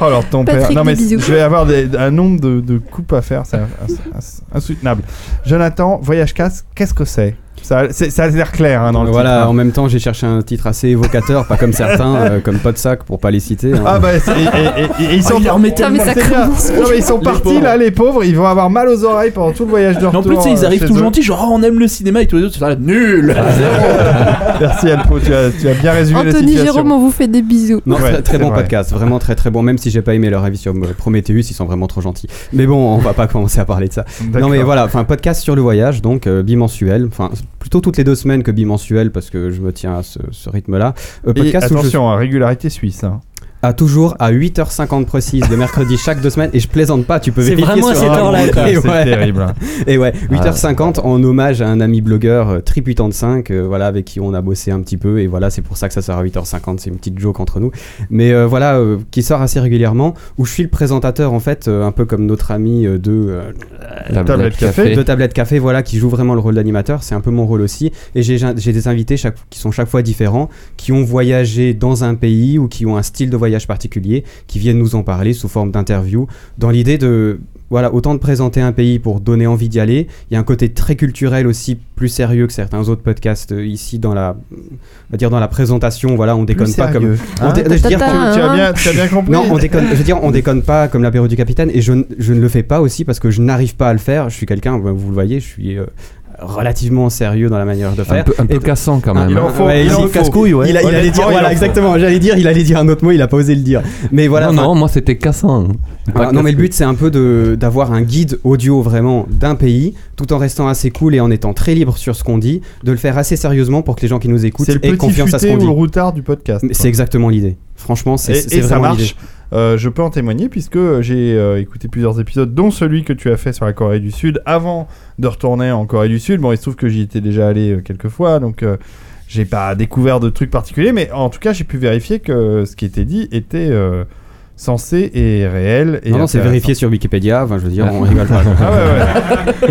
A: Oh, alors ton père.
B: Patrick,
A: Non, mais
B: des bisous.
A: je vais avoir des- un nombre de, de coupes à faire, c'est ins- ins- insoutenable. Jonathan, Voyage Casse, qu'est-ce que c'est ça, Ah, c'est- ça a l'air clair hein, dans le
T: voilà,
A: titre,
T: en même temps, j'ai cherché un titre assez évocateur, pas comme certains, euh, comme Podsac pour pas les citer. hein.
A: hein. Ah, bah, c'est- et, et- et- et ils
L: Oh,
A: sont.
L: Putain, mais ça
A: C'est bien.
L: commence.
A: Non, mais ils sont
L: Les
A: partis
L: pauvres.
A: là, les pauvres, ils vont avoir mal aux oreilles pendant tout le voyage de
L: Mais
A: retour.
L: en plus, tu sais, ils
A: euh,
L: arrivent
A: chez
L: tout
A: eux. Ah,
L: gentils, genre Ah, on aime le cinéma, et tous les autres, tu t'arrêtes nul <laughs>
A: Merci Alpo, tu as, tu as bien résumé la
C: Anthony
A: situation.
C: Jérôme, on vous fait des bisous.
T: Non,
A: Ouais,
T: très, très
A: c'est
T: bon
A: vrai.
T: podcast, vraiment très très bon, même si j'ai pas aimé leur avis sur euh, Prometheus, ils sont vraiment trop gentils. Mais bon, on va pas <laughs> commencer à parler de ça. Non
A: D'accord.
T: mais voilà, enfin podcast sur le voyage, donc euh, bimensuel, enfin plutôt toutes les deux semaines que bimensuel parce que je me tiens à ce, ce rythme-là. Euh,
A: Et
T: podcast où je-
A: attention, hein, régularité suisse. hein.
T: à toujours à 8h50 précise le mercredi chaque deux semaines et je plaisante pas, tu peux
B: C'est
T: vérifier
B: vraiment à
T: sur
B: cette
T: un-
B: heure-là, quoi.
T: Et
A: C'est
T: ouais.
A: terrible. hein.
T: Et ouais,
P: Ah,
T: 8h50 en hommage à un ami blogueur euh, Trip85, euh, voilà, avec qui on a bossé un petit peu, et voilà, c'est pour ça que ça sort à 8h50, c'est une petite joke entre nous. Mais euh, voilà, euh, qui sort assez régulièrement, où je suis le présentateur en fait, euh, un peu comme notre ami euh, de. euh,
P: Tablette Tablette Café.
T: De Tablette Café, voilà, qui joue vraiment le rôle d'animateur, c'est un peu mon rôle aussi. Et j'ai j'ai des invités chaque- qui sont chaque fois différents, qui ont voyagé dans un pays ou qui ont un style de voyage particulier, qui viennent nous en parler sous forme d'interview, dans l'idée de voilà, autant de présenter un pays pour donner envie d'y aller. Il y a un côté très culturel aussi, plus sérieux que certains autres podcasts euh, ici dans la, on va dire dans la présentation. Voilà, on déconne pas comme.
A: sérieux,
T: on
A: hein.
T: dé- je veux dire,
A: Tu- tu as bien- tu
T: <laughs>
A: as bien compris.
T: Non, on déconne. Je veux dire, <laughs> on déconne pas comme l'apéro du capitaine. Et je, n- je ne le fais pas aussi parce que je n'arrive pas à le faire. Je suis quelqu'un, bah, vous le voyez, je suis. euh, relativement sérieux dans la manière de faire.
P: peu- un peu
T: Et-
P: cassant,
F: Ah,
P: quand même. hein. Il en faut-
T: Ouais,
P: il en
T: si,
P: faut.
T: casse-couille, ouais. Il a- il allait
P: Honnêtement,
T: dire,
P: il en
T: voilà,
P: faut.
T: exactement, j'allais dire, il allait dire un autre mot, il a pas osé le dire. Mais voilà.
P: non,
T: enfin,
P: non, moi c'était cassant. hein.
T: voilà, non mais le but c'est un peu de d'avoir un guide audio vraiment d'un pays tout en restant assez cool et en étant très libre sur ce qu'on dit, de le faire assez sérieusement pour que les gens qui nous écoutent
A: C'est le
T: aient
A: petit
T: confiance à ce
A: futé
T: qu'on
A: ou le
T: dit.
A: routard du podcast.
T: Mais C'est exactement l'idée. Franchement, c'est
A: Et-
T: c'est
A: et ça
T: vraiment l'idée.
A: marche. Euh, je peux en témoigner puisque j'ai euh, écouté plusieurs épisodes, dont celui que tu as fait sur la Corée du Sud avant de retourner en Corée du Sud. Bon, il se trouve que j'y étais déjà allé euh, quelques fois, donc euh, j'ai pas découvert de trucs particuliers, mais en tout cas, j'ai pu vérifier que ce qui était dit était euh, sensé et réel. Et
T: Non, non, c'est
A: intéressant. Ah
T: vérifié sur Wikipédia. Enfin, je
A: <laughs>
T: veux dire, on rigole pas.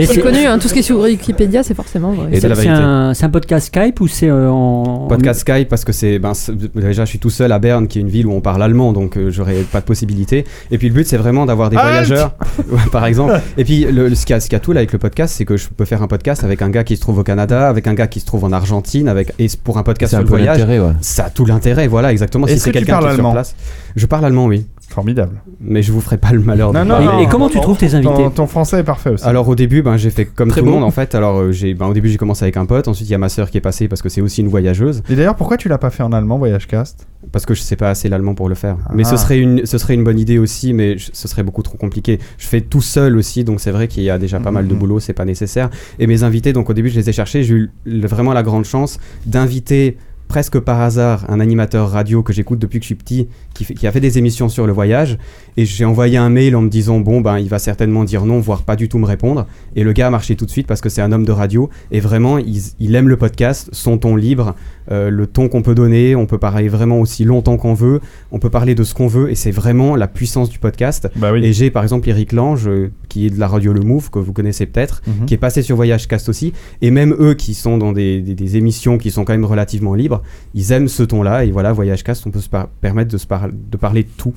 C: C'est connu, hein, tout ce qui est sur Wikipédia, c'est forcément vrai.
T: Et c'est la
B: C'est
T: vérité.
B: un, c'est un podcast Skype ou c'est euh, en.
T: Podcast Skype parce que c'est ben, c'est- déjà je suis tout seul à Berne qui est une ville où on parle allemand donc euh, j'aurais pas de possibilité et puis le but c'est vraiment d'avoir
A: Ah,
T: des
F: Halt
T: voyageurs
A: <laughs>
T: Ouais, <laughs> par exemple et puis le, le- ce qu'il y a- ce qu'il y a tout là avec le podcast c'est que je peux faire un podcast avec un gars qui se trouve au Canada avec un gars qui se trouve en Argentine avec et c'est pour un podcast
P: C'est
T: sur
P: un
T: le
P: peu
T: voyage
P: l'intérêt, ouais.
T: ça a tout l'intérêt voilà exactement si
P: Est-ce
T: c'est
P: que tu
T: quelqu'un qui
P: parles
T: est sur
P: allemand
T: place je parle allemand oui
A: formidable
T: mais je vous ferai pas le malheur de
A: <laughs> Non, non,
T: parler.
A: non, ton- ton, ton français est parfait aussi.
T: Alors au début, ben, j'ai fait comme
A: Très
T: tout le
A: bon.
T: monde en fait. Alors euh, j'ai, ben, au début j'ai commencé avec un pote, ensuite il y a ma sœur qui est passée parce que c'est aussi une voyageuse,
A: Et d'ailleurs, Ah, pourquoi tu l'as pas fait en allemand, Voyage Cast
T: parce que je sais pas assez l'allemand pour le faire. Mais
A: Ah.
T: ce serait une, ce serait une bonne idée aussi, mais je- ce serait beaucoup trop compliqué. Je fais tout seul aussi, donc c'est vrai qu'il y a déjà pas mal de boulot, c'est pas nécessaire. Et mes invités, donc au début je les ai cherchés, j'ai eu le- vraiment la grande chance d'inviter presque par hasard un animateur radio que j'écoute depuis que je suis petit qui, fait- qui a fait des émissions sur le voyage et j'ai envoyé un mail en me disant bon ben il va certainement dire non voire pas du tout me répondre et le gars a marché tout de suite parce que c'est un homme de radio et vraiment il, il aime le podcast son ton libre euh, le ton qu'on peut donner on peut parler vraiment aussi longtemps qu'on veut on peut parler de ce qu'on veut et c'est vraiment la puissance du podcast et j'ai par exemple Eric Lange euh, qui est de la radio Le Move que vous connaissez peut-être
A: Mhm.
T: qui est passé sur Voyage Cast aussi, et même eux qui sont dans des, des- des émissions qui sont quand même relativement libres, ils aiment ce ton-là, et voilà, Voyage Cast, on peut se par- permettre de, se par- de parler de tout.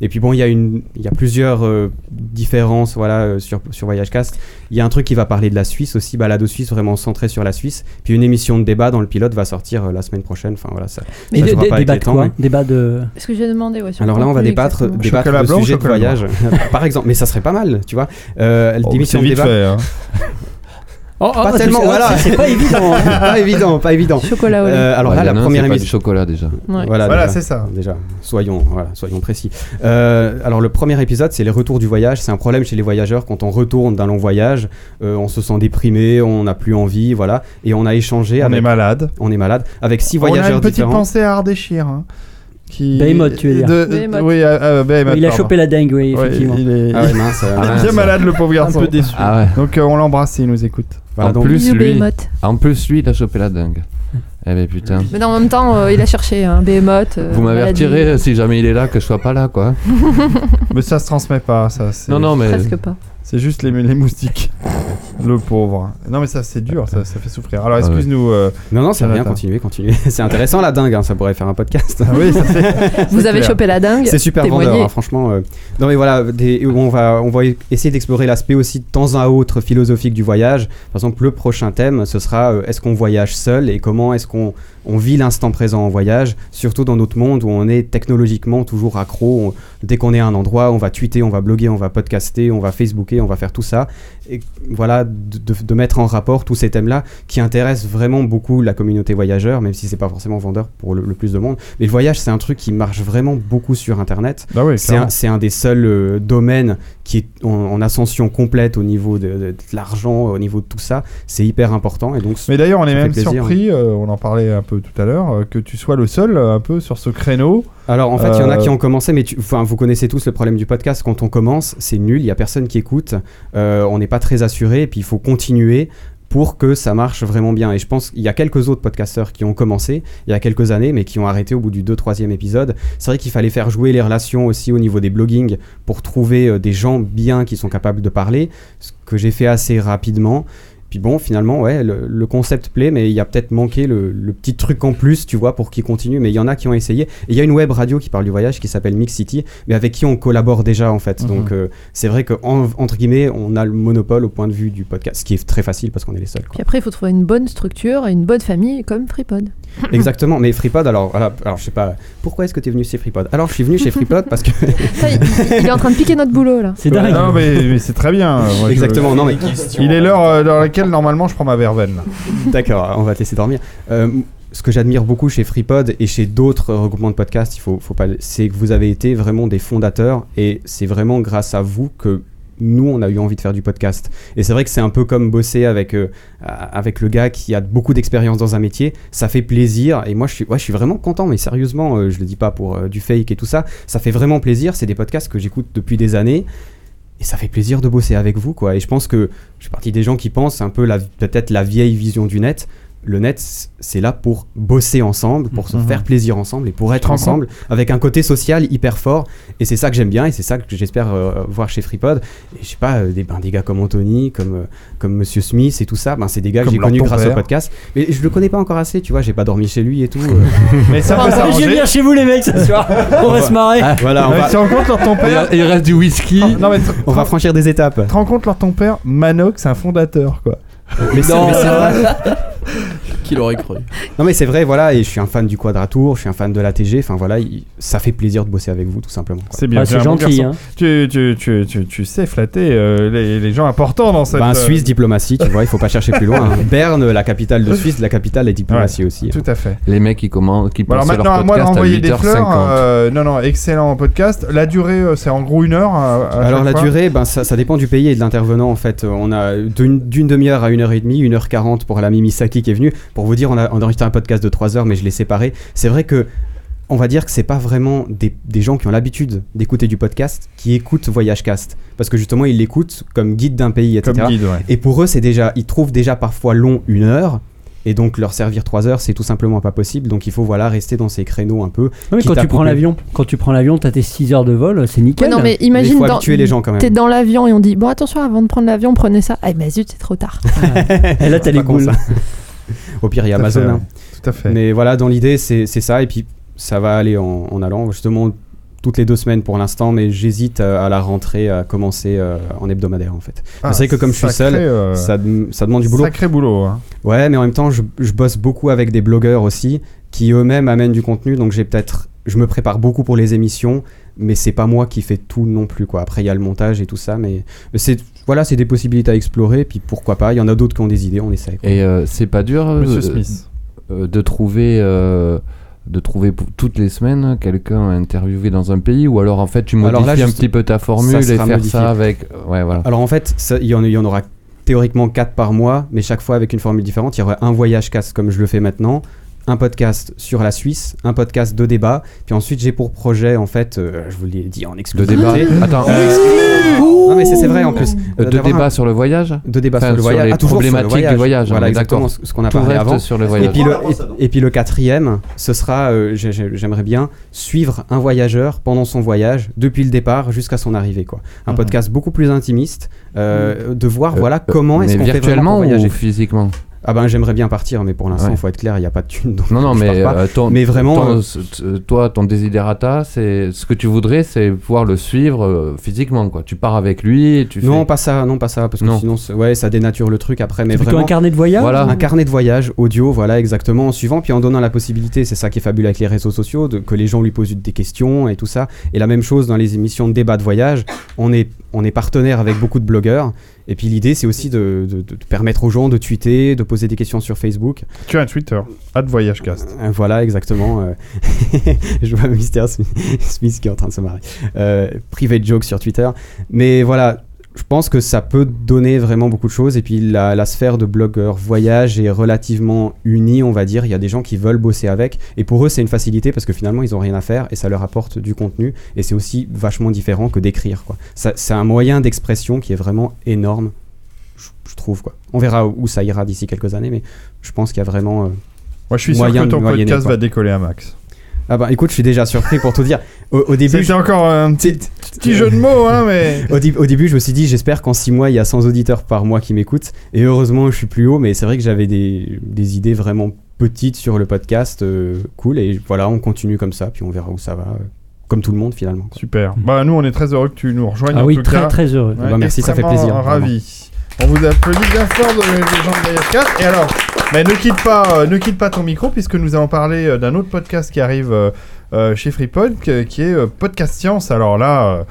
T: Et puis bon, il y, a une- il y a plusieurs euh, différences voilà, euh, sur, sur Voyage Cast. Il y a un truc qui va parler de la Suisse aussi, balade Suisse, vraiment centré sur la Suisse. Puis une émission de débat dans le pilote va sortir euh, la semaine prochaine. Enfin voilà, ça.
B: Mais
T: ça
B: dé-
T: jouera
B: dé-
T: pas avec
B: débat
T: les
B: de
T: temps,
B: quoi
T: mais-
B: Débat de.
C: C'est ce que j'ai demandé, ouais, sur
T: alors là, on va
C: contenu,
T: débattre,
C: exactement.
T: débattre
A: Chocolat
T: de
A: blanc ou
T: sujets de
A: chocolat
T: voyage, <laughs> par exemple. Mais ça serait pas mal, tu vois. Euh,
A: Oh,
T: l'émission
A: c'est
T: de
A: vite
T: débat.
A: fait, hein.
B: Oh,
T: pas
B: oh,
T: tellement,
B: c'est-
T: voilà.
B: c'est <laughs> pas évident. hein.
T: pas évident, pas évident.
C: Chocolat au lait.
T: Euh, alors
P: Ouais,
T: là,
P: il y
T: la
P: en a un,
T: première
P: c'est pas
T: émission.
P: du chocolat, déjà.
C: Ouais.
A: Voilà,
T: déjà.
A: c'est ça.
T: Déjà, soyons, voilà, soyons précis. Euh, alors le premier épisode, c'est les retours du voyage. C'est un problème chez les voyageurs quand on retourne d'un long voyage, euh, on se sent déprimé, on n'a plus envie, voilà. Et on a échangé.
A: On
T: avec,
A: est malade.
T: On est malade avec six
A: On a
T: voyageurs
A: une petite
T: différents.
A: pensée à Ardéchir. hein, qui...
B: Behemoth, tu veux dire.
A: de-
B: Behemoth.
A: Oui, euh, euh, Behemoth,
B: Il a
A: pardon.
B: chopé la dingue, oui,
A: Ouais,
B: effectivement.
A: il est,
T: Ah ouais, mince,
A: <laughs> il est
T: mince.
A: bien malade, le pauvre
T: Un
A: garçon.
T: peu déçu.
P: Ah ouais.
A: Donc euh, on l'embrasse s'il nous écoute.
P: En plus, lui, en plus, lui, il a chopé la dingue. Eh ben putain.
C: Mais non, en même temps, euh, il a cherché un Behemoth. euh,
P: Vous m'avez
C: maladie.
P: retiré euh, si jamais il est là, que je sois pas là, quoi.
A: <laughs>
T: euh.
A: mais ça se transmet pas, hein, ça. c'est-
P: Non, non, mais-
C: Presque pas.
A: C'est juste les, les
P: <laughs>
A: moustiques. le pauvre. Non, mais ça, c'est dur, ça, ça fait souffrir. Alors,
T: Ah ouais.
A: excuse-nous. euh,
T: Non, non, c'est rien,
A: Jonathan.
T: continuez, continuez. <laughs> C'est intéressant la dingue, hein, ça pourrait faire un podcast.
A: Ah oui, ça, c'est-
C: Vous avez chopé la dingue.
T: C'est super
C: témoignez.
T: vendeur, hein, franchement. euh. Non, mais voilà, des- on, va, on va essayer d'explorer l'aspect aussi de temps à autre philosophique du voyage. Par exemple, le prochain thème, ce sera euh, est-ce qu'on voyage seul et comment est-ce qu'on on vit l'instant présent en voyage, surtout dans notre monde où on est technologiquement toujours accro. On- dès qu'on est à un endroit, on va tweeter, on va bloguer, on va podcaster, on va Facebooker, on va faire tout ça. Et voilà, de, de- de mettre en rapport tous ces thèmes-là qui intéressent vraiment beaucoup la communauté voyageur, même si c'est pas forcément vendeur pour le, le plus de monde. Mais le voyage, c'est un truc qui marche vraiment beaucoup sur Internet.
A: Bah oui,
T: c'est, un,
A: clairement.
T: c'est un des seuls euh, domaines qui est en, en ascension complète au niveau de, de- de l'argent, au niveau de tout ça. C'est hyper important. Et donc,
A: Mais d'ailleurs, on
T: ça
A: est
T: fait
A: même
T: plaisir, hein.
A: surpris, euh, on en parlait un peu tout à l'heure, euh, que tu sois le seul euh, un peu sur ce créneau.
T: Alors en fait, il y en a
A: Euh,
T: qui ont commencé, mais tu- enfin, vous connaissez tous le problème du podcast. Quand on commence, c'est nul, il y a personne qui écoute, euh, on n'est pas très assuré, et puis il faut continuer pour que ça marche vraiment bien. Et je pense qu'il y a quelques autres podcasteurs qui ont commencé il y a quelques années, mais qui ont arrêté au bout du 2-3e épisode. C'est vrai qu'il fallait faire jouer les relations aussi au niveau des bloggings pour trouver euh, des gens bien qui sont capables de parler, ce que j'ai fait assez rapidement. Puis bon, finalement, ouais, le, le concept plaît, mais il y a peut-être manqué le, le petit truc en plus, tu vois, pour qu'il continue. Mais il y en a qui ont essayé. Et il y a une web radio qui parle du voyage qui s'appelle Mix City, mais avec qui on collabore déjà, en fait.
A: Mhm.
T: Donc euh, c'est vrai que, en- entre guillemets, on a le monopole au point de vue du podcast, ce qui est très facile parce qu'on est les
C: <laughs>
T: seuls. quoi.
C: <laughs> Puis après, il faut trouver une bonne structure et une bonne famille comme FreePod.
T: Exactement, mais FreePod, alors, voilà, alors je sais pas, pourquoi est-ce que tu es venu chez FreePod Alors je suis venu chez FreePod parce que.
C: Ça, il, il est en train de piquer notre boulot là.
T: C'est dingue.
A: Non, mais, mais c'est très bien. euh, moi, je-
T: Exactement, non, mais-
A: Il est l'heure euh, dans laquelle, normalement, je prends ma verveine. là.
T: <laughs> D'accord, on va te laisser dormir. Euh, ce que j'admire beaucoup chez FreePod et chez d'autres euh, regroupements de podcasts, il faut, faut pas, le- c'est que vous avez été vraiment des fondateurs et c'est vraiment grâce à vous que nous, on a eu envie de faire du podcast. Et c'est vrai que c'est un peu comme bosser avec, euh, a- avec le gars qui a beaucoup d'expérience dans un métier. Ça fait plaisir. Et moi, je suis, ouais, je suis vraiment content, mais sérieusement, euh, je le dis pas pour euh, du fake et tout ça. Ça fait vraiment plaisir. C'est des podcasts que j'écoute depuis des années et ça fait plaisir de bosser avec vous quoi et je pense que je suis partie des gens qui pensent un peu la peut-être la vieille vision du net le net, c- c'est là pour bosser ensemble, pour se
L: Mhm.
T: faire plaisir ensemble et pour être
L: rends
T: ensemble, avec un côté social hyper fort. Et c'est ça que j'aime bien et c'est ça que j'espère euh, voir chez FreePod. Et je sais pas, euh, des, ben, des gars comme Anthony, comme, euh, comme Monsieur Smith et tout ça, ben, c'est des gars que
L: Comme
T: j'ai
L: leur
T: connus
L: ton
T: grâce au
L: père.
T: podcast. Mais je le connais pas encore assez, tu vois, j'ai pas dormi chez lui et tout. euh.
L: <laughs>
A: Mais ça peut s'arranger.
B: Je viens chez vous, les mecs, ce soir. On va se marrer.
T: Ah, voilà, on
A: Ouais,
T: va-
A: Tu rencontres leur ton père.
T: Il reste du whisky.
A: Non, mais tu
T: On va franchir des étapes.
A: te rencontres leur ton père, Manox, un fondateur, quoi.
T: Mais c'est- mais c'est vrai.
R: Qui l'aurait cru
T: Non mais c'est vrai, voilà, et je suis un fan du Quadratour, je suis un fan de l'ATG, enfin voilà, il- ça fait plaisir de bosser avec vous tout simplement. quoi.
A: Ah, C'est hein. bien, tu es un bon
T: hein.
A: garçon. Tu, tu, tu, tu, tu sais flatter euh, les, les gens importants dans cette.
T: Ben,
A: euh,
T: Suisse, diplomatie, tu vois, il faut pas chercher plus
A: <laughs>
T: loin. hein. Berne, la capitale de Suisse, la capitale de la diplomatie aussi. hein.
A: Tout à fait.
P: Les mecs qui commencent, qui
A: Bon, Bah, alors
P: pensent
A: maintenant, à
P: leur
A: moi
P: podcast à
A: d'envoyer
P: 8h50.
A: des fleurs. euh, non, non, excellent podcast. La durée, euh, c'est en gros une heure. euh, à
T: Alors
A: chaque
T: la
A: fois.
T: durée, ben, ça, ça dépend du pays et de l'intervenant en fait. Euh, On a d'une d'une demi-heure à une heure et demie, une heure quarante pour la Mimi Saki qui est venue. Pour vous dire, on a, on a enregistré un podcast de trois heures, mais je l'ai séparé. C'est vrai que on va dire que c'est pas vraiment des, des gens qui ont l'habitude d'écouter du podcast qui écoutent Voyage Cast parce que justement ils l'écoutent comme guide d'un pays, etc.
A: Comme guide, ouais.
T: Et pour eux, c'est déjà, ils trouvent déjà parfois long une heure. Et donc leur servir trois heures, c'est tout simplement pas possible. Donc il faut voilà rester dans ces créneaux un peu.
B: Non, mais quand
T: quitte à
B: tu prends
T: couper.
B: l'avion, quand tu prends l'avion, t'as tes 6 heures de vol, c'est nickel.
C: Ouais, non, mais
B: <laughs>
C: imagine,
T: faut
C: dans-
T: habituer les gens, quand même.
C: t'es dans l'avion et on dit Bon, attention, avant de prendre l'avion, prenez ça. Ah, bah zut, c'est trop tard.
T: Et là, t'as les
B: goules.
T: <laughs> Au pire, il y a
A: Tout à
T: Amazon.
A: fait, ouais.
T: hein.
A: Tout à fait.
T: Mais voilà, dans l'idée, c'est c'est ça. Et puis, ça va aller en, en allant justement toutes les deux semaines pour l'instant, mais j'hésite euh, à la rentrée à commencer euh, en hebdomadaire en fait.
A: Ah,
T: Mais c'est vrai que comme je suis
A: sacré,
T: seul,
A: euh,
T: ça, dem- ça demande du boulot.
A: Sacré boulot. hein.
T: Ouais, mais en même temps, je, je bosse beaucoup avec des blogueurs aussi qui eux-mêmes amènent du contenu, donc j'ai peut-être, je me prépare beaucoup pour les émissions, mais c'est pas moi qui fais tout non plus quoi. Après, il y a le montage et tout ça, mais mais c'est voilà, c'est des possibilités à explorer. Puis pourquoi pas, il y en a d'autres qui ont des idées, on essaie. quoi.
P: Et euh, c'est pas dur euh,
T: Monsieur Smith.
P: euh, de trouver euh, de trouver pour- toutes les semaines euh, quelqu'un à interviewer dans un pays ou alors en fait tu modifies
T: Alors là,
P: un
T: juste-
P: petit peu ta
T: ça
P: formule et
T: sera
P: faire
T: modifié.
P: ça avec euh, ouais voilà.
T: Alors en fait, ça- il y, en- il y en aura théoriquement 4 par mois, mais chaque fois avec une formule différente. Il y aura un voyage casse comme je le fais maintenant, un podcast sur la Suisse, un podcast de débat, puis ensuite j'ai pour projet, en fait, euh, je vous l'ai dit en exclusivité.
P: débat Attends,
T: Euh,
P: en exclu
T: Non mais c'est c'est vrai en plus.
P: Euh, de
T: D'avoir
P: débat
T: un-
P: sur le voyage
T: De débat
P: Enfin,
T: sur le voyage.
P: les
T: Ah, toujours sur le
P: problématiques du voyage. on
T: Voilà
P: est
T: exactement
P: d'accord.
T: ce ce qu'on a
P: Tout
T: parlé
P: reste
T: avant.
P: sur le
T: Et
P: voyage.
T: puis le, et, et puis le quatrième, ce sera, euh, j'ai- j'ai- j'aimerais bien suivre un voyageur pendant son voyage, depuis le départ jusqu'à son arrivée. Quoi. Un podcast beaucoup plus intimiste, euh, de voir
P: Mhm. Euh,
T: voilà comment
P: euh,
T: est-ce qu'on
P: mais
T: fait vraiment
P: virtuellement
T: pour voyager.
P: ou physiquement
T: Ah ben j'aimerais bien partir, mais pour l'instant,
P: Ouais.
T: il faut être clair, il n'y a pas de thune. donc
P: Non, non,
T: je
P: mais,
T: pars pas.
P: euh, ton-
T: mais vraiment,
P: ton-
T: euh,
P: ce- ce- toi, ton desiderata, c'est ce que tu voudrais, c'est pouvoir le suivre euh, physiquement, quoi. Tu pars avec lui, et tu
T: non,
P: fais-
T: pas ça, non, pas ça, parce que
P: Non.
T: sinon, c'est- ouais, ça dénature le truc après. Mais
P: plutôt
T: vraiment,
P: un carnet de voyage Voilà.
T: un carnet de voyage audio, voilà, exactement, en suivant, puis en donnant la possibilité, c'est ça qui est fabuleux avec les réseaux sociaux, de- que les gens lui posent des questions et tout ça. Et la même chose dans les émissions de débat de voyage, on est, on est partenaire avec beaucoup de blogueurs. Et puis l'idée, c'est aussi de, de- de permettre aux gens de tweeter, de poser des questions sur Facebook.
A: Tu as un Twitter, VoyageCast.
T: Voilà, exactement. euh, <laughs> je vois Mister Smith, Smith qui est en train de se marrer. Euh, private joke sur Twitter. Mais voilà, je pense que ça peut donner vraiment beaucoup de choses. Et puis la, la sphère de blogueurs voyage est relativement unie, on va dire. Il y a des gens qui veulent bosser avec. Et pour eux, c'est une facilité parce que finalement, ils n'ont rien à faire et ça leur apporte du contenu. Et c'est aussi vachement différent que d'écrire. quoi. Ça- C'est un moyen d'expression qui est vraiment énorme, je, je trouve. quoi. On verra où ça ira d'ici quelques années, mais je pense qu'il y a vraiment. euh,
A: Moi, je suis sûr
T: moyen
A: que
T: de
A: ton
T: moyenner,
A: podcast
T: quoi.
A: va décoller à max.
T: Ah bah écoute, je suis déjà surpris pour tout dire. Au, au début,
A: C'était encore un
T: petit,
A: petit jeu de mots, hein, mais.
T: <laughs> au, di- au début, je me suis dit, j'espère qu'en 6 mois, il y a 100 auditeurs par mois qui m'écoutent. Et heureusement, je suis plus haut, mais c'est vrai que j'avais des, des idées vraiment petites sur le podcast. euh, cool, et voilà, on continue comme ça, puis on verra où ça va. euh, Comme tout le monde, finalement. quoi.
A: Super. Bah, nous, on est très heureux que tu nous rejoignes.
T: Ah
A: en
T: oui,
A: tout
T: très,
A: cas.
T: très heureux.
A: Ouais,
T: Bah, merci, ça fait
A: extrêmement
T: plaisir,
A: Ravi. On vous applaudit bien fort de, des gens de Voyage 4. Et alors, mais ne quitte pas, euh, ne quitte pas ton micro puisque nous allons parler euh, d'un autre podcast qui arrive euh, euh, chez FreePod, que- qui est euh, Podcast Science. Alors là. euh,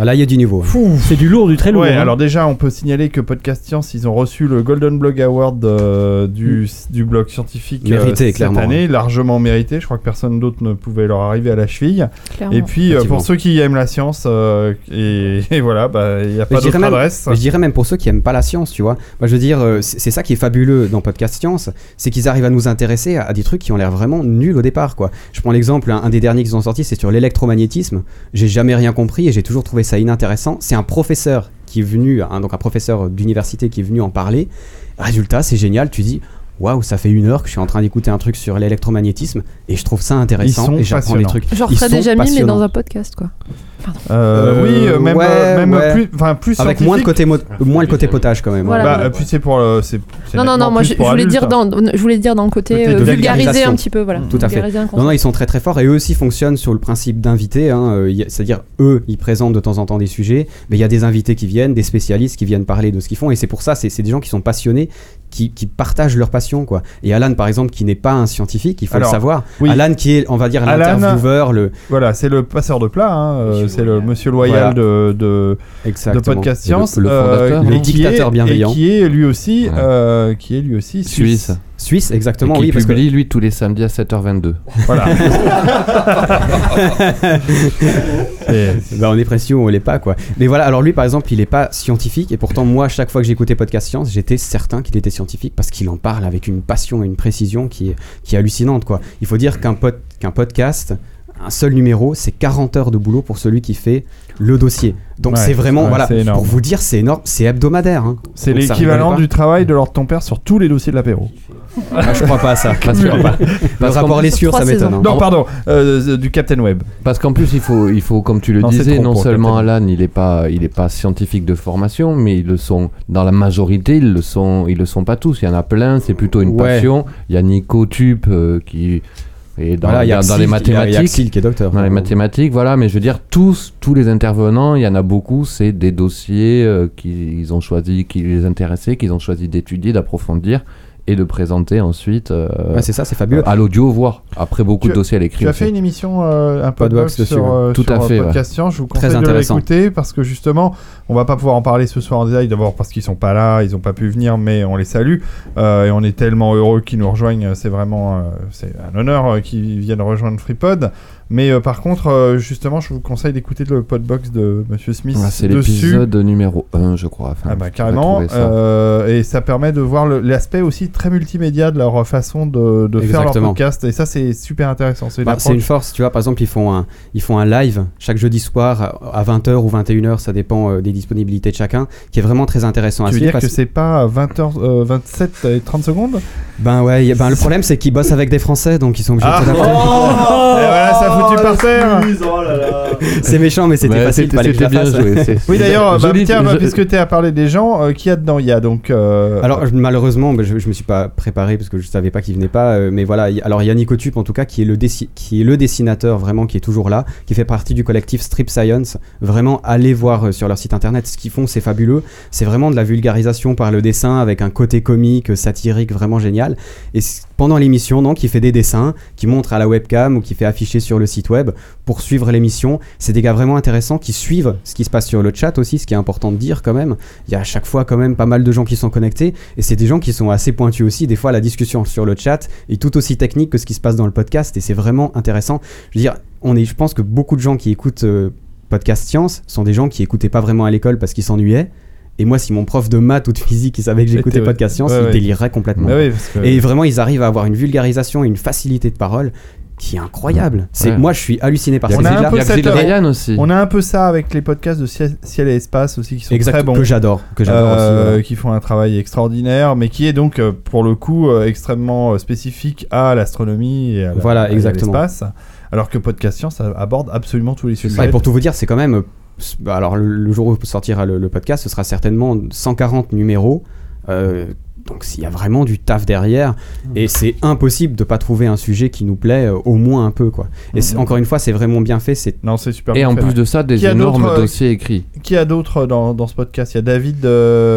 T: Ah, Là, il y a du niveau.
B: C'est du lourd, du très lourd.
A: Ouais,
B: hein.
A: alors déjà, on peut signaler que Podcast Science, ils ont reçu le Golden Blog Award euh, du, du blog scientifique euh,
T: Mm. Mérité,
A: cette
T: clairement,
A: année, largement mérité. Je crois que personne d'autre ne pouvait leur arriver à la cheville.
T: Clairement.
A: Et puis, euh,
T: Effectivement.
A: pour ceux qui aiment la science, euh, et, et voilà, bah, il n'y a
T: Mais
A: pas
T: je dirais
A: d'autre
T: même-
A: adresse.
T: mais Je dirais même pour ceux qui aiment pas la science, tu vois. Moi, je veux dire, euh, c'est c'est ça qui est fabuleux dans Podcast Science, c'est qu'ils arrivent à nous intéresser à, à des trucs qui ont l'air vraiment nuls au départ, quoi. Je prends l'exemple, un, un des derniers qu'ils ont sorti, c'est sur l'électromagnétisme. J'ai jamais rien compris et j'ai toujours trouvé ça inintéressant. C'est un professeur qui est venu, hein, donc un professeur d'université qui est venu en parler. Résultat, c'est génial. Tu dis. waouh, ça fait une heure que je suis en train d'écouter un truc sur l'électromagnétisme et je trouve ça
A: Ils
T: intéressant
A: sont
T: et j'apprends des
A: passionnants.
T: trucs.
C: Genre
T: Ils
C: ça
T: sont
C: déjà mis, mais
T: passionnants.
C: dans un podcast, quoi. Pardon.
A: Euh, oui, euh, même,
T: ouais,
A: euh, même
T: ouais.
A: plus, enfin plus
T: Avec moins le
A: scientifique.
T: côté, mo- moins le côté potage quand même.
C: Ah,
T: hein.
C: Voilà.
A: Bah, euh, puis c'est pour le- c'est- c'est
C: Non, non,
A: nettement
C: non, moi
A: plus
C: je,
A: pour hein,
C: je voulais
A: adulte.
C: dire dans, je voulais dire dans le côté
T: Côté
C: euh,
T: de
C: vulgariser
T: vulgarisation.
C: un petit peu, voilà.
T: Tout à fait.
C: Vulgariser un concept.
T: Non, non, ils sont très très forts et eux aussi fonctionnent sur le principe d'invités. hein, euh, y a- C'est-à-dire, eux, ils présentent de temps en temps des sujets, mais il y a des invités qui viennent, des spécialistes qui viennent parler de ce qu'ils font. Et c'est pour ça, c'est c'est des gens qui sont passionnés, qui, qui partagent leur passion. quoi. Et Alan, par exemple, qui n'est pas un scientifique, il faut
A: Alors,
T: le savoir.
A: oui.
T: Alan, qui est, on va dire,
A: Alan,
T: l'intervieweur, le.
A: Voilà, c'est le passeur de plat, hein, euh, c'est le monsieur
T: Voilà.
A: loyal de, de, de
T: Exactement.
A: Podcast
T: Et le-
A: Science,
T: le fondateur,
A: euh,
T: le
A: et qui
T: dictateur
A: est-
T: bienveillant.
A: et qui est lui aussi, euh, qui est lui aussi suisse.
T: Suisse, exactement,
P: Et qui
T: oui, parce que-
P: publie, lui, tous les samedis à 7h22.
T: <laughs>
A: <laughs> Voilà.
T: Eh ben, on est précis ou on l'est pas quoi. Mais voilà, alors lui par exemple, il est pas scientifique et pourtant moi chaque fois que j'écoutais podcast science, j'étais certain qu'il était scientifique parce qu'il en parle avec une passion et une précision qui est, qui est hallucinante quoi. Il faut dire qu'un pod- qu'un podcast un seul numéro, c'est 40 heures de boulot pour celui qui fait le dossier. Donc
A: Ouais,
T: c'est vraiment
A: ouais,
T: voilà,
A: c'est énorme.
T: pour vous dire c'est énorme, c'est hebdomadaire hein.
A: C'est
T: Donc, ça
A: l'équivalent
T: rigole pas.
A: du travail de l'ordre de ton père sur tous les dossiers de l'apéro.
T: Ah, je crois pas
A: <laughs>
T: à ça.
P: Parce
T: Je
P: que-
T: <laughs> crois pas. Le
P: parce qu'en
T: rapport
P: plus-
T: les sûrs, ça m'étonne. hein.
A: Non, pardon, euh, du Captain Web.
P: Parce qu'en plus, il faut, il faut, comme tu le
A: Non, c'est
P: disais,
A: trop
P: non
A: pour le
P: seulement Alan, il n'est pas, il est pas scientifique de formation, mais ils le sont, dans la majorité, ils le sont, ils le sont pas tous. Il y en a plein, c'est plutôt une
T: Ouais.
P: passion. Il y a Nico Tup euh, qui est dans,
T: Voilà, il y a
P: dans- dans
T: Axel- il y a- il
P: les
T: y a
P: mathématiques.
T: Axel qui est docteur. hein.
P: Dans les mathématiques, voilà, mais je veux dire, tous, tous les intervenants, il y en a beaucoup, c'est des dossiers euh, qu'ils ont choisi, qui les intéressaient, qu'ils ont choisi d'étudier, d'approfondir et de présenter ensuite euh,
T: Ouais, c'est ça, c'est fabuleux.
P: à l'audio, voire après beaucoup
A: Tu-
P: de dossiers à l'écrit.
A: Tu as
P: aussi.
A: fait une émission, euh, un
P: Podbox
A: podcast
P: dessus,
A: sur,
P: ouais.
A: euh,
P: Tout
A: sur,
P: à
A: euh,
P: fait,
A: Podcast
P: ouais.
A: Science. Je vous
P: Très
A: conseille de
P: intéressant.
A: l'écouter parce que justement, on va pas pouvoir en parler ce soir en détail. D'abord parce qu'ils sont pas là, ils ont pas pu venir, mais on les salue Euh, et on est tellement heureux qu'ils nous rejoignent. C'est vraiment, euh, c'est un honneur euh, qu'ils viennent rejoindre FreePod. Mais euh, par contre, euh, justement, je vous conseille d'écouter le podbox de Monsieur Smith
P: Ouais, c'est
A: dessus.
P: l'épisode numéro 1, je crois. Enfin,
A: Ah bah
P: faudrait
A: carrément,
P: trouver ça.
A: euh, et ça permet de voir le- l'aspect aussi très multimédia de leur façon de, de faire leur
T: Exactement.
A: podcast, et ça c'est super intéressant. C'est une
T: Bah, C'est
A: approche-
T: une force, tu vois. Par exemple, ils font un, ils font un live chaque jeudi soir à 20h ou 21h, ça dépend euh, des disponibilités de chacun, qui est vraiment très intéressant à
A: Tu veux
T: suivre.
A: dire que
T: parce-
A: c'est pas euh, 20h, 27 et 30 secondes
T: Ben ouais, y a- ben
A: <laughs>
T: le problème c'est qu'ils bossent avec des Français, donc ils sont obligés
A: Ah.
T: de s'adapter.
P: Oh
A: Et voilà, ça foutu par terre
P: hein.
T: C'est méchant, mais c'était
P: Ouais,
T: facile.
P: c'était-
T: fallait que je la
P: c'était bien
T: fasse. <laughs>
P: joué, c'est-
A: Oui d'ailleurs, bah,
P: Joli-
A: tiens, bah,
P: je-
A: puisque tu as parlé des gens, euh, qui y a dedans Il y a donc... euh,
T: Alors je- malheureusement, bah, je, je me suis pas préparé parce que je savais pas qu'il venait pas. euh, mais voilà, y- alors il y a Nico Tup, en tout cas qui est le dessi- qui est le dessinateur vraiment qui est toujours là, qui fait partie du collectif Strip Science. Vraiment, allez voir euh, sur leur site internet ce qu'ils font, c'est fabuleux. C'est vraiment de la vulgarisation par le dessin avec un côté comique, euh, satirique, vraiment génial. Et c- pendant l'émission, donc, il fait des dessins, qui montre à la webcam ou qui fait afficher sur le site web pour suivre l'émission. C'est des gars vraiment intéressants qui suivent ce qui se passe sur le chat aussi, ce qui est important de dire quand même. Il y a à chaque fois quand même pas mal de gens qui sont connectés et c'est des gens qui sont assez pointus aussi. Des fois, la discussion sur le chat est tout aussi technique que ce qui se passe dans le podcast et c'est vraiment intéressant. Je veux dire, on est, je pense que beaucoup de gens qui écoutent euh, Podcast Science sont des gens qui écoutaient pas vraiment à l'école parce qu'ils s'ennuyaient. Et moi, si mon prof de maths ou de physique il savait que j'écoutais
A: J'étais-
T: Podcast Science,
A: ouais,
T: il
A: ouais.
T: délirait complètement.
A: Bah oui, parce que-
T: Et vraiment, ils arrivent à avoir une vulgarisation et une facilité de parole qui est incroyable. C'est
P: Ouais.
T: Moi, je suis halluciné par ces
A: on a,
T: filles-là.
A: un peu cette- euh,
P: Ryan aussi.
A: on a un peu ça avec les podcasts de Ciel Ciel et Espace aussi qui sont
T: Exact,
A: très bons.
T: que j'adore, que j'adore aussi,
A: Euh,
T: voilà.
A: Qui font un travail extraordinaire, mais qui est donc euh, pour le coup euh, extrêmement euh, spécifique à l'astronomie et à la-
T: Voilà,
A: et à
T: exactement.
A: l'espace. Alors que Podcast Science ça aborde absolument tous les sujets.
T: Ouais, pour tout vous dire, c'est quand même. euh, s- bah, Alors, le, le jour où sortira le, le podcast, ce sera certainement 140 numéros. euh, donc, s'il y a vraiment du taf derrière,
A: Mmh.
T: et c'est impossible de pas trouver un sujet qui nous plaît euh, au moins un peu, quoi. Et c'est-
A: Mhm.
T: encore une fois, c'est vraiment bien fait. C'est
A: Non, c'est super.
P: Et
A: bien
P: en
A: fait,
P: plus
A: ouais.
P: de ça, des
A: Qui a d'autres,
P: énormes
A: euh,
P: dossiers écrits.
A: Qui a d'autres euh, dans, dans ce podcast Il y a David.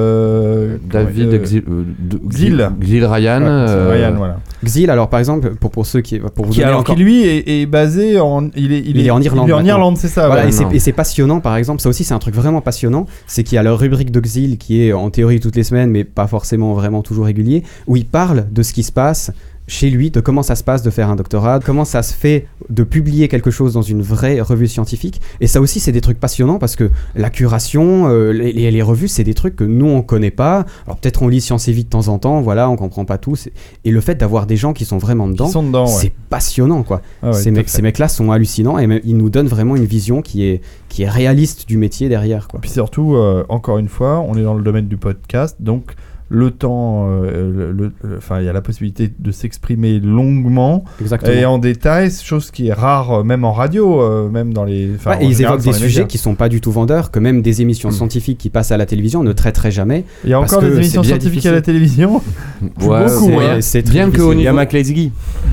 A: euh,
P: David
A: euh,
P: Xil- euh, de-
A: Xil.
P: Xil Ryan.
A: Ouais, c'est
P: euh,
A: Ryan, voilà.
T: Xil, alors par exemple, pour, pour ceux qui. Pour vous
A: Qui,
T: donner
A: alors,
T: encore-
A: qui, lui est, est basé en. Il est,
T: il, est, en Irlande.
A: Il est en
T: maintenant.
A: Irlande, c'est ça.
T: Voilà,
A: ouais.
T: et c'est- et c'est passionnant, par exemple. Ça aussi, c'est un truc vraiment passionnant. C'est qu'il y a leur rubrique d'Auxil qui est en théorie toutes les semaines, mais pas forcément vraiment toujours régulier, où il parle de ce qui se passe chez lui, de comment ça se passe de faire un doctorat, comment ça se fait de publier quelque chose dans une vraie revue scientifique. Et ça aussi, c'est des trucs passionnants parce que la curation, euh, les, les- les revues, c'est des trucs que nous, on connaît pas. Alors peut-être on lit Science et Vie de temps en temps, voilà, on comprend pas tout. C'est- Et le fait d'avoir des gens qui sont vraiment dedans,
A: sont dedans, ouais.
T: c'est passionnant, quoi.
A: Ah ouais,
T: Ces
A: tout à
T: mecs-
A: fait.
T: ces mecs-là sont hallucinants et même- ils nous donnent vraiment une vision qui est, qui est réaliste du métier derrière. Quoi.
A: Puis surtout, euh, encore une fois, on est dans le domaine du podcast, donc le temps, euh, le- le- le- enfin, il y a la possibilité de s'exprimer longuement
T: Exactement.
A: et en détail, chose qui est rare euh, même en radio, euh, même dans les. enfin,
T: Ouais,
A: en
T: et ils
A: général,
T: évoquent
A: dans
T: des
A: les médias.
T: sujets qui sont pas du tout vendeurs, que même des émissions
A: Mm.
T: scientifiques qui passent à la télévision ne traiteraient jamais.
A: Il y a
T: parce
A: encore
T: que
A: des
T: c'est
A: émissions
T: bien
A: scientifiques à la
T: difficile. <laughs>
A: télévision Plus beaucoup,
T: c'est-
A: hein.
T: c'est très difficile. Il y a
N: McLeadsgy.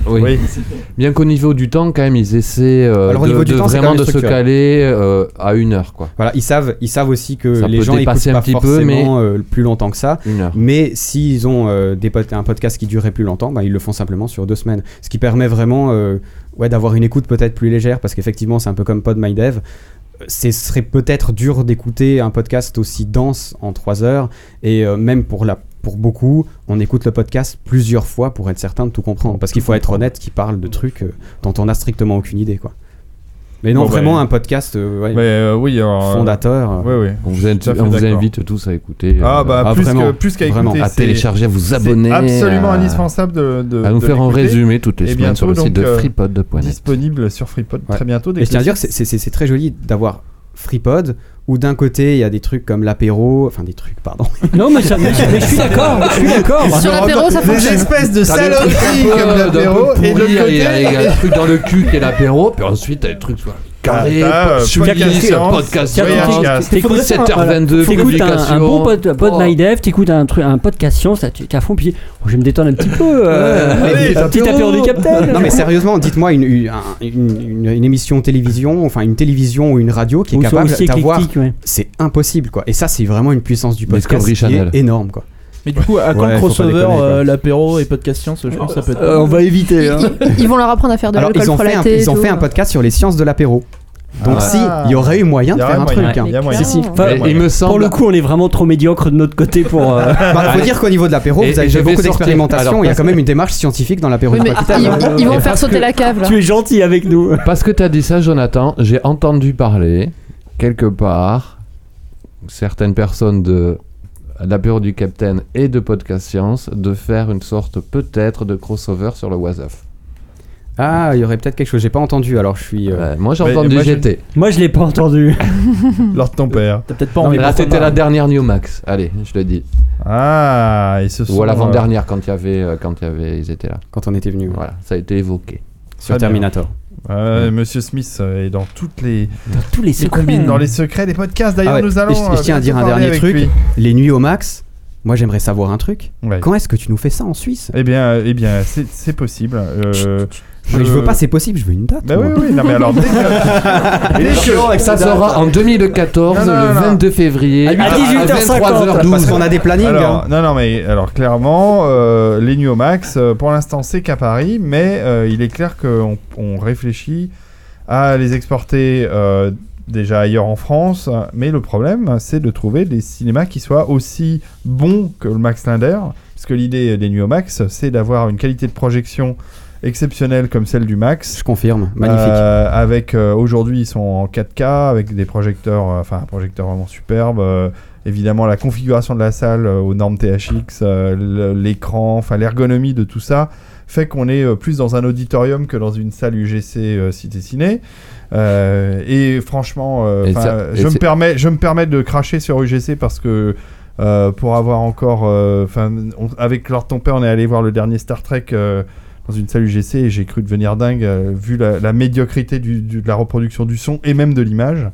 P: Oui. Bien qu'au niveau du temps, quand même, ils essaient euh,
T: Alors, au
P: de,
T: niveau du
P: de
T: temps, c'est quand
P: vraiment
T: même
P: de se
T: structuré.
P: caler euh, à une heure, quoi.
T: Voilà, ils savent, ils savent aussi que
P: Ça
T: les
P: peut
T: gens écoutent
P: dépasser un
T: pas
P: petit peu,
T: forcément
P: mais-
T: euh, plus longtemps que ça. Mais s'ils ont euh, des pod- un podcast qui durait plus longtemps, bah, ils le font simplement sur deux semaines. Ce qui permet vraiment euh, ouais, d'avoir une écoute peut-être plus légère, parce qu'effectivement, c'est un peu comme Pod My Dev. Euh, Ce serait peut-être dur d'écouter un podcast aussi dense en trois heures, et euh, même pour, la, pour beaucoup, on écoute le podcast plusieurs fois pour être certain de tout comprendre. Parce qu'il faut être honnête, qu'il parle de trucs euh, dont on n'a strictement aucune idée. quoi. Mais non,
A: Bon, bah,
T: vraiment un podcast euh, ouais,
A: Mais, euh, oui, alors, euh,
T: fondateur.
A: ouais, ouais.
P: On vous, invite-
A: Tout à fait
P: on vous
A: d'accord.
P: invite tous à écouter. euh,
A: Ah bah
T: Ah,
A: plus
T: vraiment,
A: que- plus qu'à
T: vraiment.
A: écouter,
P: à
A: c'est-
P: télécharger, à vous
A: c'est
P: abonner.
A: Absolument
P: à-
A: indispensable de, de
P: à nous
A: de
P: faire un
A: l'écouter.
P: résumé toutes les
A: Et
P: semaines sur
A: bientôt,
P: le site
A: donc,
P: de
A: euh,
P: freepod.net.
A: Disponible sur Freepod très bientôt.
T: Et
A: dès que
T: je tiens à
A: le
T: dire que
A: site-
T: c'est- c'est c'est- c'est très joli d'avoir FreePod où d'un côté il y a des trucs comme l'apéro, enfin des trucs, pardon.
B: Non, mais, ça- mais- mais je suis d'accord, je suis d'accord.
T: Sur l'apéro, ça
A: Des
T: fonctionne.
A: espèces de
P: T'as des trucs
A: saloperies
P: un peu-
A: comme
P: d'un peu
A: l'apéro et de l'autre
P: pourris,
A: côté.
P: Il y a il y a un truc dans le cul qui est l'apéro, puis ensuite t'as des trucs sur carré,
A: Ah, bah,
P: suivi,
A: podcast,
P: euh, podcast,
A: voyage,
P: podcast,
A: podcast.
P: t'écoutes
A: Faudrait faire un-
P: 7h22,
B: T'écoutes un, un bon
P: publication.
B: pod, pod My Dev, t'écoutes un, truc- un podcast science, là, tu t'es à fond, puis oh, je vais me détendre un petit peu. euh, un petit apéro du capitaine.
T: Non mais sérieusement, dites-moi une, une, une- une émission télévision, enfin une télévision ou une radio qui est
B: Ou soit
T: capable
B: aussi
T: d'avoir.
B: éclectique, ouais.
T: C'est impossible quoi. Et ça c'est vraiment une puissance du podcast
P: Discovery
T: qui
P: Channel.
T: est énorme quoi.
L: Mais du coup, à quand
T: Ouais,
L: le
T: faut pas
L: crossover,
T: déconner, quoi.
L: euh, l'apéro et podcast science, je pense que ça peut être.
T: Euh, on va éviter, hein.
C: Ils vont leur apprendre à faire de
T: Alors
C: l'alcool
T: ils ont fait, un,
C: frelaté et
T: ils ont
C: tout.
T: fait un podcast sur les sciences de l'apéro. Donc
B: Ah.
T: si, il y aurait eu moyen
B: Il
T: de
B: y aurait
T: faire un
B: moyen,
T: truc. hein.
B: il y a moyen.
T: Si, si.
B: Enfin, Pour le coup, on est vraiment trop médiocre de notre côté pour. euh,
T: <laughs> Bah, faut dire qu'au niveau de l'apéro,
B: Et-
T: vous
B: et je
T: avez
B: vais
T: beaucoup
B: sortir. Alors,
T: d'expérimentation. Il y a quand même une démarche scientifique dans l'apéro.
C: Oui,
P: ah,
T: du
P: bah,
C: mais
T: Capitaine,
C: ils-
T: hein.
C: ils- ils vont
T: Et
C: faire
T: parce
C: sauter
T: que-
C: la cave. Là.
B: Tu es gentil avec nous.
P: Parce que t'as dit ça, Jonathan, j'ai entendu parler quelque part certaines personnes de l'apéro du Capitaine et de Podcast Science de faire une sorte peut-être de crossover sur le WhatsApp.
T: Ah, il y aurait peut-être quelque chose. J'ai pas entendu. Alors je suis. euh,
P: moi j'ai entendu GT.
B: Moi je l'ai
T: <laughs>
B: pas entendu.
A: Lors
T: euh,
A: de ton père.
L: T'as peut-être
P: Non, mais là c'était la dernière New Max. Allez, je le dis.
A: Ah, ils se sont.
P: Ou à l'avant-dernière quand il y avait, euh, quand il y avait, ils étaient là.
T: Quand on était venu.
P: Voilà, ça a été évoqué.
T: Sur
A: <laughs>
T: Terminator. Mm.
A: Euh, Monsieur Smith euh, est dans toutes les,
B: tous les secrets.
C: Hmm.
A: combines, dans les secrets des podcasts. D'ailleurs,
T: Ah ouais.
A: nous
T: Et
A: allons.
T: je- et je,
A: euh,
T: tiens à dire un
A: bientôt parler
T: dernier
A: avec
T: truc.
A: lui.
T: Les nuits au max. Moi, j'aimerais savoir un truc.
A: Ouais.
T: Quand est-ce que tu nous fais ça en Suisse
A: Eh bien, euh, eh bien, c'est c'est possible. Euh,
T: Non, mais je veux pas, c'est possible. Je veux une date.
A: Bah oui,
T: moi.
A: oui, non mais alors
T: <laughs>
A: dès que, dès que-
P: ça sera en 2014,
A: Non, non, non,
P: le
A: non.
P: 22 février,
A: À 18h50.
P: 23h12.
T: Parce qu'on a des plannings.
A: Alors,
T: hein.
A: non, non, mais alors clairement, euh, les nuits au max, euh, pour l'instant, c'est qu'à Paris, mais euh, il est clair qu'on on réfléchit à les exporter euh, déjà ailleurs en France. Mais le problème, c'est de trouver des cinémas qui soient aussi bons que le Max Linder, parce que l'idée des nuits au max, c'est d'avoir une qualité de projection exceptionnelle comme celle du Max.
T: Je confirme. Magnifique.
A: Euh, avec euh, aujourd'hui, ils sont en 4K avec des projecteurs, euh, enfin un projecteur vraiment superbe. euh, évidemment, la configuration de la salle euh, aux normes THX, euh, le- l'écran, enfin l'ergonomie de tout ça fait qu'on est euh, plus dans un auditorium que dans une salle UGC euh, Cité Ciné. Euh, et franchement, euh,
P: Et
A: enfin,
P: ça- et
A: je me
P: c'est-
A: permets, je me permets de cracher sur UGC parce que. euh, pour avoir encore, euh, enfin, on- avec Lord Ton Père, on est allé voir le dernier Star Trek euh, dans une salle UGC et j'ai cru devenir dingue euh, vu la, la médiocrité du- du- de la reproduction du son et même de l'image.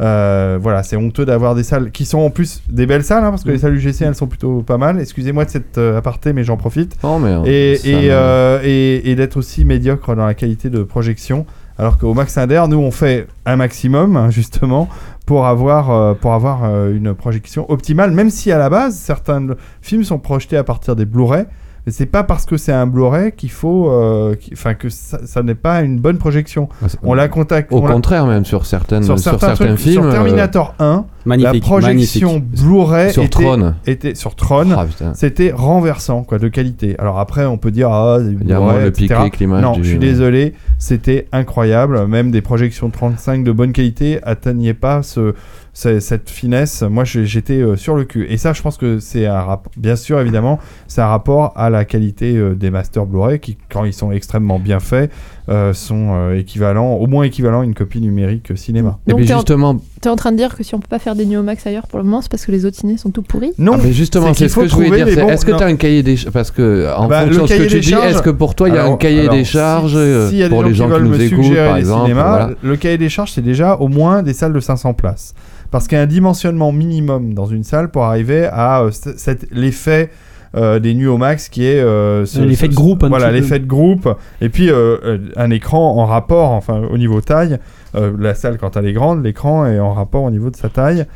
A: Euh, voilà, c'est honteux d'avoir des salles qui sont en plus des belles salles, hein,
P: Mm.
A: parce que les salles UGC elles sont plutôt pas mal. Excusez-moi de cette euh, aparté, mais j'en profite.
P: Non, mais, euh,
A: et
P: ça
A: et,
P: me-
A: euh, et- et d'être aussi médiocre dans la qualité de projection, alors qu'au Max Inder, nous on fait un maximum hein, justement pour avoir euh, pour avoir euh, une projection optimale, même si à la base certains films sont projetés à partir des Blu-ray. Mais c'est pas parce que c'est un Blu-ray qu'il faut, euh, qu'il- enfin que ça, ça n'est pas une bonne projection. On la contacte.
P: Au
A: on la-
P: contraire, même sur, certaines,
A: sur certains, trucs,
P: films. euh,
A: sur Terminator 1, la
P: magnifique,
A: projection
P: magnifique.
A: Blu-ray
P: Sur
A: était,
P: Tron.
A: était- sur Tron,
P: Ah, putain.
A: c'était renversant quoi de qualité. Alors après, on peut dire ah, c'est
P: Il y a
A: Blu-ray,
P: moins le
A: etc.
P: piqué que l'image
A: Non,
P: du-
A: je suis désolé, c'était incroyable. Même des projections de 35 de bonne qualité atteignaient pas ce ce- cette finesse, moi j'ai- j'étais euh, sur le cul. Et ça, je pense que c'est un rapport, bien sûr, évidemment, c'est un rapport à la qualité euh, des masters Blu-ray qui, quand ils sont extrêmement bien faits, euh, sont euh, équivalents, au moins équivalents à une copie numérique euh, cinéma.
C: Donc, t'es en- T'es en train de dire que si on peut pas faire des New Max ailleurs pour le moment, c'est parce que les autres ciné sont tout pourris
A: Non,
P: Ah, mais justement,
A: c'est qu'il
P: c'est ce
A: faut
P: que je voulais
A: trouver
P: dire.
A: les
P: c'est
A: bons-
P: Est-ce que tu
A: non.
P: as un cahier des charges Parce que, en
A: Bah,
P: fonction
A: le
P: de ce que
A: cahier
P: tu
A: des
P: dis,
A: charges-
P: est-ce que pour toi, il y a un
A: Alors,
P: cahier
A: alors,
P: des charges
A: si-
P: euh,
A: s'il y a des
P: pour les gens qui
A: veulent
P: nous
A: me
P: écoutent,
A: suggérer
P: par
A: des
P: exemple
A: cinémas,
P: voilà.
A: Le cahier des charges, c'est déjà au moins des salles de 500 places. Parce qu'il y a un dimensionnement minimum dans une salle pour arriver à euh, c- cet- l'effet. euh, des nuits au max qui est euh, ce-
U: L'effet
A: ce-
U: de groupe, un
A: voilà
U: petit peu.
A: l'effet de groupe et puis euh, euh, un écran en rapport enfin au niveau taille Euh, la salle quand elle est grande l'écran est en rapport au niveau de sa taille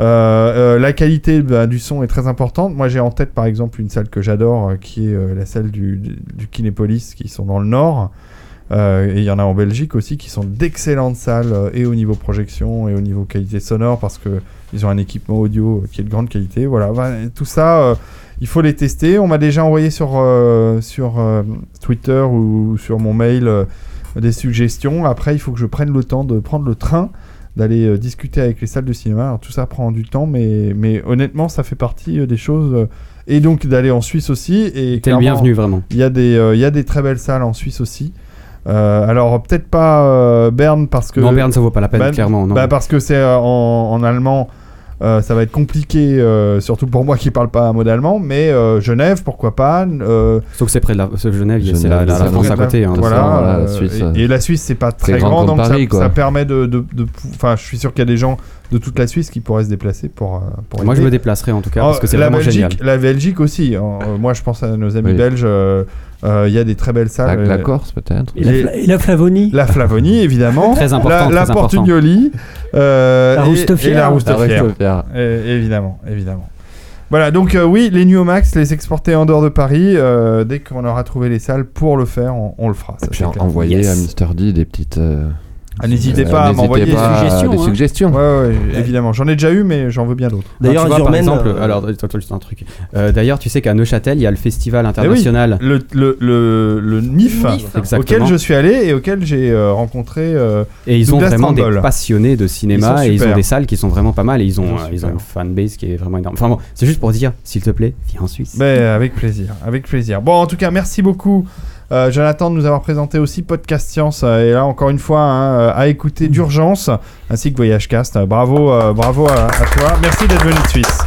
A: Euh, euh, la qualité bah, du son est très importante moi j'ai en tête par exemple une salle que j'adore euh, qui est euh, la salle du, du, du Kinépolis qui sont dans le nord euh, et il y en a en Belgique aussi qui sont d'excellentes salles euh, et au niveau projection et au niveau qualité sonore parce que ils ont un équipement audio euh, qui est de grande qualité. Voilà, Voilà, et tout ça, euh, il faut les tester. On m'a déjà envoyé sur euh, sur euh, Twitter ou sur mon mail euh, des suggestions. Après, il faut que je prenne le temps de prendre le train d'aller euh, discuter avec les salles de cinéma. Alors, tout ça prend du temps, mais, mais honnêtement, ça fait partie euh, des choses. euh, et donc d'aller en Suisse aussi. Et
T: T'es le
A: clairement,
T: bienvenu, vraiment.
A: Il y, a des, euh, il y a des très belles salles en Suisse aussi. Euh, alors peut-être pas euh, Berne parce que
T: Non, Berne, ça vaut pas la peine,
A: Bah,
T: clairement, non.
A: bah, parce que c'est euh, en, en allemand. euh, ça va être compliqué, euh, surtout pour moi qui parle pas un mot d'allemand, mais euh, Genève, pourquoi pas. euh,
T: Sauf que c'est près de la sauf Genève, il y a- c'est la, la- la
A: Genève,
T: France à
A: la-
T: côté. hein, de
A: voilà,
T: ça,
A: euh, et, et la Suisse, c'est pas très grand, donc ça- ça, permet de. de- de pou- Enfin, je suis sûr qu'il y a des gens de toute la Suisse qui pourraient se déplacer pour. euh, pour
T: Moi, je
A: aider.
T: me déplacerai, en tout cas,
A: Ah,
T: parce que c'est
A: la
T: vraiment
A: Belgique,
T: génial.
A: La Belgique aussi. en- euh, moi, je pense à nos amis
P: Oui.
A: belges. euh, euh, Il y a des très belles salles.
P: La- la
A: euh,
P: Corse, peut-être.
A: et
P: La
A: les-
P: Fla- et
B: la Flavonie.
A: La Flavonie, évidemment.
P: Très important,
A: La,
P: très
A: la
P: important.
A: Portugnoli. euh,
P: La
A: et-
P: Rousteaufière.
A: Et la
P: La
A: Rousteaufière.
P: Rousteaufière.
A: Euh, évidemment, évidemment. Voilà, donc euh, oui, les New Max, les exporter en dehors de Paris. euh, dès qu'on aura trouvé les salles pour le faire, on, on le fera. ça,
P: Puis
A: c'est
P: en-
A: clair.
P: envoyer à Mr. D des petites. euh,
A: Ah, N'hésitez
P: euh,
A: pas à m'envoyer hein.
P: pas à- Des suggestions.
A: Ouais, ouais, évidemment. J'en ai déjà eu, mais j'en veux bien d'autres.
T: D'ailleurs, Ah, euh, tu vois, par exemple,
A: euh,
T: alors, attends, attends, juste un truc. Euh, D'ailleurs, tu sais qu'à Neuchâtel, il y a le festival
A: Eh oui,
T: international.
A: le, le, le, le NIF,
T: Exactement.
A: auquel je suis allé et auquel j'ai euh, rencontré. euh,
T: Et ils ont
A: Douglas
T: vraiment des
A: Trumbull.
T: passionnés de
A: Ils sont
T: cinéma et ils
A: super.
T: ont des salles qui sont vraiment pas mal et ils ont,
A: Ils sont
T: euh, ils ont
A: super.
T: une fanbase qui est vraiment énorme. Enfin bon, c'est juste pour dire, s'il te plaît, viens en Suisse.
A: Ben, avec plaisir, avec plaisir. Bon, en tout cas, merci beaucoup. euh, Jonathan de nous avoir présenté aussi Podcast Science euh, et là encore une fois hein, euh, à écouter d'urgence ainsi que Voyage Cast. Euh, Bravo, euh, bravo à, à toi. Merci d'être venu de Suisse.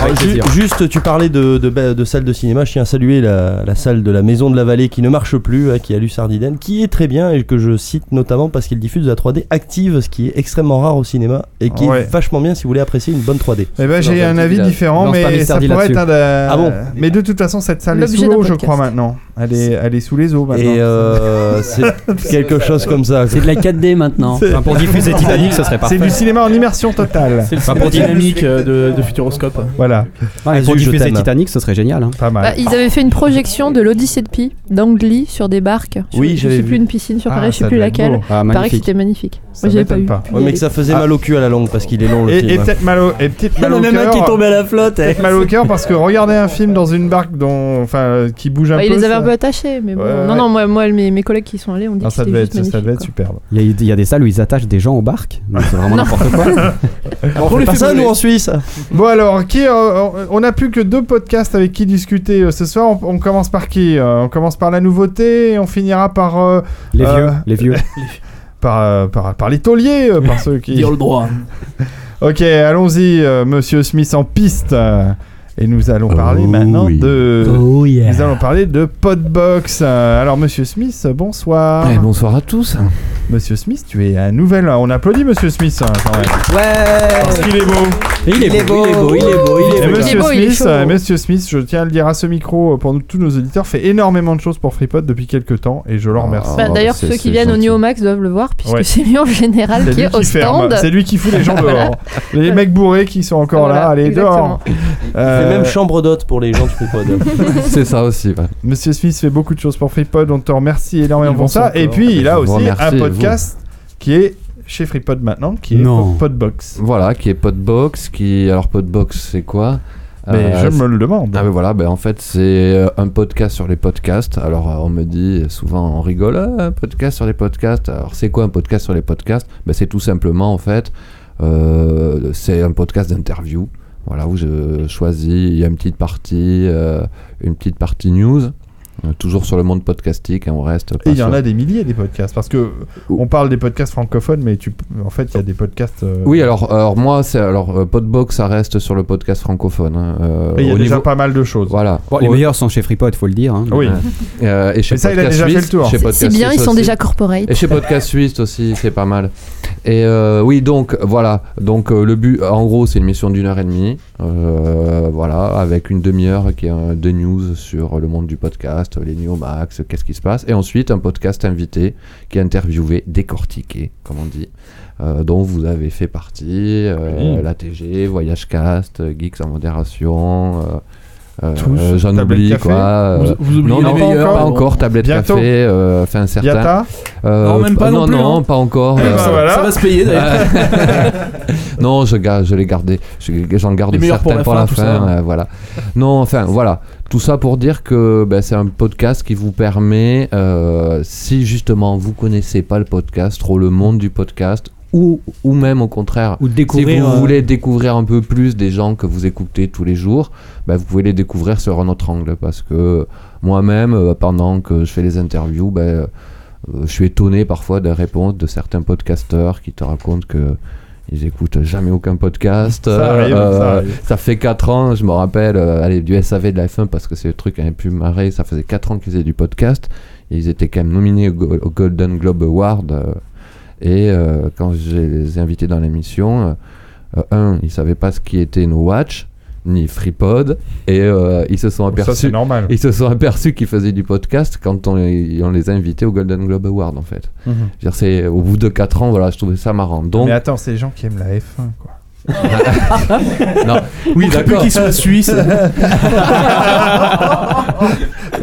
N: Alors, Ah, ju- juste, tu parlais de, de, ba- de salle de cinéma. Je tiens à saluer la, la salle de la Maison de la Vallée qui ne marche plus, hein, qui est à Lucardiden, qui est très bien et que je cite notamment parce qu'il diffuse de la 3D active, ce qui est extrêmement rare au cinéma et qui
A: Ouais.
N: est vachement bien si vous voulez apprécier une bonne 3D.
A: Eh ben, j'ai un avis différent, mais ça pourrait être un.
N: Ah
A: de- Mais de toute façon, cette salle est
N: L'objet
A: sous
N: d'un
A: l'eau, je
N: podcast.
A: crois maintenant. Elle est, elle est sous les eaux maintenant.
N: Et
A: <laughs>
N: euh, c'est quelque chose comme ça.
B: C'est de la 4D maintenant. Enfin, pour diffuser Titanic,
A: ce
B: ça serait
A: <laughs> C'est
B: parfait.
A: du cinéma en immersion totale.
R: C'est le cinéma dynamique euh, de, de Futuroscope.
A: Voilà.
T: Ah, et
A: Azu,
T: pour
A: je
T: diffuser
A: t'aime.
T: Titanic, ce serait génial. hein.
A: Pas
C: Bah, ils avaient fait une projection de l'Odyssée de Pi, d'Angly, sur des barques. Sur-
N: Oui,
C: je
N: j'avais
C: sais
N: vu.
C: plus une piscine sur
N: Ah,
C: Paris, je sais
N: ça
C: plus
N: doit être
C: laquelle.
N: beau. Ah,
C: Il paraît que
N: magnifique.
C: c'était magnifique.
N: Ça
C: Moi, j'avais pas
N: m'étonne
C: eu.
N: Ouais, mais que ça faisait
A: Ah.
N: mal au cul à la longue parce qu'il est long le
A: Et,
N: film.
A: et
N: <laughs>
A: peut-être mal au, et peut-être
N: Il y
A: mal
N: en
A: au
N: a même un
A: cœur.
N: qui est tombé à la
B: flotte,
A: Peut-être
B: eh.
A: mal au cœur parce que regarder un film dans une barque dont, enfin, euh, qui bouge un
C: Bah,
A: peu.
C: il les avait un
A: ça-
C: peu attachés, mais bon.
A: Ouais,
C: non,
A: ouais.
C: non, moi, moi, mes, mes collègues qui sont allés ont dit
A: Non,
C: que
A: ça
C: c'était
A: devait
C: juste
A: être, ça,
C: magnifique.
A: devait être superbe.
T: Il y, a- il y a des salles où ils attachent des gens aux barques. Donc C'est vraiment n'importe quoi.
N: on fait pas ça nous en Suisse.
A: Bon alors, qui, euh, on- on n'a plus que deux podcasts avec qui discuter euh, ce soir. On, on commence par qui Euh, On commence par la nouveauté, et on finira par euh,
T: Les
A: euh,
T: vieux, les vieux.
A: <laughs> par, euh, par par les tauliers, euh, par ceux
R: <laughs>
A: qui.
R: Dire le droit.
A: ok, allons-y, euh, Monsieur Smith en piste. euh, et nous allons parler
N: Oh
A: maintenant de. Nous allons parler de Podbox. Euh, Alors, Monsieur Smith, bonsoir.
P: Eh, bonsoir à tous.
A: Monsieur Smith, tu es un nouvel. On applaudit Monsieur Smith. hein, quand même. Parce qu'il est beau.
B: Il est beau, il est beau, il est beau, il est
A: Et
B: beau.
A: Monsieur
B: Il est
A: Smith,
B: chaud.
A: euh, Monsieur Smith, je tiens à le dire à ce micro euh, pour nous- tous nos auditeurs, fait énormément de choses pour FreePod depuis quelques temps et je le remercie.
C: Bah, D'ailleurs, ceux qui viennent au Neomax doivent le voir, puisque
A: Ouais.
C: c'est lui en général
A: C'est
C: qui
A: lui
C: est au
A: qui ferme,
C: stand.
A: c'est lui qui
C: <laughs>
A: fout les gens dehors. Les mecs bourrés qui sont encore là, allez dehors. Euh,
N: C'est même chambre d'hôte pour les gens de <laughs> Freepod.
P: C'est ça aussi. ouais.
A: Monsieur Smith fait beaucoup de choses pour FreePod, on te remercie énormément
N: Ils vont
A: pour ça.
N: encore.
A: Et puis il a
P: Je vous
A: aussi
P: remercie,
A: un podcast qui est chez FreePod maintenant, qui est
P: Non.
A: Podbox.
P: Voilà, qui est Podbox, qui alors Podbox c'est quoi Euh,
A: Mais je me
P: c'est-
A: le demande.
P: Ah mais voilà, ben en fait c'est euh, un podcast sur les podcasts. Alors euh, on me dit souvent, on rigole, Ah, un podcast sur les podcasts. Alors c'est quoi un podcast sur les podcasts ben, c'est tout simplement en fait, euh, c'est un podcast d'interview. Voilà où je choisis, il y a une petite partie, euh, une petite partie news. Euh, toujours sur le monde podcastique, hein, on reste.
A: Et
P: pas
A: il y en
P: sur-
A: a des milliers des podcasts parce que on parle des podcasts francophones, mais tu, en fait, il y a des podcasts. euh,
P: Oui, alors, alors moi, c'est alors euh, Podbox, ça reste sur le podcast francophone. hein, euh,
A: Et il y a
P: au
A: déjà
P: niveau-
A: pas mal de choses.
P: Voilà.
A: Bon, les
P: Au-
A: meilleurs
T: sont chez Freepod, faut le dire. hein.
P: Ouais. Euh, et chez
A: Mais ça, il a
P: Podcast
A: déjà fait
P: Suisse,
A: le tour.
P: chez
A: C'est-
P: Podcast
C: c'est bien,
P: Suisse
C: ils sont
P: aussi.
C: déjà corporate.
P: Et chez Podcast Suisse aussi, c'est pas mal. Et euh, oui, donc voilà. Donc euh, le but, en gros, c'est une mission d'une heure et demie, euh, voilà, avec une demi-heure qui est euh, des news sur le monde du podcast, les news max, qu'est-ce qui se passe, et ensuite un podcast invité qui est interviewé, décortiqué, comme on dit, euh, dont vous avez fait partie, euh,
A: Oui.
P: la TG, Voyage Cast, euh, Geeks en modération. euh, euh,
A: Tous,
P: j'en
A: Tablette
P: oublie
A: Café.
P: quoi. euh,
A: Vous- vous oubliez
P: non,
A: les
P: non,
A: meilleurs,
P: pas
A: bon.
P: encore tablette
A: Bientôt.
P: café, euh, enfin certains.
A: Yata Non, même pas non plus,
P: Euh, Non,
A: hein.
P: pas encore.
A: Eh ben voilà.
P: Ça va se payer d'ailleurs. <laughs> non, je, garde- je l'ai gardé. Je- J'en garde
R: Les meilleurs
P: certains
R: pour la
P: pour
R: fin,
P: la fin.
R: tout ça. hein.
P: euh, voilà. Non, enfin voilà. Tout ça pour dire que ben, c'est un podcast qui vous permet, euh, si justement vous connaissez pas le podcast, trop le monde du podcast. Ou, ou même au contraire,
B: Ou découvrir,
P: si vous
B: euh,
P: voulez découvrir un peu plus des gens que vous écoutez tous les jours, ben, vous pouvez les découvrir sur un autre angle. Parce que moi-même, euh, pendant que je fais les interviews, ben, euh, je suis étonné parfois des réponses de certains podcasteurs qui te racontent que ils écoutent jamais aucun podcast. Euh,
A: Ça arrive, ça arrive.
P: ça fait 4 ans, je me rappelle, euh, allez, du SAV de la F1 parce que c'est le truc qui avait pu me marrer. Ça faisait 4 ans qu'ils faisaient du podcast. Et ils étaient quand même nominés au, Go- au Golden Globe Award. euh, et euh, quand je les ai invités dans l'émission, euh, euh, un, ils savaient pas ce qui était No Watch ni FreePod et euh, ils se sont
A: Ça,
P: aperçus
A: c'est normal.
P: ils se sont aperçus qu'ils faisaient du podcast quand on, les- on les a invités au Golden Globe Award en fait
A: Mhm.
P: Je veux dire, c'est au bout de 4 ans voilà je trouvais ça marrant donc
A: Mais attends, c'est les gens qui aiment la F1 quoi.
P: <laughs> non.
A: Oui, d'accord.
P: qu'ils
T: <laughs>
A: soient suisses.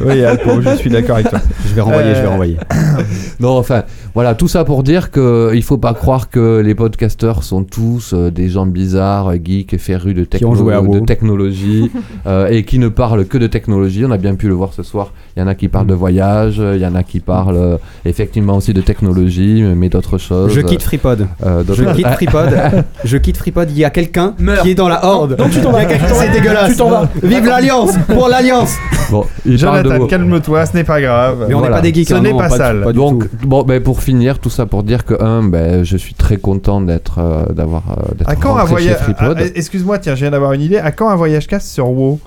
A: oui, Alpo, je suis d'accord avec toi.
T: Je vais renvoyer, je vais
A: Euh,
T: renvoyer.
P: <coughs> non, enfin, voilà, tout ça pour dire que il faut pas croire que les podcasteurs sont tous euh, des gens bizarres, euh, geeks, férus de,
T: Qui ont
P: techno-
T: joué à WoW. <laughs>
P: de technologie euh, et qui ne parlent que de technologie. On a bien pu le voir ce soir. Il y en a qui parlent de voyage, euh, il y en a qui parlent euh, effectivement aussi de technologie, mais- mais d'autres choses.
T: Je quitte FreePod.
P: Euh, d'autres-
T: je quitte
P: <laughs>
T: FreePod. <laughs> je quitte FreePod. Il y a quelqu'un qui est dans la horde.
A: Non, tu t'en
T: Il y a
A: vas.
T: quelqu'un- C'est
A: Tu
T: dégueulasse.
A: t'en vas.
T: Vive l'alliance <laughs> pour l'alliance.
P: Bon, il parle de
A: Jonathan,
P: WoW.
A: calme-toi, ce n'est pas grave. Voilà. Ce
P: hein.
A: n'est pas sale.
P: Donc, bon, ben, pour finir, tout ça pour dire que, un, ben, je suis très content d'être euh, d'avoir euh, d'être
A: À Ah, quand un
P: rentré chez
A: voyage
P: Freepod.
A: ah, ah, Excuse-moi, tiens, je viens d'avoir une idée. À quand un voyage casse sur WoW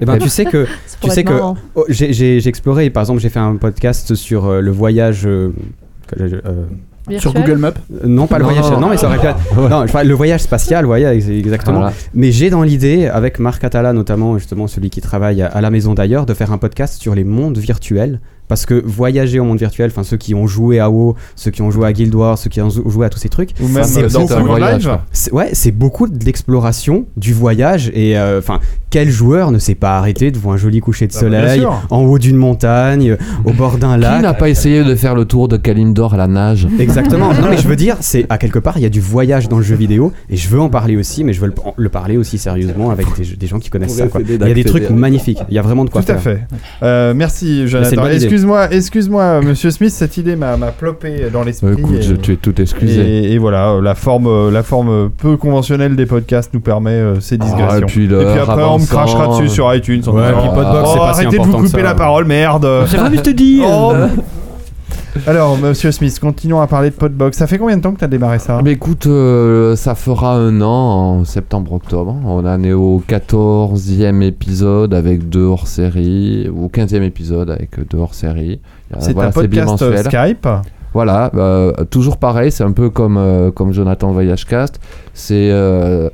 T: Eh ben, tu sais <laughs>
A: <laughs>
T: que, tu sais que oh, j'ai- j'ai j'ai exploré, par exemple, j'ai fait un podcast sur euh, le voyage. euh, que j'ai- euh,
L: Virtuel Sur Google Maps
T: Euh, Non, pas le
L: Non,
T: voyage.
L: non.
T: Non, mais ça aurait pu être- non, je parle- le voyage spatial, voyez, ex- exactement.
P: Voilà.
T: Mais j'ai dans l'idée, avec Marc Atala notamment, justement celui qui travaille à- à la maison d'ailleurs, de faire un podcast sur les mondes virtuels. Parce que voyager au monde virtuel, enfin ceux qui ont joué à WoW, ceux qui ont joué à Guild Wars, ceux qui ont jou- joué à tous ces trucs,
A: Ou même
T: c'est
A: dans
T: beaucoup-
A: Second Life.
T: c'est- Ouais, c'est beaucoup de l'exploration, du voyage et euh, enfin quel joueur ne s'est pas arrêté devant un joli coucher de
P: Ah bah, bien
T: soleil,
P: sûr.
T: en haut d'une montagne, au bord d'un lac.
P: Qui n'a pas essayé de faire le tour de Kalimdor à la nage
T: Exactement. Non, mais
P: <laughs>
T: je veux dire, c'est à quelque part, il y a du voyage dans le jeu vidéo et je veux en parler aussi, mais je veux le, le parler aussi sérieusement avec des, des gens qui connaissent ça. quoi. Il y a des trucs magnifiques. Il y a vraiment de quoi
A: Tout à
T: faire.
A: fait. Euh, merci,
T: c'est une
A: Jonathan.
T: bonne idée.
A: Excuse-moi, excuse-moi, Monsieur Smith, cette idée m'a m'a plopé dans l'esprit.
P: Bah, Écoute,
A: et-
P: je- tu es tout excusé.
A: Et, et voilà, euh, la forme, euh, la forme euh, peu conventionnelle des podcasts nous permet euh, ces
P: Ah,
A: digressions.
P: et puis le
A: après, on me
P: ravançant,
A: crachera dessus
P: euh,
A: sur iTunes. en
P: Ouais,
A: disant,
P: et puis Podbox,
A: oh,
P: c'est pas si
A: arrêtez de vous
P: important que
A: couper
P: ça.
A: la parole, merde.
B: J'ai pas envie de te dire.
A: Oh.
P: Euh.
A: Alors, Monsieur Smith, continuons à parler de Podbox. Ça fait combien de temps que tu as démarré ça
P: Ah, Mais écoute, euh, ça fera un an en septembre-octobre. On en est au 14e épisode avec deux hors-série, ou 15e épisode avec deux hors-série. Euh,
A: C'est
P: voilà,
A: un podcast euh,
P: bimensuel.
A: Skype.
P: Voilà, euh, toujours pareil, c'est un peu comme, euh, comme Jonathan Voyagecast. C'est. euh,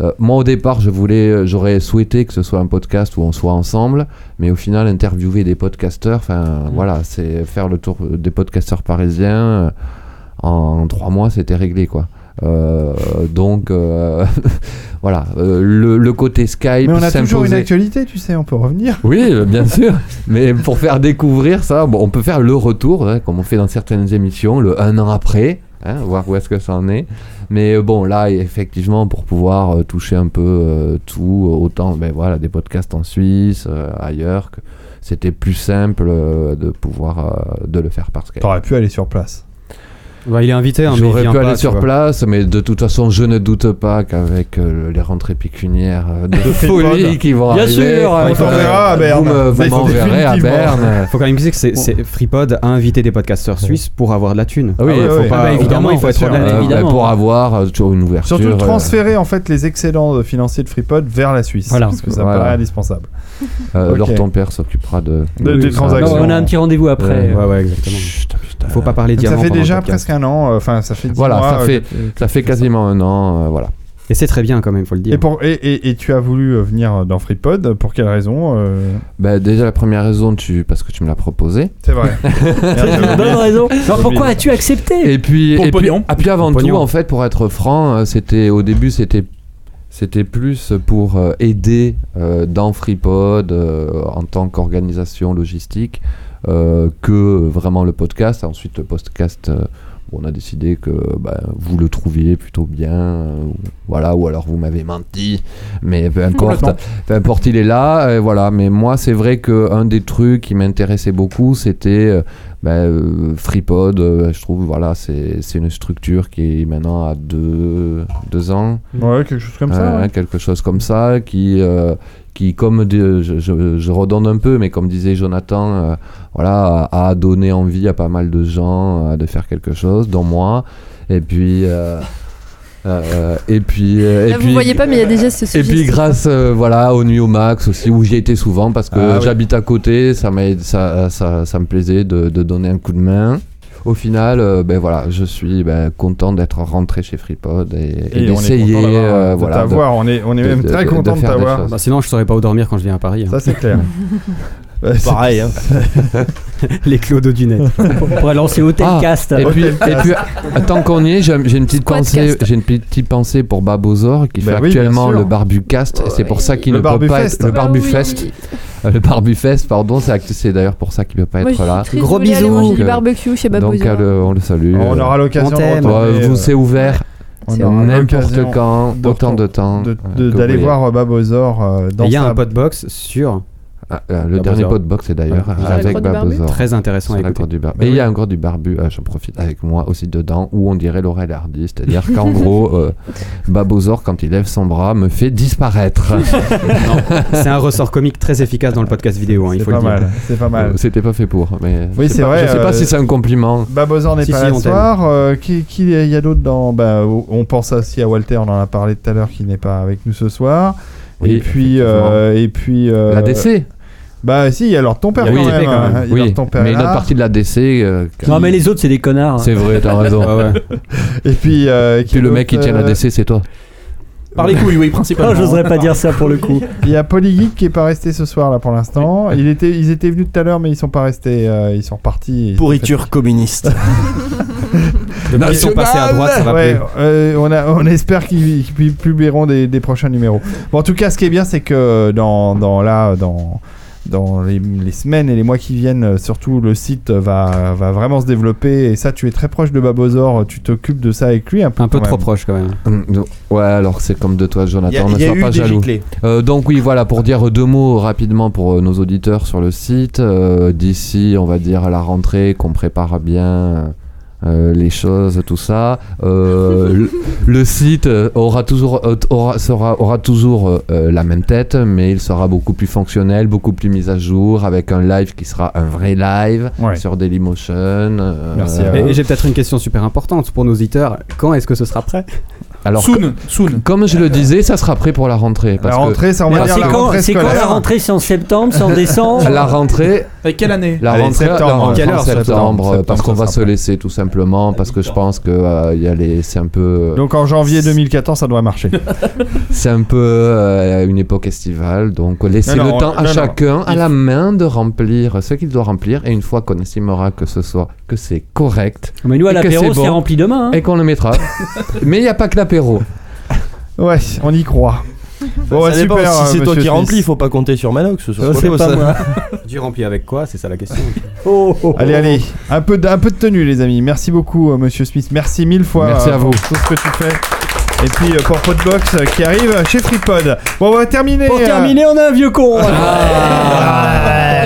P: euh, moi au départ, je voulais, euh, j'aurais souhaité que ce soit un podcast où on soit ensemble, mais au final, interviewer des podcasteurs, enfin
A: Mm.
P: voilà, c'est faire le tour euh, des podcasteurs parisiens euh, en trois mois, c'était réglé quoi. Euh, donc euh, <laughs> voilà, euh, le, le côté Skype.
A: Mais on a toujours une
P: s'imposait-
A: actualité, tu sais, on peut revenir.
P: oui, euh, bien <laughs> sûr. Mais pour faire découvrir ça, bon, on peut faire le retour, hein, comme on fait dans certaines émissions, le un an après, hein, voir où est-ce que ça en est. Mais euh, bon, là, effectivement, pour pouvoir euh, toucher un peu euh, tout, euh, autant ben, voilà, des podcasts en Suisse, euh, ailleurs, que c'était plus simple euh, de pouvoir euh, de le faire par Skype.
A: T'aurais pu aller sur place.
T: Bah, il est invité, hein, mais il
P: J'aurais
T: vient
P: pu
T: pas,
P: aller
T: tu
P: sur
T: vois.
P: place, mais de toute façon, je ne doute pas qu'avec euh, les rentrées pécuniaires
T: <laughs>
P: euh, <laughs> de folie qui vont
T: Bien
P: arriver,
T: sûr,
P: euh,
T: on t'enverra à Berne.
P: Vous me- vous
T: Mais faut
P: m'enverrez à
T: définitivement.
P: Berne.
T: <laughs> Faut quand même dire que c'est, c'est- Freepod a invité des podcasteurs suisses pour avoir de la thune.
P: Ah oui,
T: faut pas. au bout d'un moment, il faut être honnête.
P: Euh, bah, pour avoir euh, toujours une ouverture.
A: Surtout
P: euh,
A: transférer en fait les excédents euh, financiers de Freepod vers la Suisse.
P: Voilà.
A: Parce que ça
P: Voilà.
A: paraît indispensable.
P: euh,
A: Ok.
P: Alors ton père s'occupera de.
A: De- des
P: ça.
A: transactions. Non, on a un petit rendez-vous
P: Euh,
A: après.
T: Ouais, ouais, exactement. Faut pas parler
A: Donc ça
T: diamant
A: fait
T: pendant le
A: déjà
T: podcast.
A: presque un an, euh, enfin ça fait dix
P: Voilà,
A: mois,
P: ça
A: euh,
P: fait,
A: que tu-
P: ça fait quasiment un an, euh, voilà.
T: Et c'est très bien quand même, faut le dire.
A: Et, pour, et, et- et tu as voulu euh, venir dans FreePod, pour quelle raison euh
P: Bah, déjà la première raison, tu parce que tu me l'as proposé.
A: C'est
P: <laughs>
A: vrai.
B: Bonne raison. Alors pourquoi
P: oublié.
B: as-tu accepté
P: Et puis,
B: Pour
P: et puis,
B: pognon.
P: ah, puis avant
B: Pour
P: tout,
B: pognon.
P: en fait, pour être franc, euh, c'était au début, c'était c'était plus pour euh, aider euh, dans FreePod euh, en tant qu'organisation logistique euh, que vraiment le podcast. Ensuite, le podcast, euh, on a décidé que bah, vous le trouviez plutôt bien, euh, ou- voilà, ou alors vous m'avez menti, mais euh, peu importe,
A: Complètement.
P: peu importe, il est là, euh, voilà. Mais moi, c'est vrai que un des trucs qui m'intéressait beaucoup, c'était euh, ben, euh, FreePod. euh, je trouve, voilà, c'est c'est une structure qui est maintenant à deux, deux ans.
A: Ouais, quelque chose comme ça,
P: Euh,
A: ouais.
P: Quelque chose comme ça, qui, euh, qui comme de- je, je- je redonne un peu, mais comme disait Jonathan, euh, voilà, a, a donné envie à pas mal de gens euh, de faire quelque chose, dont moi. Et puis. euh, <laughs> euh, et puis, euh, et
C: Là, vous
P: puis-
C: voyez pas, mais il y a déjà ce
P: et puis
C: suggestif.
P: grâce euh, voilà aux nuits au max aussi où j'y étais souvent parce que
A: Ah oui.
P: j'habite à côté, ça, m'a- ça, ça, ça me plaisait de, de donner un coup de main. Au final, euh, ben voilà, je suis ben, content d'être rentré chez FreePod et, et
A: Et on est
P: d'essayer
A: content d'avoir,
P: euh,
A: de
P: voilà,
A: t'avoir, on est- on est même très content de
P: faire des
A: t'avoir.
P: choses.
T: Bah, sinon, je saurais pas où dormir quand je viens à Paris. hein.
A: Ça c'est
T: <laughs>
A: clair. Ouais, c'est-
T: Pareil, hein. Les Claude du net.
B: On va lancer Hotelcast.
P: Ah, Et puis, et
B: Hotelcast.
P: puis, euh, tant qu'on y est, j'ai j'ai une petite pensée,
B: Squadcast.
P: j'ai une petite pensée pour Babozor qui
A: Bah
P: fait
A: oui,
P: actuellement
A: bien sûr.
P: le Barbucast. et c'est pour ça qu'il
A: Le
P: ne peut pas
A: Barbufest.
P: être le
A: Bah
C: Ah
P: Barbufest. Euh, <laughs> Le Barbufest, pardon, c'est act- c'est d'ailleurs pour ça qu'il ne peut pas
C: Moi,
P: être
C: je suis
P: là.
C: triste, Gros je voulais aller bisous. manger du barbecue chez Babozor.
P: Donc, euh, le- on le salue.
A: On aura l'occasion de
P: On t'aime.
A: retourner,
P: Ouais,
A: euh,
P: Vous c'est ouvert.
A: On
P: C'est
A: aura
P: vrai.
A: l'occasion
P: N'importe quand,
A: de
P: autant de
A: retour-
P: temps,
A: de-
P: euh,
A: de-
P: que
A: D'aller
P: vous
A: voir euh, Babozor euh, dans
T: Et il y a
A: sa-
T: un podbox sur.
P: Ah, euh, le dernier podbox est d'ailleurs
T: Ah,
P: avec Babozor.
T: Très intéressant à
P: Sur la
T: écouter.
P: grotte du Bar-
A: Bah
P: Et il y a un grotte du barbu, euh, j'en profite avec moi aussi dedans, où on dirait Laurel Hardy. C'est-à-dire qu'en
A: <laughs>
P: gros, euh, Babozor, quand il lève son bras, me fait disparaître.
T: Non, c'est un ressort comique très efficace dans le podcast vidéo, hein, il
A: C'est
T: faut
A: pas
T: le dire.
A: mal, c'est pas mal.
P: Euh, C'était pas fait pour, mais
A: Oui,
P: je sais
A: c'est
P: pas-
A: vrai,
P: Je sais pas
A: euh,
P: si c'est un compliment.
A: Babozor n'est
P: Si,
A: pas
P: si,
A: là
P: on
A: ce
P: t'aime.
A: soir. euh, qui qui y a- y a d'autre dans bah, o- On pense aussi à Walter, on en a parlé tout à l'heure, qui n'est pas avec nous ce soir.
P: Oui,
A: et puis. euh, et puis euh,
P: La DC.
A: Bah, si, alors ton père
P: Oui,
A: quand même. hein, il y a
P: Oui,
A: leur ton père
P: mais une
A: là.
P: autre partie de la DC. euh, qui-
B: Non, mais les autres, c'est des
T: hein.
B: connards.
P: C'est vrai, t'as raison.
T: Ah ouais.
A: <laughs> Et puis. euh,
P: Et puis le mec qui
A: d'autre,
P: tient la
A: euh,
P: DC, c'est toi.
R: Par les couilles, oui, principalement.
B: Oh, j'oserais pas dire ça pour le coup.
A: Il y a Polygeek qui est pas resté ce soir là pour l'instant. Il était, ils étaient venus tout à l'heure mais ils sont pas restés. euh, ils sont repartis.
S: Pourriture
A: <laughs>
S: communiste.
T: Depuis qu'ils sont passés à droite, ça va
A: Ouais,
T: plus.
A: euh, on, a- on espère qu'ils qu'ils publieront des, des prochains numéros. Bon, en tout cas, ce qui est bien, c'est que dans, dans là, dans dans les, les semaines et les mois qui viennent, euh, surtout le site va, va vraiment se développer. Et ça, tu es très proche de Babozor, tu t'occupes de ça avec lui un peu.
T: Un peu
A: quand
T: trop
A: même.
T: proche quand même.
P: Hum, non. Ouais, alors c'est comme de
T: Y
P: toi,
T: a-
P: Jonathan. ne
T: y a
P: sois
T: eu
P: pas
T: des
P: jaloux.
T: giclées.
P: Euh, donc oui, voilà, pour dire deux mots rapidement pour euh, nos auditeurs sur le site. euh, D'ici, on va dire à la rentrée, qu'on prépare bien. euh, les choses, tout ça.
T: <laughs>
P: Euh, le, le site euh, aura toujours, euh, aura, sera- aura toujours euh, euh, la même tête, mais il sera beaucoup plus fonctionnel, beaucoup plus mis à jour, avec un live qui sera un vrai live sur Dailymotion. euh,
T: Et- Et, j'ai peut-être une question super importante pour nos auditeurs. Quand est-ce que ce sera prêt
P: Alors,
T: Soon,
P: com- Comme je le disais, ça sera prêt pour la rentrée. Parce que-
B: Alors, c'est quand- C'est quand la rentrée C'est en septembre C'est en décembre
P: <laughs> La rentrée.
R: Et quelle année
P: La
R: Allez,
P: rentrée,
R: septembre.
P: la rentrée
R: Quelle
P: en
R: heure,
P: septembre,
R: septembre
P: euh, parce
R: Septembre,
P: qu'on va
R: ça
P: se
R: sera
P: laisser tout simplement, parce que je pense que euh, y a les- c'est un peu, euh,
A: Donc en janvier 2014, ça doit marcher.
P: <laughs> c'est un peu euh, une époque estivale. Donc laissez
A: Non,
P: le
A: non,
P: temps à
A: non, non.
P: chacun, à
A: Il-
P: la main, de remplir ce qu'il doit remplir. Et une fois qu'on estimera que ce soit que c'est correct,
B: Mais nous, à
P: et que
B: l'apéro,
P: c'est
B: c'est rempli demain, hein.
P: et qu'on le mettra. Mais il n'y a pas que l'apéro.
A: Ouais, on y croit. Bon, ouais,
N: Ça dépend,
A: super. euh,
N: si c'est toi
A: monsieur
N: qui
A: Smith.
N: remplis, il faut pas compter sur Manox. sur
A: Oh,
T: Euh,
A: c'est
N: Squalo,
A: pas
N: ça.
P: <laughs>
A: moi.
L: <laughs>
T: Tu remplis avec quoi C'est ça la question.
P: Oh,
A: Allez, allez, un peu, de, un peu de tenue, les amis. Merci beaucoup, euh, monsieur Smith. Merci mille fois
P: Merci
A: euh,
P: à
A: pour
P: vous.
A: tout ce que tu fais. Et puis euh, pour Podbox euh, qui arrive chez Tripod. Bon, on va terminer.
B: Pour
A: euh,
B: terminer, on a un vieux con.
A: on va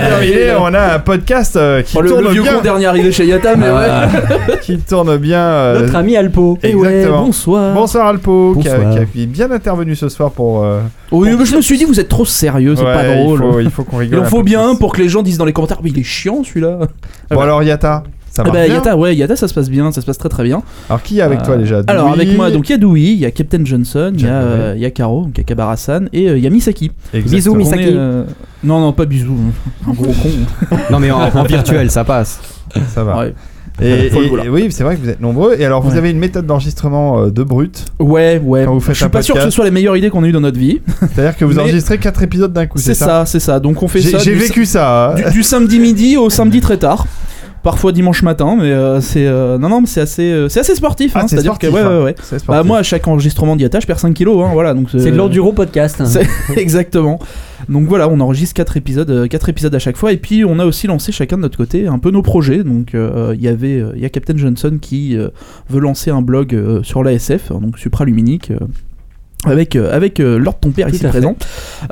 A: terminer, on on a un podcast euh, qui
L: Oh, le-
A: tourne
L: le vieux
A: bien.
L: con dernier arrivé chez Yata, mais
A: Ah, <laughs> qui tourne bien. euh,
B: Notre ami Alpo. Eh ouais,
A: Exactement.
L: bonsoir.
A: Bonsoir Alpo, qui a-
L: Bonsoir.
A: Qui, a, qui est bien intervenu ce soir pour. euh,
L: Oui, mais je me suis dit, vous êtes trop sérieux, c'est
A: Ouais,
L: pas
A: il
L: drôle.
A: faut- il faut qu'on rigole
L: Il en
A: un
L: faut
A: peu
L: bien un pour que les gens disent dans les commentaires, mais il est chiant celui-là. bah.
A: Bon alors Yata, ça
L: Ah
A: marche
L: bah,
A: bien
L: Yata, ouais, Yata, ça se passe bien, ça se passe très très bien. Euh,
A: Alors qui est avec toi déjà
L: Alors
A: Dewey
L: avec moi, donc il y a Dewey, il y a Captain Johnson, il y, a, euh, il y a Caro, donc il y a Kabarasan et euh, il y a Misaki.
A: Exactement.
L: Donc, on
A: Misaki.
L: est, euh, Non, non, pas bisous. Un gros con.
T: Non, mais en, en virtuel, ça passe.
A: Ça va.
L: Ouais.
A: Et,
L: Faut le
A: et-
L: vouloir.
A: et oui, c'est vrai que vous êtes nombreux. Et alors, vous
L: Ouais.
A: avez une méthode d'enregistrement euh, de brut.
L: Ouais, ouais.
A: Quand vous faites
L: Je suis
A: un
L: pas sûr que
A: podcast.
L: ce soit la meilleure idée qu'on ait eue dans notre vie.
A: C'est-à-dire que vous enregistrez 4 épisodes d'un coup, c'est ça
L: c'est ça. Donc on fait
A: J'ai-
L: ça.
A: j'ai
L: du
A: vécu ça, hein.
L: Du, du samedi midi au samedi très tard. Parfois dimanche matin, mais euh, c'est euh, non non, mais c'est assez euh, c'est assez sportif.
A: Ah,
L: hein,
A: c'est
L: C'est-à-dire
A: sportif,
L: que ouais,
A: hein.
L: ouais, ouais.
A: C'est sportif.
L: Bah moi à chaque enregistrement d'IATA, je perds 5 kilos, hein, voilà. Donc
B: C'est de l'enduro podcast. hein.
L: c'est-
B: <laughs>
L: <laughs> Exactement. Donc voilà, on enregistre 4 épisodes, euh, quatre épisodes à chaque fois. Et puis on a aussi lancé chacun de notre côté un peu nos projets. Donc euh, il y avait, euh, il y a Captain Johnson qui euh, veut lancer un blog euh, sur l'ASF, donc supraluminique. euh, avec, euh, avec euh, Lord ton père
B: Tout
L: ici
B: à fait.
L: présent.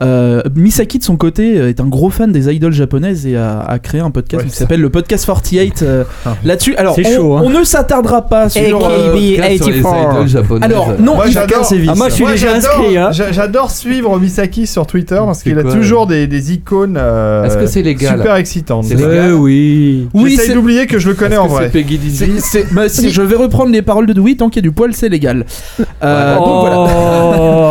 L: Euh, Misaki de son côté euh, est un gros fan des idoles japonaises et a, a créé un podcast
B: Ouais,
L: qui s'appelle le Podcast 48. euh, Là-dessus, alors
B: C'est
L: on,
B: chaud, hein. Eh,
L: on ne s'attardera pas sur euh, Alors non,
A: Moi,
L: il
A: j'adore-
L: Moi,
A: j'adore-
L: hein.
A: hein. j'a- J'adore suivre Misaki sur Twitter parce qu'il a
P: quoi,
A: toujours des, des icônes euh,
P: Est-ce que c'est légal
A: super excitantes.
P: C'est légal
L: Euh, oui. Oui,
A: J'essaye
L: c'est-
A: d'oublier que je le connais en vrai.
L: C'est- c'est- bah, si, je vais reprendre les paroles de Dewey, tant qu'il y a du poil, c'est légal. Euh,
P: Oh.
L: donc voilà.
A: Oh.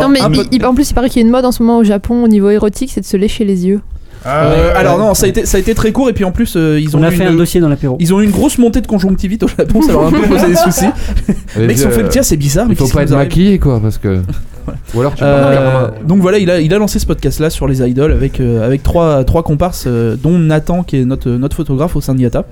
C: <laughs> Non, mais
L: Un
C: il-
L: peu-
C: il- en plus, il paraît qu'il y a une mode en ce moment au Japon au niveau érotique, c'est de se lécher les yeux.
A: Ah,
L: Euh, alors non, ça a, été, ça a été très court et puis en plus euh, ils ont
B: On a
L: eu
B: fait un
L: une-
B: dossier dans l'apéro.
L: Ils ont eu une grosse montée de conjonctivite au Japon, ça leur a un peu
P: <laughs>
L: posé des soucis. Les mecs se sont fait tiens c'est bizarre, mais
P: Il faut
L: qu'est-ce
P: pas
L: qui
P: être
L: nous arrive
P: maquillé, quoi, parce que. Ou alors tu peux
L: Euh,
P: en faire un-
L: donc voilà, il a, il a lancé ce podcast là sur les idoles avec, euh, avec trois, trois comparses, euh, dont Nathan qui est notre, notre photographe au sein d'IATA.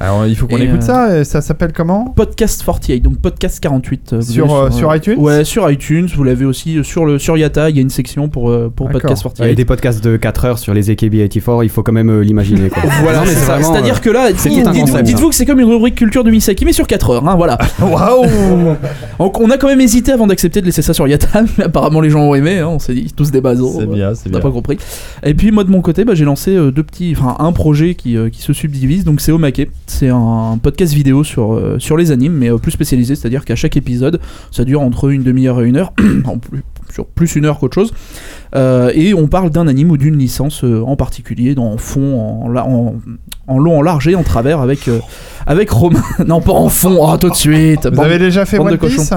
A: Alors il faut qu'on
L: Et,
A: écoute
L: euh,
A: ça. euh, Ça s'appelle comment
L: Podcast 48, donc podcast 48. euh, vous
A: Sur,
L: allez
A: euh, sur iTunes
L: Ouais, sur iTunes, vous l'avez aussi euh, sur, le, sur Yata, il y a une section pour, euh, pour podcast 48.
T: Et des podcasts de 4 heures sur les AKB84, il faut quand même euh, l'imaginer. quoi.
L: <laughs> Voilà,
T: Non, mais
L: c'est ça.
T: vraiment,
L: C'est-à-dire
T: euh,
L: que là,
T: c'est
L: dites-
T: tout un
L: dites-vous
T: concept,
L: dites-vous
T: hein.
L: que c'est comme une rubrique culture de Misaki, mais sur 4 heures, hein,
A: <laughs>
L: voilà. Waouh Donc on a quand même hésité avant d'accepter de laisser ça sur Yata, <laughs> mais apparemment les gens ont aimé, hein, on s'est dit tous des bazos. euh,
A: C'est bien, c'est
L: On n'a
A: bien.
L: pas compris. Et puis moi de mon côté, bah, j'ai lancé euh, deux petits, enfin un projet qui, euh, qui se subdivise, donc c'est Omake. C'est un podcast vidéo sur, euh, sur les animes, mais euh, plus spécialisé, c'est-à-dire qu'à chaque épisode, ça dure entre une demi-heure et une heure, <clears throat> en plus, sur plus une heure qu'autre chose. Euh, et on parle d'un anime ou d'une licence euh, en particulier, dans en fond, en, la- en, en long, en large et en travers avec, euh, avec Romain. <laughs> non, pas en fond, oh, tout de suite.
A: Vous
L: Bande-
A: avez déjà fait
L: bande
A: One
L: de cochons.
A: Piece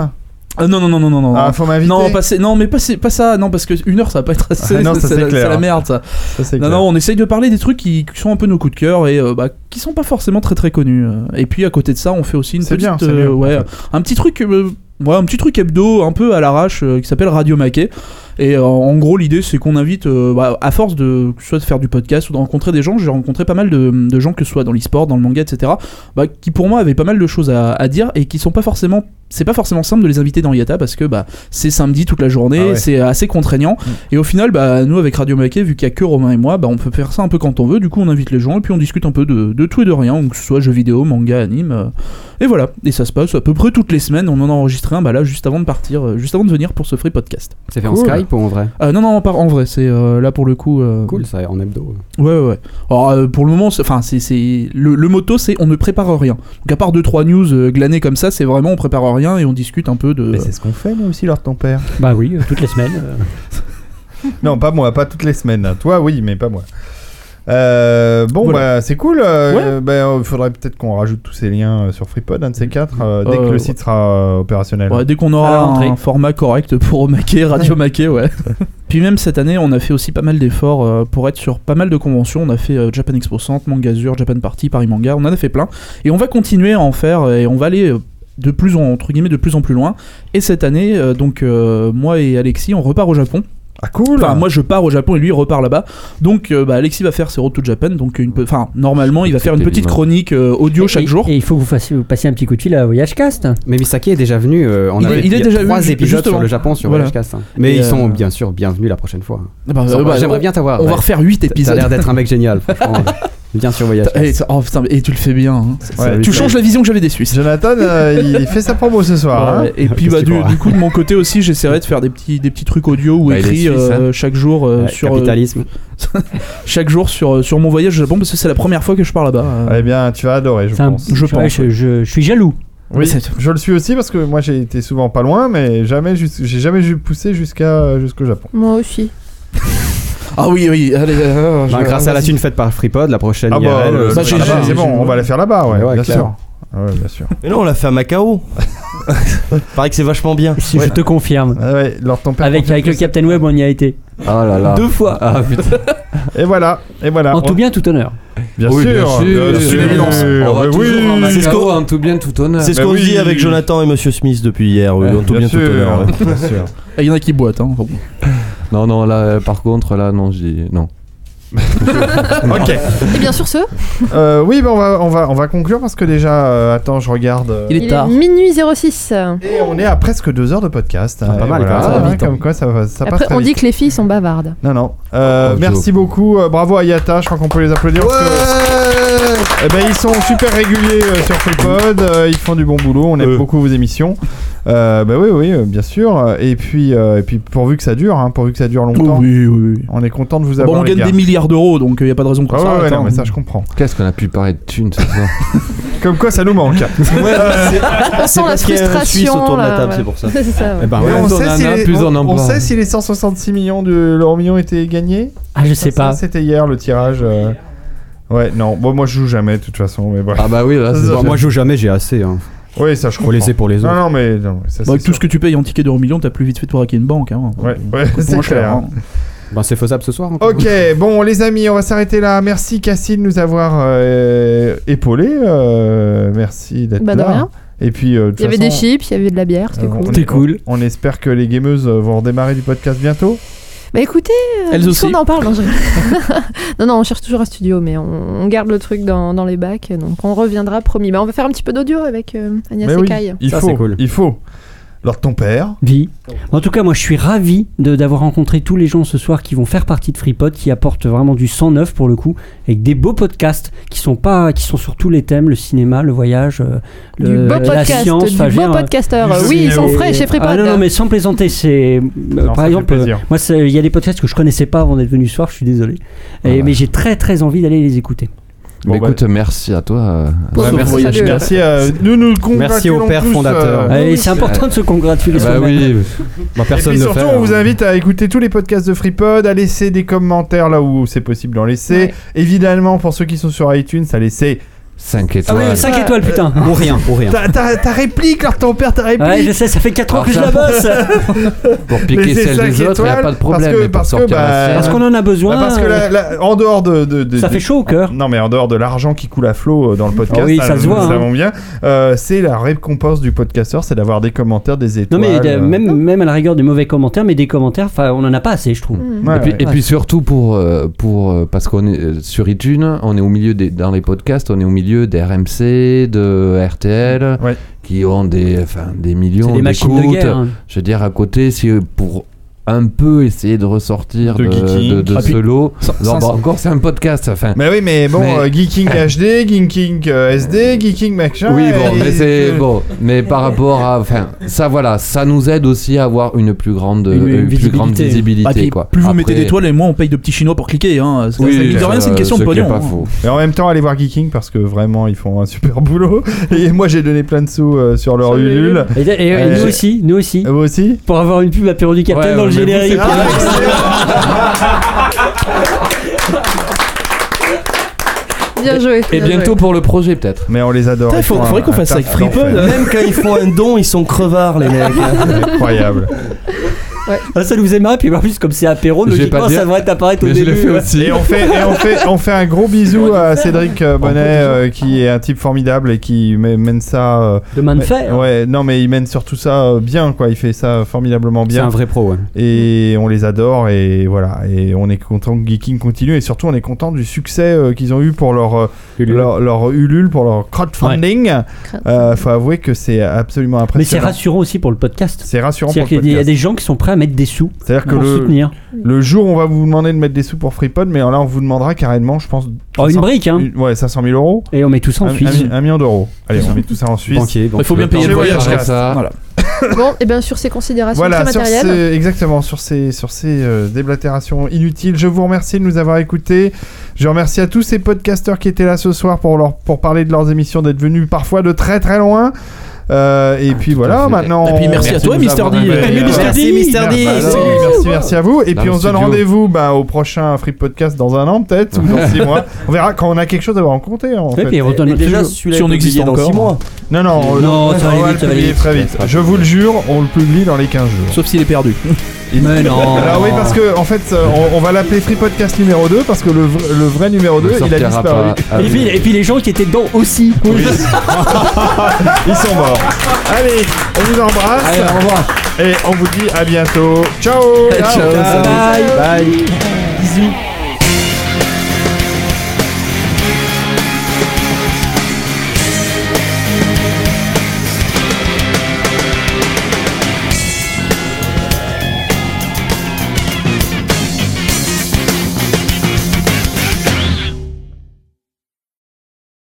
L: Euh, non, non, non, non, non, non.
A: Ah, faut m'inviter.
L: Non, pas, c'est- non, mais pas, c'est- pas ça. Non, parce que une heure, ça va pas être assez.
A: Ah non, ça,
L: c'est
A: c'est
L: la,
A: clair.
L: c'est la merde, ça.
A: Ça, c'est
L: non,
A: clair.
L: non, on essaye de parler des trucs qui, qui sont un peu nos coups de cœur et euh, bah, qui sont pas forcément très très connus. Euh, Et puis à côté de ça, on fait aussi une
A: C'est
L: petite,
A: bien, c'est
L: euh,
A: mieux, en
L: ouais, un petit truc. euh, ouais, un petit truc hebdo un peu à l'arrache euh, qui s'appelle Radio Maquet. Et euh, en gros, l'idée c'est qu'on invite, euh, bah, à force de que ce soit de faire du podcast ou de rencontrer des gens, j'ai rencontré pas mal de, de gens que ce soit dans l'e-sport, dans le manga, etc., bah, qui pour moi avaient pas mal de choses à, à dire et qui sont pas forcément. C'est pas forcément simple de les inviter dans Yata parce que bah, c'est samedi toute la journée,
A: Ah ouais.
L: c'est assez contraignant.
A: Mm.
L: Et au final, bah, nous avec Radio Maquet, vu qu'il y a que Romain et moi, bah, on peut faire ça un peu quand on veut. Du coup, on invite les gens et puis on discute un peu de, de tout et de rien, donc que ce soit jeux vidéo, manga, anime. euh, et voilà. Et ça se passe à peu près toutes les semaines. On en a enregistré un bah, là juste avant de partir, euh, juste avant de venir pour ce free podcast.
T: C'est fait en Skype ou en vrai
L: Euh, Non, non, on part en vrai. C'est euh, là pour le coup. euh,
T: Cool, ça, en hebdo.
L: Ouais, ouais, ouais. Alors, euh, pour le moment, c'est- enfin, c'est, c'est- le, le motto, c'est on ne prépare rien. Donc, à part 2-3 news euh, glanées comme ça, c'est vraiment on prépare rien et on discute un peu de.
A: Mais c'est ce qu'on fait, nous aussi, lors de ton père.
B: Bah oui, euh, toutes les semaines. euh.
A: <laughs> Non, pas moi, pas toutes les semaines. hein. Toi, oui, mais pas moi. Euh, bon,
L: Voilà.
A: bah, c'est cool. euh, bah, euh, faudrait peut-être qu'on rajoute tous ces liens euh, sur Freepod, un de ces quatre, euh, dès que
L: Euh,
A: le site sera euh, opérationnel.
L: Ouais, dès qu'on
A: À la
L: aura
A: rentrée.
L: un format correct pour <laughs> maquer, radio maquer, Ah, <laughs> ouais. Puis même cette année, on a fait aussi pas mal d'efforts euh, pour être sur pas mal de conventions. On a fait euh, Japan Expo Centre, Manga Azur, Japan Party, Paris Manga. On en a fait plein. Et on va continuer à en faire euh, et on va aller euh, de plus en, entre guillemets, de plus en plus loin. Et cette année, euh, donc euh, moi et Alexis, on repart au Japon.
A: Ah cool
L: Enfin moi je pars au Japon et lui il repart là-bas. Donc euh, bah, Alexis va faire ses road to Japan. Donc une pe- enfin normalement il va faire une petite
B: hein.
T: l'image.
L: chronique euh, audio chaque jour.
B: Et il faut que vous, fassiez, vous passiez un petit coup de fil à Voyage Cast.
T: Mais Misaki est déjà venu. euh, on
L: Il
T: avait-
L: est- il est
T: y a
L: déjà
T: trois
L: venu, ju-
T: épisodes
L: justement.
T: sur le Japon sur
L: Voilà.
T: Voyagecast, hein. Mais
L: Et,
T: ils sont
L: euh,
T: bien sûr bienvenus la prochaine fois.
L: Ah bah,
T: Ils sont-
L: euh, bah,
T: J'aimerais
L: on-
T: bien t'avoir.
L: on va refaire huit
T: T'as-
L: épisodes. <laughs>
T: T'as l'air d'être un mec génial. franchement. Bien sûr, voyage.
L: Eh, ça- oh, putain, et tu le fais bien. hein.
T: ça va
L: tu
T: vite,
L: changes
T: ouais.
L: la vision que j'avais des Suisses.
A: Jonathan, euh, il fait sa promo ce soir. hein.
L: Et puis
A: Qu'est-ce
L: bah,
A: qu'il
L: du,
A: pourra
L: du coup de mon côté aussi j'essaierai de faire des petits des petits trucs audio ou
T: Bah, il est
L: écrits
T: suisse,
L: euh,
T: hein.
L: chaque jour euh,
T: Ouais,
L: sur euh,
T: capitalisme.
L: <laughs> chaque jour sur euh, sur mon voyage au Japon parce que c'est la première fois que je pars là-bas.
A: <laughs>
L: euh.
A: Eh bien tu vas adorer je pense.
L: Je pense.
B: je, je- je suis jaloux.
A: Oui, je le suis aussi parce que moi j'ai été souvent pas loin, mais jamais jus- j'ai jamais ju- poussé jusqu'à jusqu'au Japon.
C: Moi aussi.
L: Ah oui, oui, allez. euh,
T: Bah,
L: je-
T: grâce à la
L: vas-y.
T: thune faite par Freepod, la prochaine
A: Ah bah,
T: IRL,
A: euh,
T: ce
A: bah,
T: sera
A: j'ai-
T: là-bas.
A: c'est bon, on va la faire là-bas, ouais,
T: Ouais,
A: bien
T: clair.
A: sûr. Ah ouais, bien sûr.
N: Mais non, on l'a fait à <laughs> Macao. Paraît que c'est vachement bien.
B: Si je te confirme.
N: Ah
B: avec avec le Captain Web, on y a été.
P: Ah là là.
B: Deux fois.
P: Ah, putain.
A: Et voilà, et voilà.
B: En tout
A: On-
B: bien, tout honneur.
A: Bien
P: Oui,
A: sûr,
P: bien
N: Ah,
P: sûr.
A: bien
P: C'est une
A: sûr.
P: évidence. On va
A: Mais
P: toujours
A: oui.
P: en
N: C'est ce
P: Macao,
N: qu'on-
P: hein, tout bien, tout honneur.
N: C'est ce
P: Bah
N: qu'on
P: oui.
N: se dit avec Jonathan et Monsieur Smith depuis hier. Oui, on tout
P: bien
N: bien tout
P: sûr.
N: honneur. ouais.
P: <laughs> Bien sûr.
L: Ah, Il y en a qui boitent. Hein. Bon.
P: Non, non, là, euh, par contre, là, non, je dis non.
A: <laughs> Ok.
C: Et bien sur ce,
A: Euh, oui, bah, on va on va on va conclure parce que déjà, euh, attends, je regarde. euh,
C: minuit 06.
A: Et on est à presque deux heures de podcast. hein,
T: pas
A: et
T: mal, quand même, ça va vite,
A: Comme quoi, ça, va- ça passe
C: Après,
A: très
C: on dit
A: vite.
C: que les filles sont bavardes.
A: Non, non. Euh,
T: Oh,
A: merci beaucoup, euh, bravo à Yata, je crois qu'on peut les applaudir. parce que- Eh ben, ils sont super réguliers euh, sur Freepod, euh, ils font du bon boulot, on aime beaucoup vos émissions. Euh, bah oui, oui, euh, bien sûr. Et puis, euh, et puis pourvu que ça dure, hein, pourvu que ça dure longtemps.
L: Oui, oui, oui.
A: On est content de vous
L: Bon,
A: avoir.
L: on
A: les
L: gagne
A: gars.
L: des milliards d'euros donc il n'y a pas de raison qu'on
A: Ah ouais,
L: s'arrête.
A: ouais, non,
L: hein.
A: mais ça je comprends.
P: Qu'est-ce qu'on a pu parler de thunes ce soir
A: <laughs> Comme quoi ça nous manque.
C: On sent la
N: parce qu'il y a un Suisse
C: frustration.
N: autour de la
C: là,
N: table,
C: ouais.
N: c'est pour ça.
C: <laughs> C'est ça. ouais.
P: bah,
A: Mais
P: ouais,
A: on,
P: on
A: sait
P: en
A: si
P: a
A: les,
P: plus,
A: on-
P: on en
A: on
P: prend.
A: sait si les 166 millions de l'euro million étaient gagnés
B: Ah, je sais
A: Ça,
B: pas.
A: C'était hier le tirage. euh. Ouais, non, bon, moi je joue jamais de toute façon. Mais bref.
T: Ah bah oui, là, c'est-
A: <laughs> Ça,
T: Bon,
A: ça-
T: moi je joue jamais, j'ai assez. Hein.
A: Oui, ça je
T: Faut
A: comprends.
T: laisser pour les autres.
A: Non, non, mais non, ça,
L: Bah,
A: c'est
L: avec tout ce que tu payes en ticket d'euro million, t'as plus vite fait de braquer une banque. Hein.
A: Ouais, ouais,
L: Coûte
A: c'est
L: moins cher,
A: clair.
L: hein.
T: Bah, c'est faisable ce soir. encore.
A: Ok, bon les amis, on va s'arrêter là. Merci Cassie de nous avoir euh, épaulés. euh, merci d'être
C: Bah, de
A: là.
C: rien.
A: Et puis, euh, de
C: Il y avait
A: toute
C: des
A: façon,
C: chips, il y avait de la bière, c'était
A: euh,
C: cool.
A: on- On, on espère que les gameuses euh, vont redémarrer du podcast bientôt.
C: Bah écoutez, euh,
A: Elles
C: si
A: aussi.
C: on en parle. Non,
A: <laughs>
C: je- <laughs> non, non, on cherche toujours un studio, mais on, on garde le truc dans, dans les bacs, donc on reviendra promis. Bah on va faire un petit peu d'audio avec euh, Agnès
A: Mais oui,
C: Ecaille.
A: il
T: Ça,
A: faut,
T: c'est cool.
A: il faut. Alors ton père.
B: Vie. En tout cas, moi, je suis ravi de- d'avoir rencontré tous les gens ce soir qui vont faire partie de FreePod, qui apportent vraiment du sang neuf pour le coup, avec des beaux podcasts qui sont pas, qui sont sur tous les thèmes, le cinéma, le voyage, euh,
C: Du
B: le-
C: beau
B: la
C: podcast,
B: science,
C: du
B: enfin, je veux
C: beau
B: dire,
C: podcasteur.
B: euh,
C: Oui, ils sont
B: et-
C: frais chez FreePod.
B: Ah non, non, mais sans plaisanter, c'est euh, par
A: fait
B: exemple, euh,
A: plaisir.
B: moi, c'est- il y a des podcasts que je connaissais pas avant d'être venu ce soir. Je suis désolé, Et- mais j'ai très très envie d'aller les écouter.
P: Mais
A: bah,
P: écoute, merci à toi. euh,
B: bah. Pour
P: ouais,
B: son
P: merci. Ah,
B: voyage.
A: Merci. euh, nous nous
T: Merci au
A: congratulons
T: père
A: tous,
T: fondateur.
A: euh,
B: Allez, c'est important de se congratuler.
P: Bah
B: soi-même.
P: oui.
T: Bah,
A: Et
T: personne
A: puis
T: ne
A: surtout,
T: fait.
A: on
T: hein.
A: vous invite à écouter tous les podcasts de FreePod, à laisser des commentaires là où c'est possible d'en laisser.
C: Ouais.
A: Évidemment, pour ceux qui sont sur iTunes, à laisser
P: 5
B: Ah
P: étoiles.
B: oui, 5 étoiles, putain.
A: euh,
T: Ou rien, ou rien.
A: ta, ta- ta réplique, alors ton père, ta réplique.
B: Ouais, je sais, ça fait 4 ans que je la bosse.
P: <laughs> Pour piquer
A: Laisser
P: celle
A: cinq
P: des autres, il n'y a
A: étoiles,
P: pas de problème.
A: parce que-
P: mais pour
A: parce que,
P: sortir la
A: bah,
P: sienne-
B: Parce qu'on en a besoin.
A: Bah, parce que la- la- en dehors de, de- de-
B: Ça
A: de-
B: fait chaud au cœur.
A: Non mais en dehors de l'argent qui coule à flot euh, dans le podcast,
B: Ah oui, ça se voit,
A: Nous
B: hein.
A: savons bien. euh, c'est la récompense du podcasteur, c'est d'avoir des commentaires, des
B: Non
A: étoiles.
B: mais il y a
A: euh,
B: même, même à la rigueur des mauvais commentaires, mais des commentaires, enfin on en a pas assez je trouve.
A: ouais,
P: et, puis,
A: ouais.
P: et puis surtout pour, euh, pour euh, parce qu'on est euh, sur iTunes, on est au milieu des, dans les podcasts, on est au milieu des RMC, de RTL,
A: Ouais.
P: qui ont des, enfin, des millions
B: C'est des machines de
P: d'écoutes.
B: guerre, hein.
P: Je veux dire à côté, si euh, pour un peu essayer de ressortir
A: De
P: de,
A: geeking.
P: de- de
A: Ah, puis-
P: ce lot.
L: Cin-
P: Non, bah,
L: 500.
P: encore c'est un podcast. Enfin,
A: Mais oui, mais bon,
P: Mais-
A: euh, Geeking HD, Geeking euh, SD, Geeking machin.
P: oui, bon,
A: et-
P: mais c'est
A: euh,
P: bon, mais par rapport à, enfin, ça voilà, ça nous aide aussi à avoir une plus
T: Euh,
P: grande, euh,
B: Une- une
P: une plus grande
B: visibilité. Ah,
P: visibilité.
L: Bah, puis
P: quoi.
L: plus vous
P: Après-
L: mettez d'étoiles et moins on paye de petits chinois pour cliquer. Hein. Ça-
P: Oui,
L: ça- mine de
P: euh,
L: rien, c'est une question de
P: ce qui est
L: pognon.
P: pas
L: hein.
P: faux.
A: Mais en même temps, allez voir Geeking parce que vraiment, ils font un super <laughs> boulot. Et moi, j'ai donné plein de sous euh, sur leur Ulule.
B: Et, et- et
A: Euh,
B: nous aussi, nous aussi,
A: Vous aussi
B: pour avoir une pub apéro du Capitaine
P: Ouais,
B: dans le
P: mais vous, c'est
B: générique.
P: pas-
B: <laughs>
C: Bien joué.
P: Et
C: bien
P: bientôt
C: joué.
P: pour le projet peut-être.
A: Mais on les adore.
L: Putain,
A: ils
L: faut-
A: font
L: faudrait
A: un-
L: qu'on
A: un
L: fasse ça avec
A: taf d'enfer.
L: Freepod. hein.
N: Même quand ils font un don, ils sont crevards, les mecs.
A: Incroyable.
B: Ah, ça nous aimera, puis en plus comme c'est apéro,
P: Je vais
B: logiquement
P: pas dire,
B: ça devrait apparaître au
P: mais je
B: début.
P: l'ai fait
B: ouais.
P: aussi.
A: Et on fait, et
P: <laughs>
A: on fait, on fait un gros bisou à
B: hein.
A: Cédric euh, Bonnet, euh, qui est un type formidable et qui mè- mène ça. euh,
B: De main de
A: mais-
B: fer.
A: Ouais, non, mais il mène surtout ça euh, bien, quoi. Il fait ça formidablement
T: C'est un
A: bien.
T: vrai pro, ouais.
A: Et on les adore, et voilà. Et on est content que Geeking continue, et surtout on est content du succès euh, qu'ils ont eu pour leur, euh,
T: Ulule.
A: leur, leur Ulule, pour leur crowdfunding. Euh, faut avouer que c'est absolument
B: Mais c'est
A: impressionnant.
B: rassurant aussi pour le podcast.
A: c'est rassurant pour
B: C'est-à-dire
A: le
B: qu'il y a des- il y a
A: podcast.
B: des gens qui sont prêts à mettre des sous
A: C'est-à-dire que
B: pour
A: le,
B: soutenir.
A: le jour où on va vous demander de mettre des sous pour FreePod, mais là on vous demandera carrément, je pense.
B: Oh, une
A: 500
B: brique, hein.
A: Ouais, 500 000 euros.
B: Et on met tout ça en
A: Un-
B: Suisse.
A: un mi- Un million d'euros. Allez,
B: C'est
A: on
B: ça.
A: met tout ça en Suisse.
B: Banquier, banquier.
A: Il faut bien payer le voyage.
P: ça.
A: Voilà.
C: Bon, et bien sur ces considérations
A: Voilà,
C: très
A: sur
C: matérielles.
A: ces- exactement, sur ces, sur ces euh, déblatérations inutiles. Je vous remercie de nous avoir écoutés. Je remercie à tous ces podcasteurs qui étaient là ce soir pour, leur, pour parler de leurs émissions, d'être venus parfois de très très loin. Euh, et puis voilà, maintenant.
L: Et puis merci
A: on-
L: à toi,
A: de nous
L: Mr.
A: avoir
L: D.
A: invités.
L: Merci, Mr. D. Wouh
A: Merci, merci, merci à vous. Et
L: Dans
A: puis
L: le
A: on se donne
L: studio.
A: rendez-vous bah, au prochain Free Podcast dans un an, peut-être, ou dans six mois. On verra quand on a quelque chose à rencontrer. En
B: Et
A: fait.
B: puis on donne notre studio.
A: Si on existe
N: dans
A: encore.
N: six mois.
A: Non, non, on-
B: Non,
A: on
B: ça va aller
A: va
B: vite,
A: le
B: ça va aller
A: publier
B: vite.
A: très vite. Je vous le jure, on le publie dans les 15 jours.
L: Sauf s'il est perdu.
B: Mais non.
A: Alors oui, parce que en fait, euh, on, on va l'appeler Free Podcast numéro 2 parce que le, vr- le vrai numéro 2, il a
P: sortira
A: disparu.
P: pas. Ah
B: Et puis, et puis les gens qui étaient dedans aussi.
P: <laughs>
A: Ils sont morts. Allez, on vous embrasse.
B: Allez, au revoir.
A: Et on vous dit à bientôt. Ciao.
S: Ciao, salut.
A: Bye.
S: Bye.
A: Bisous.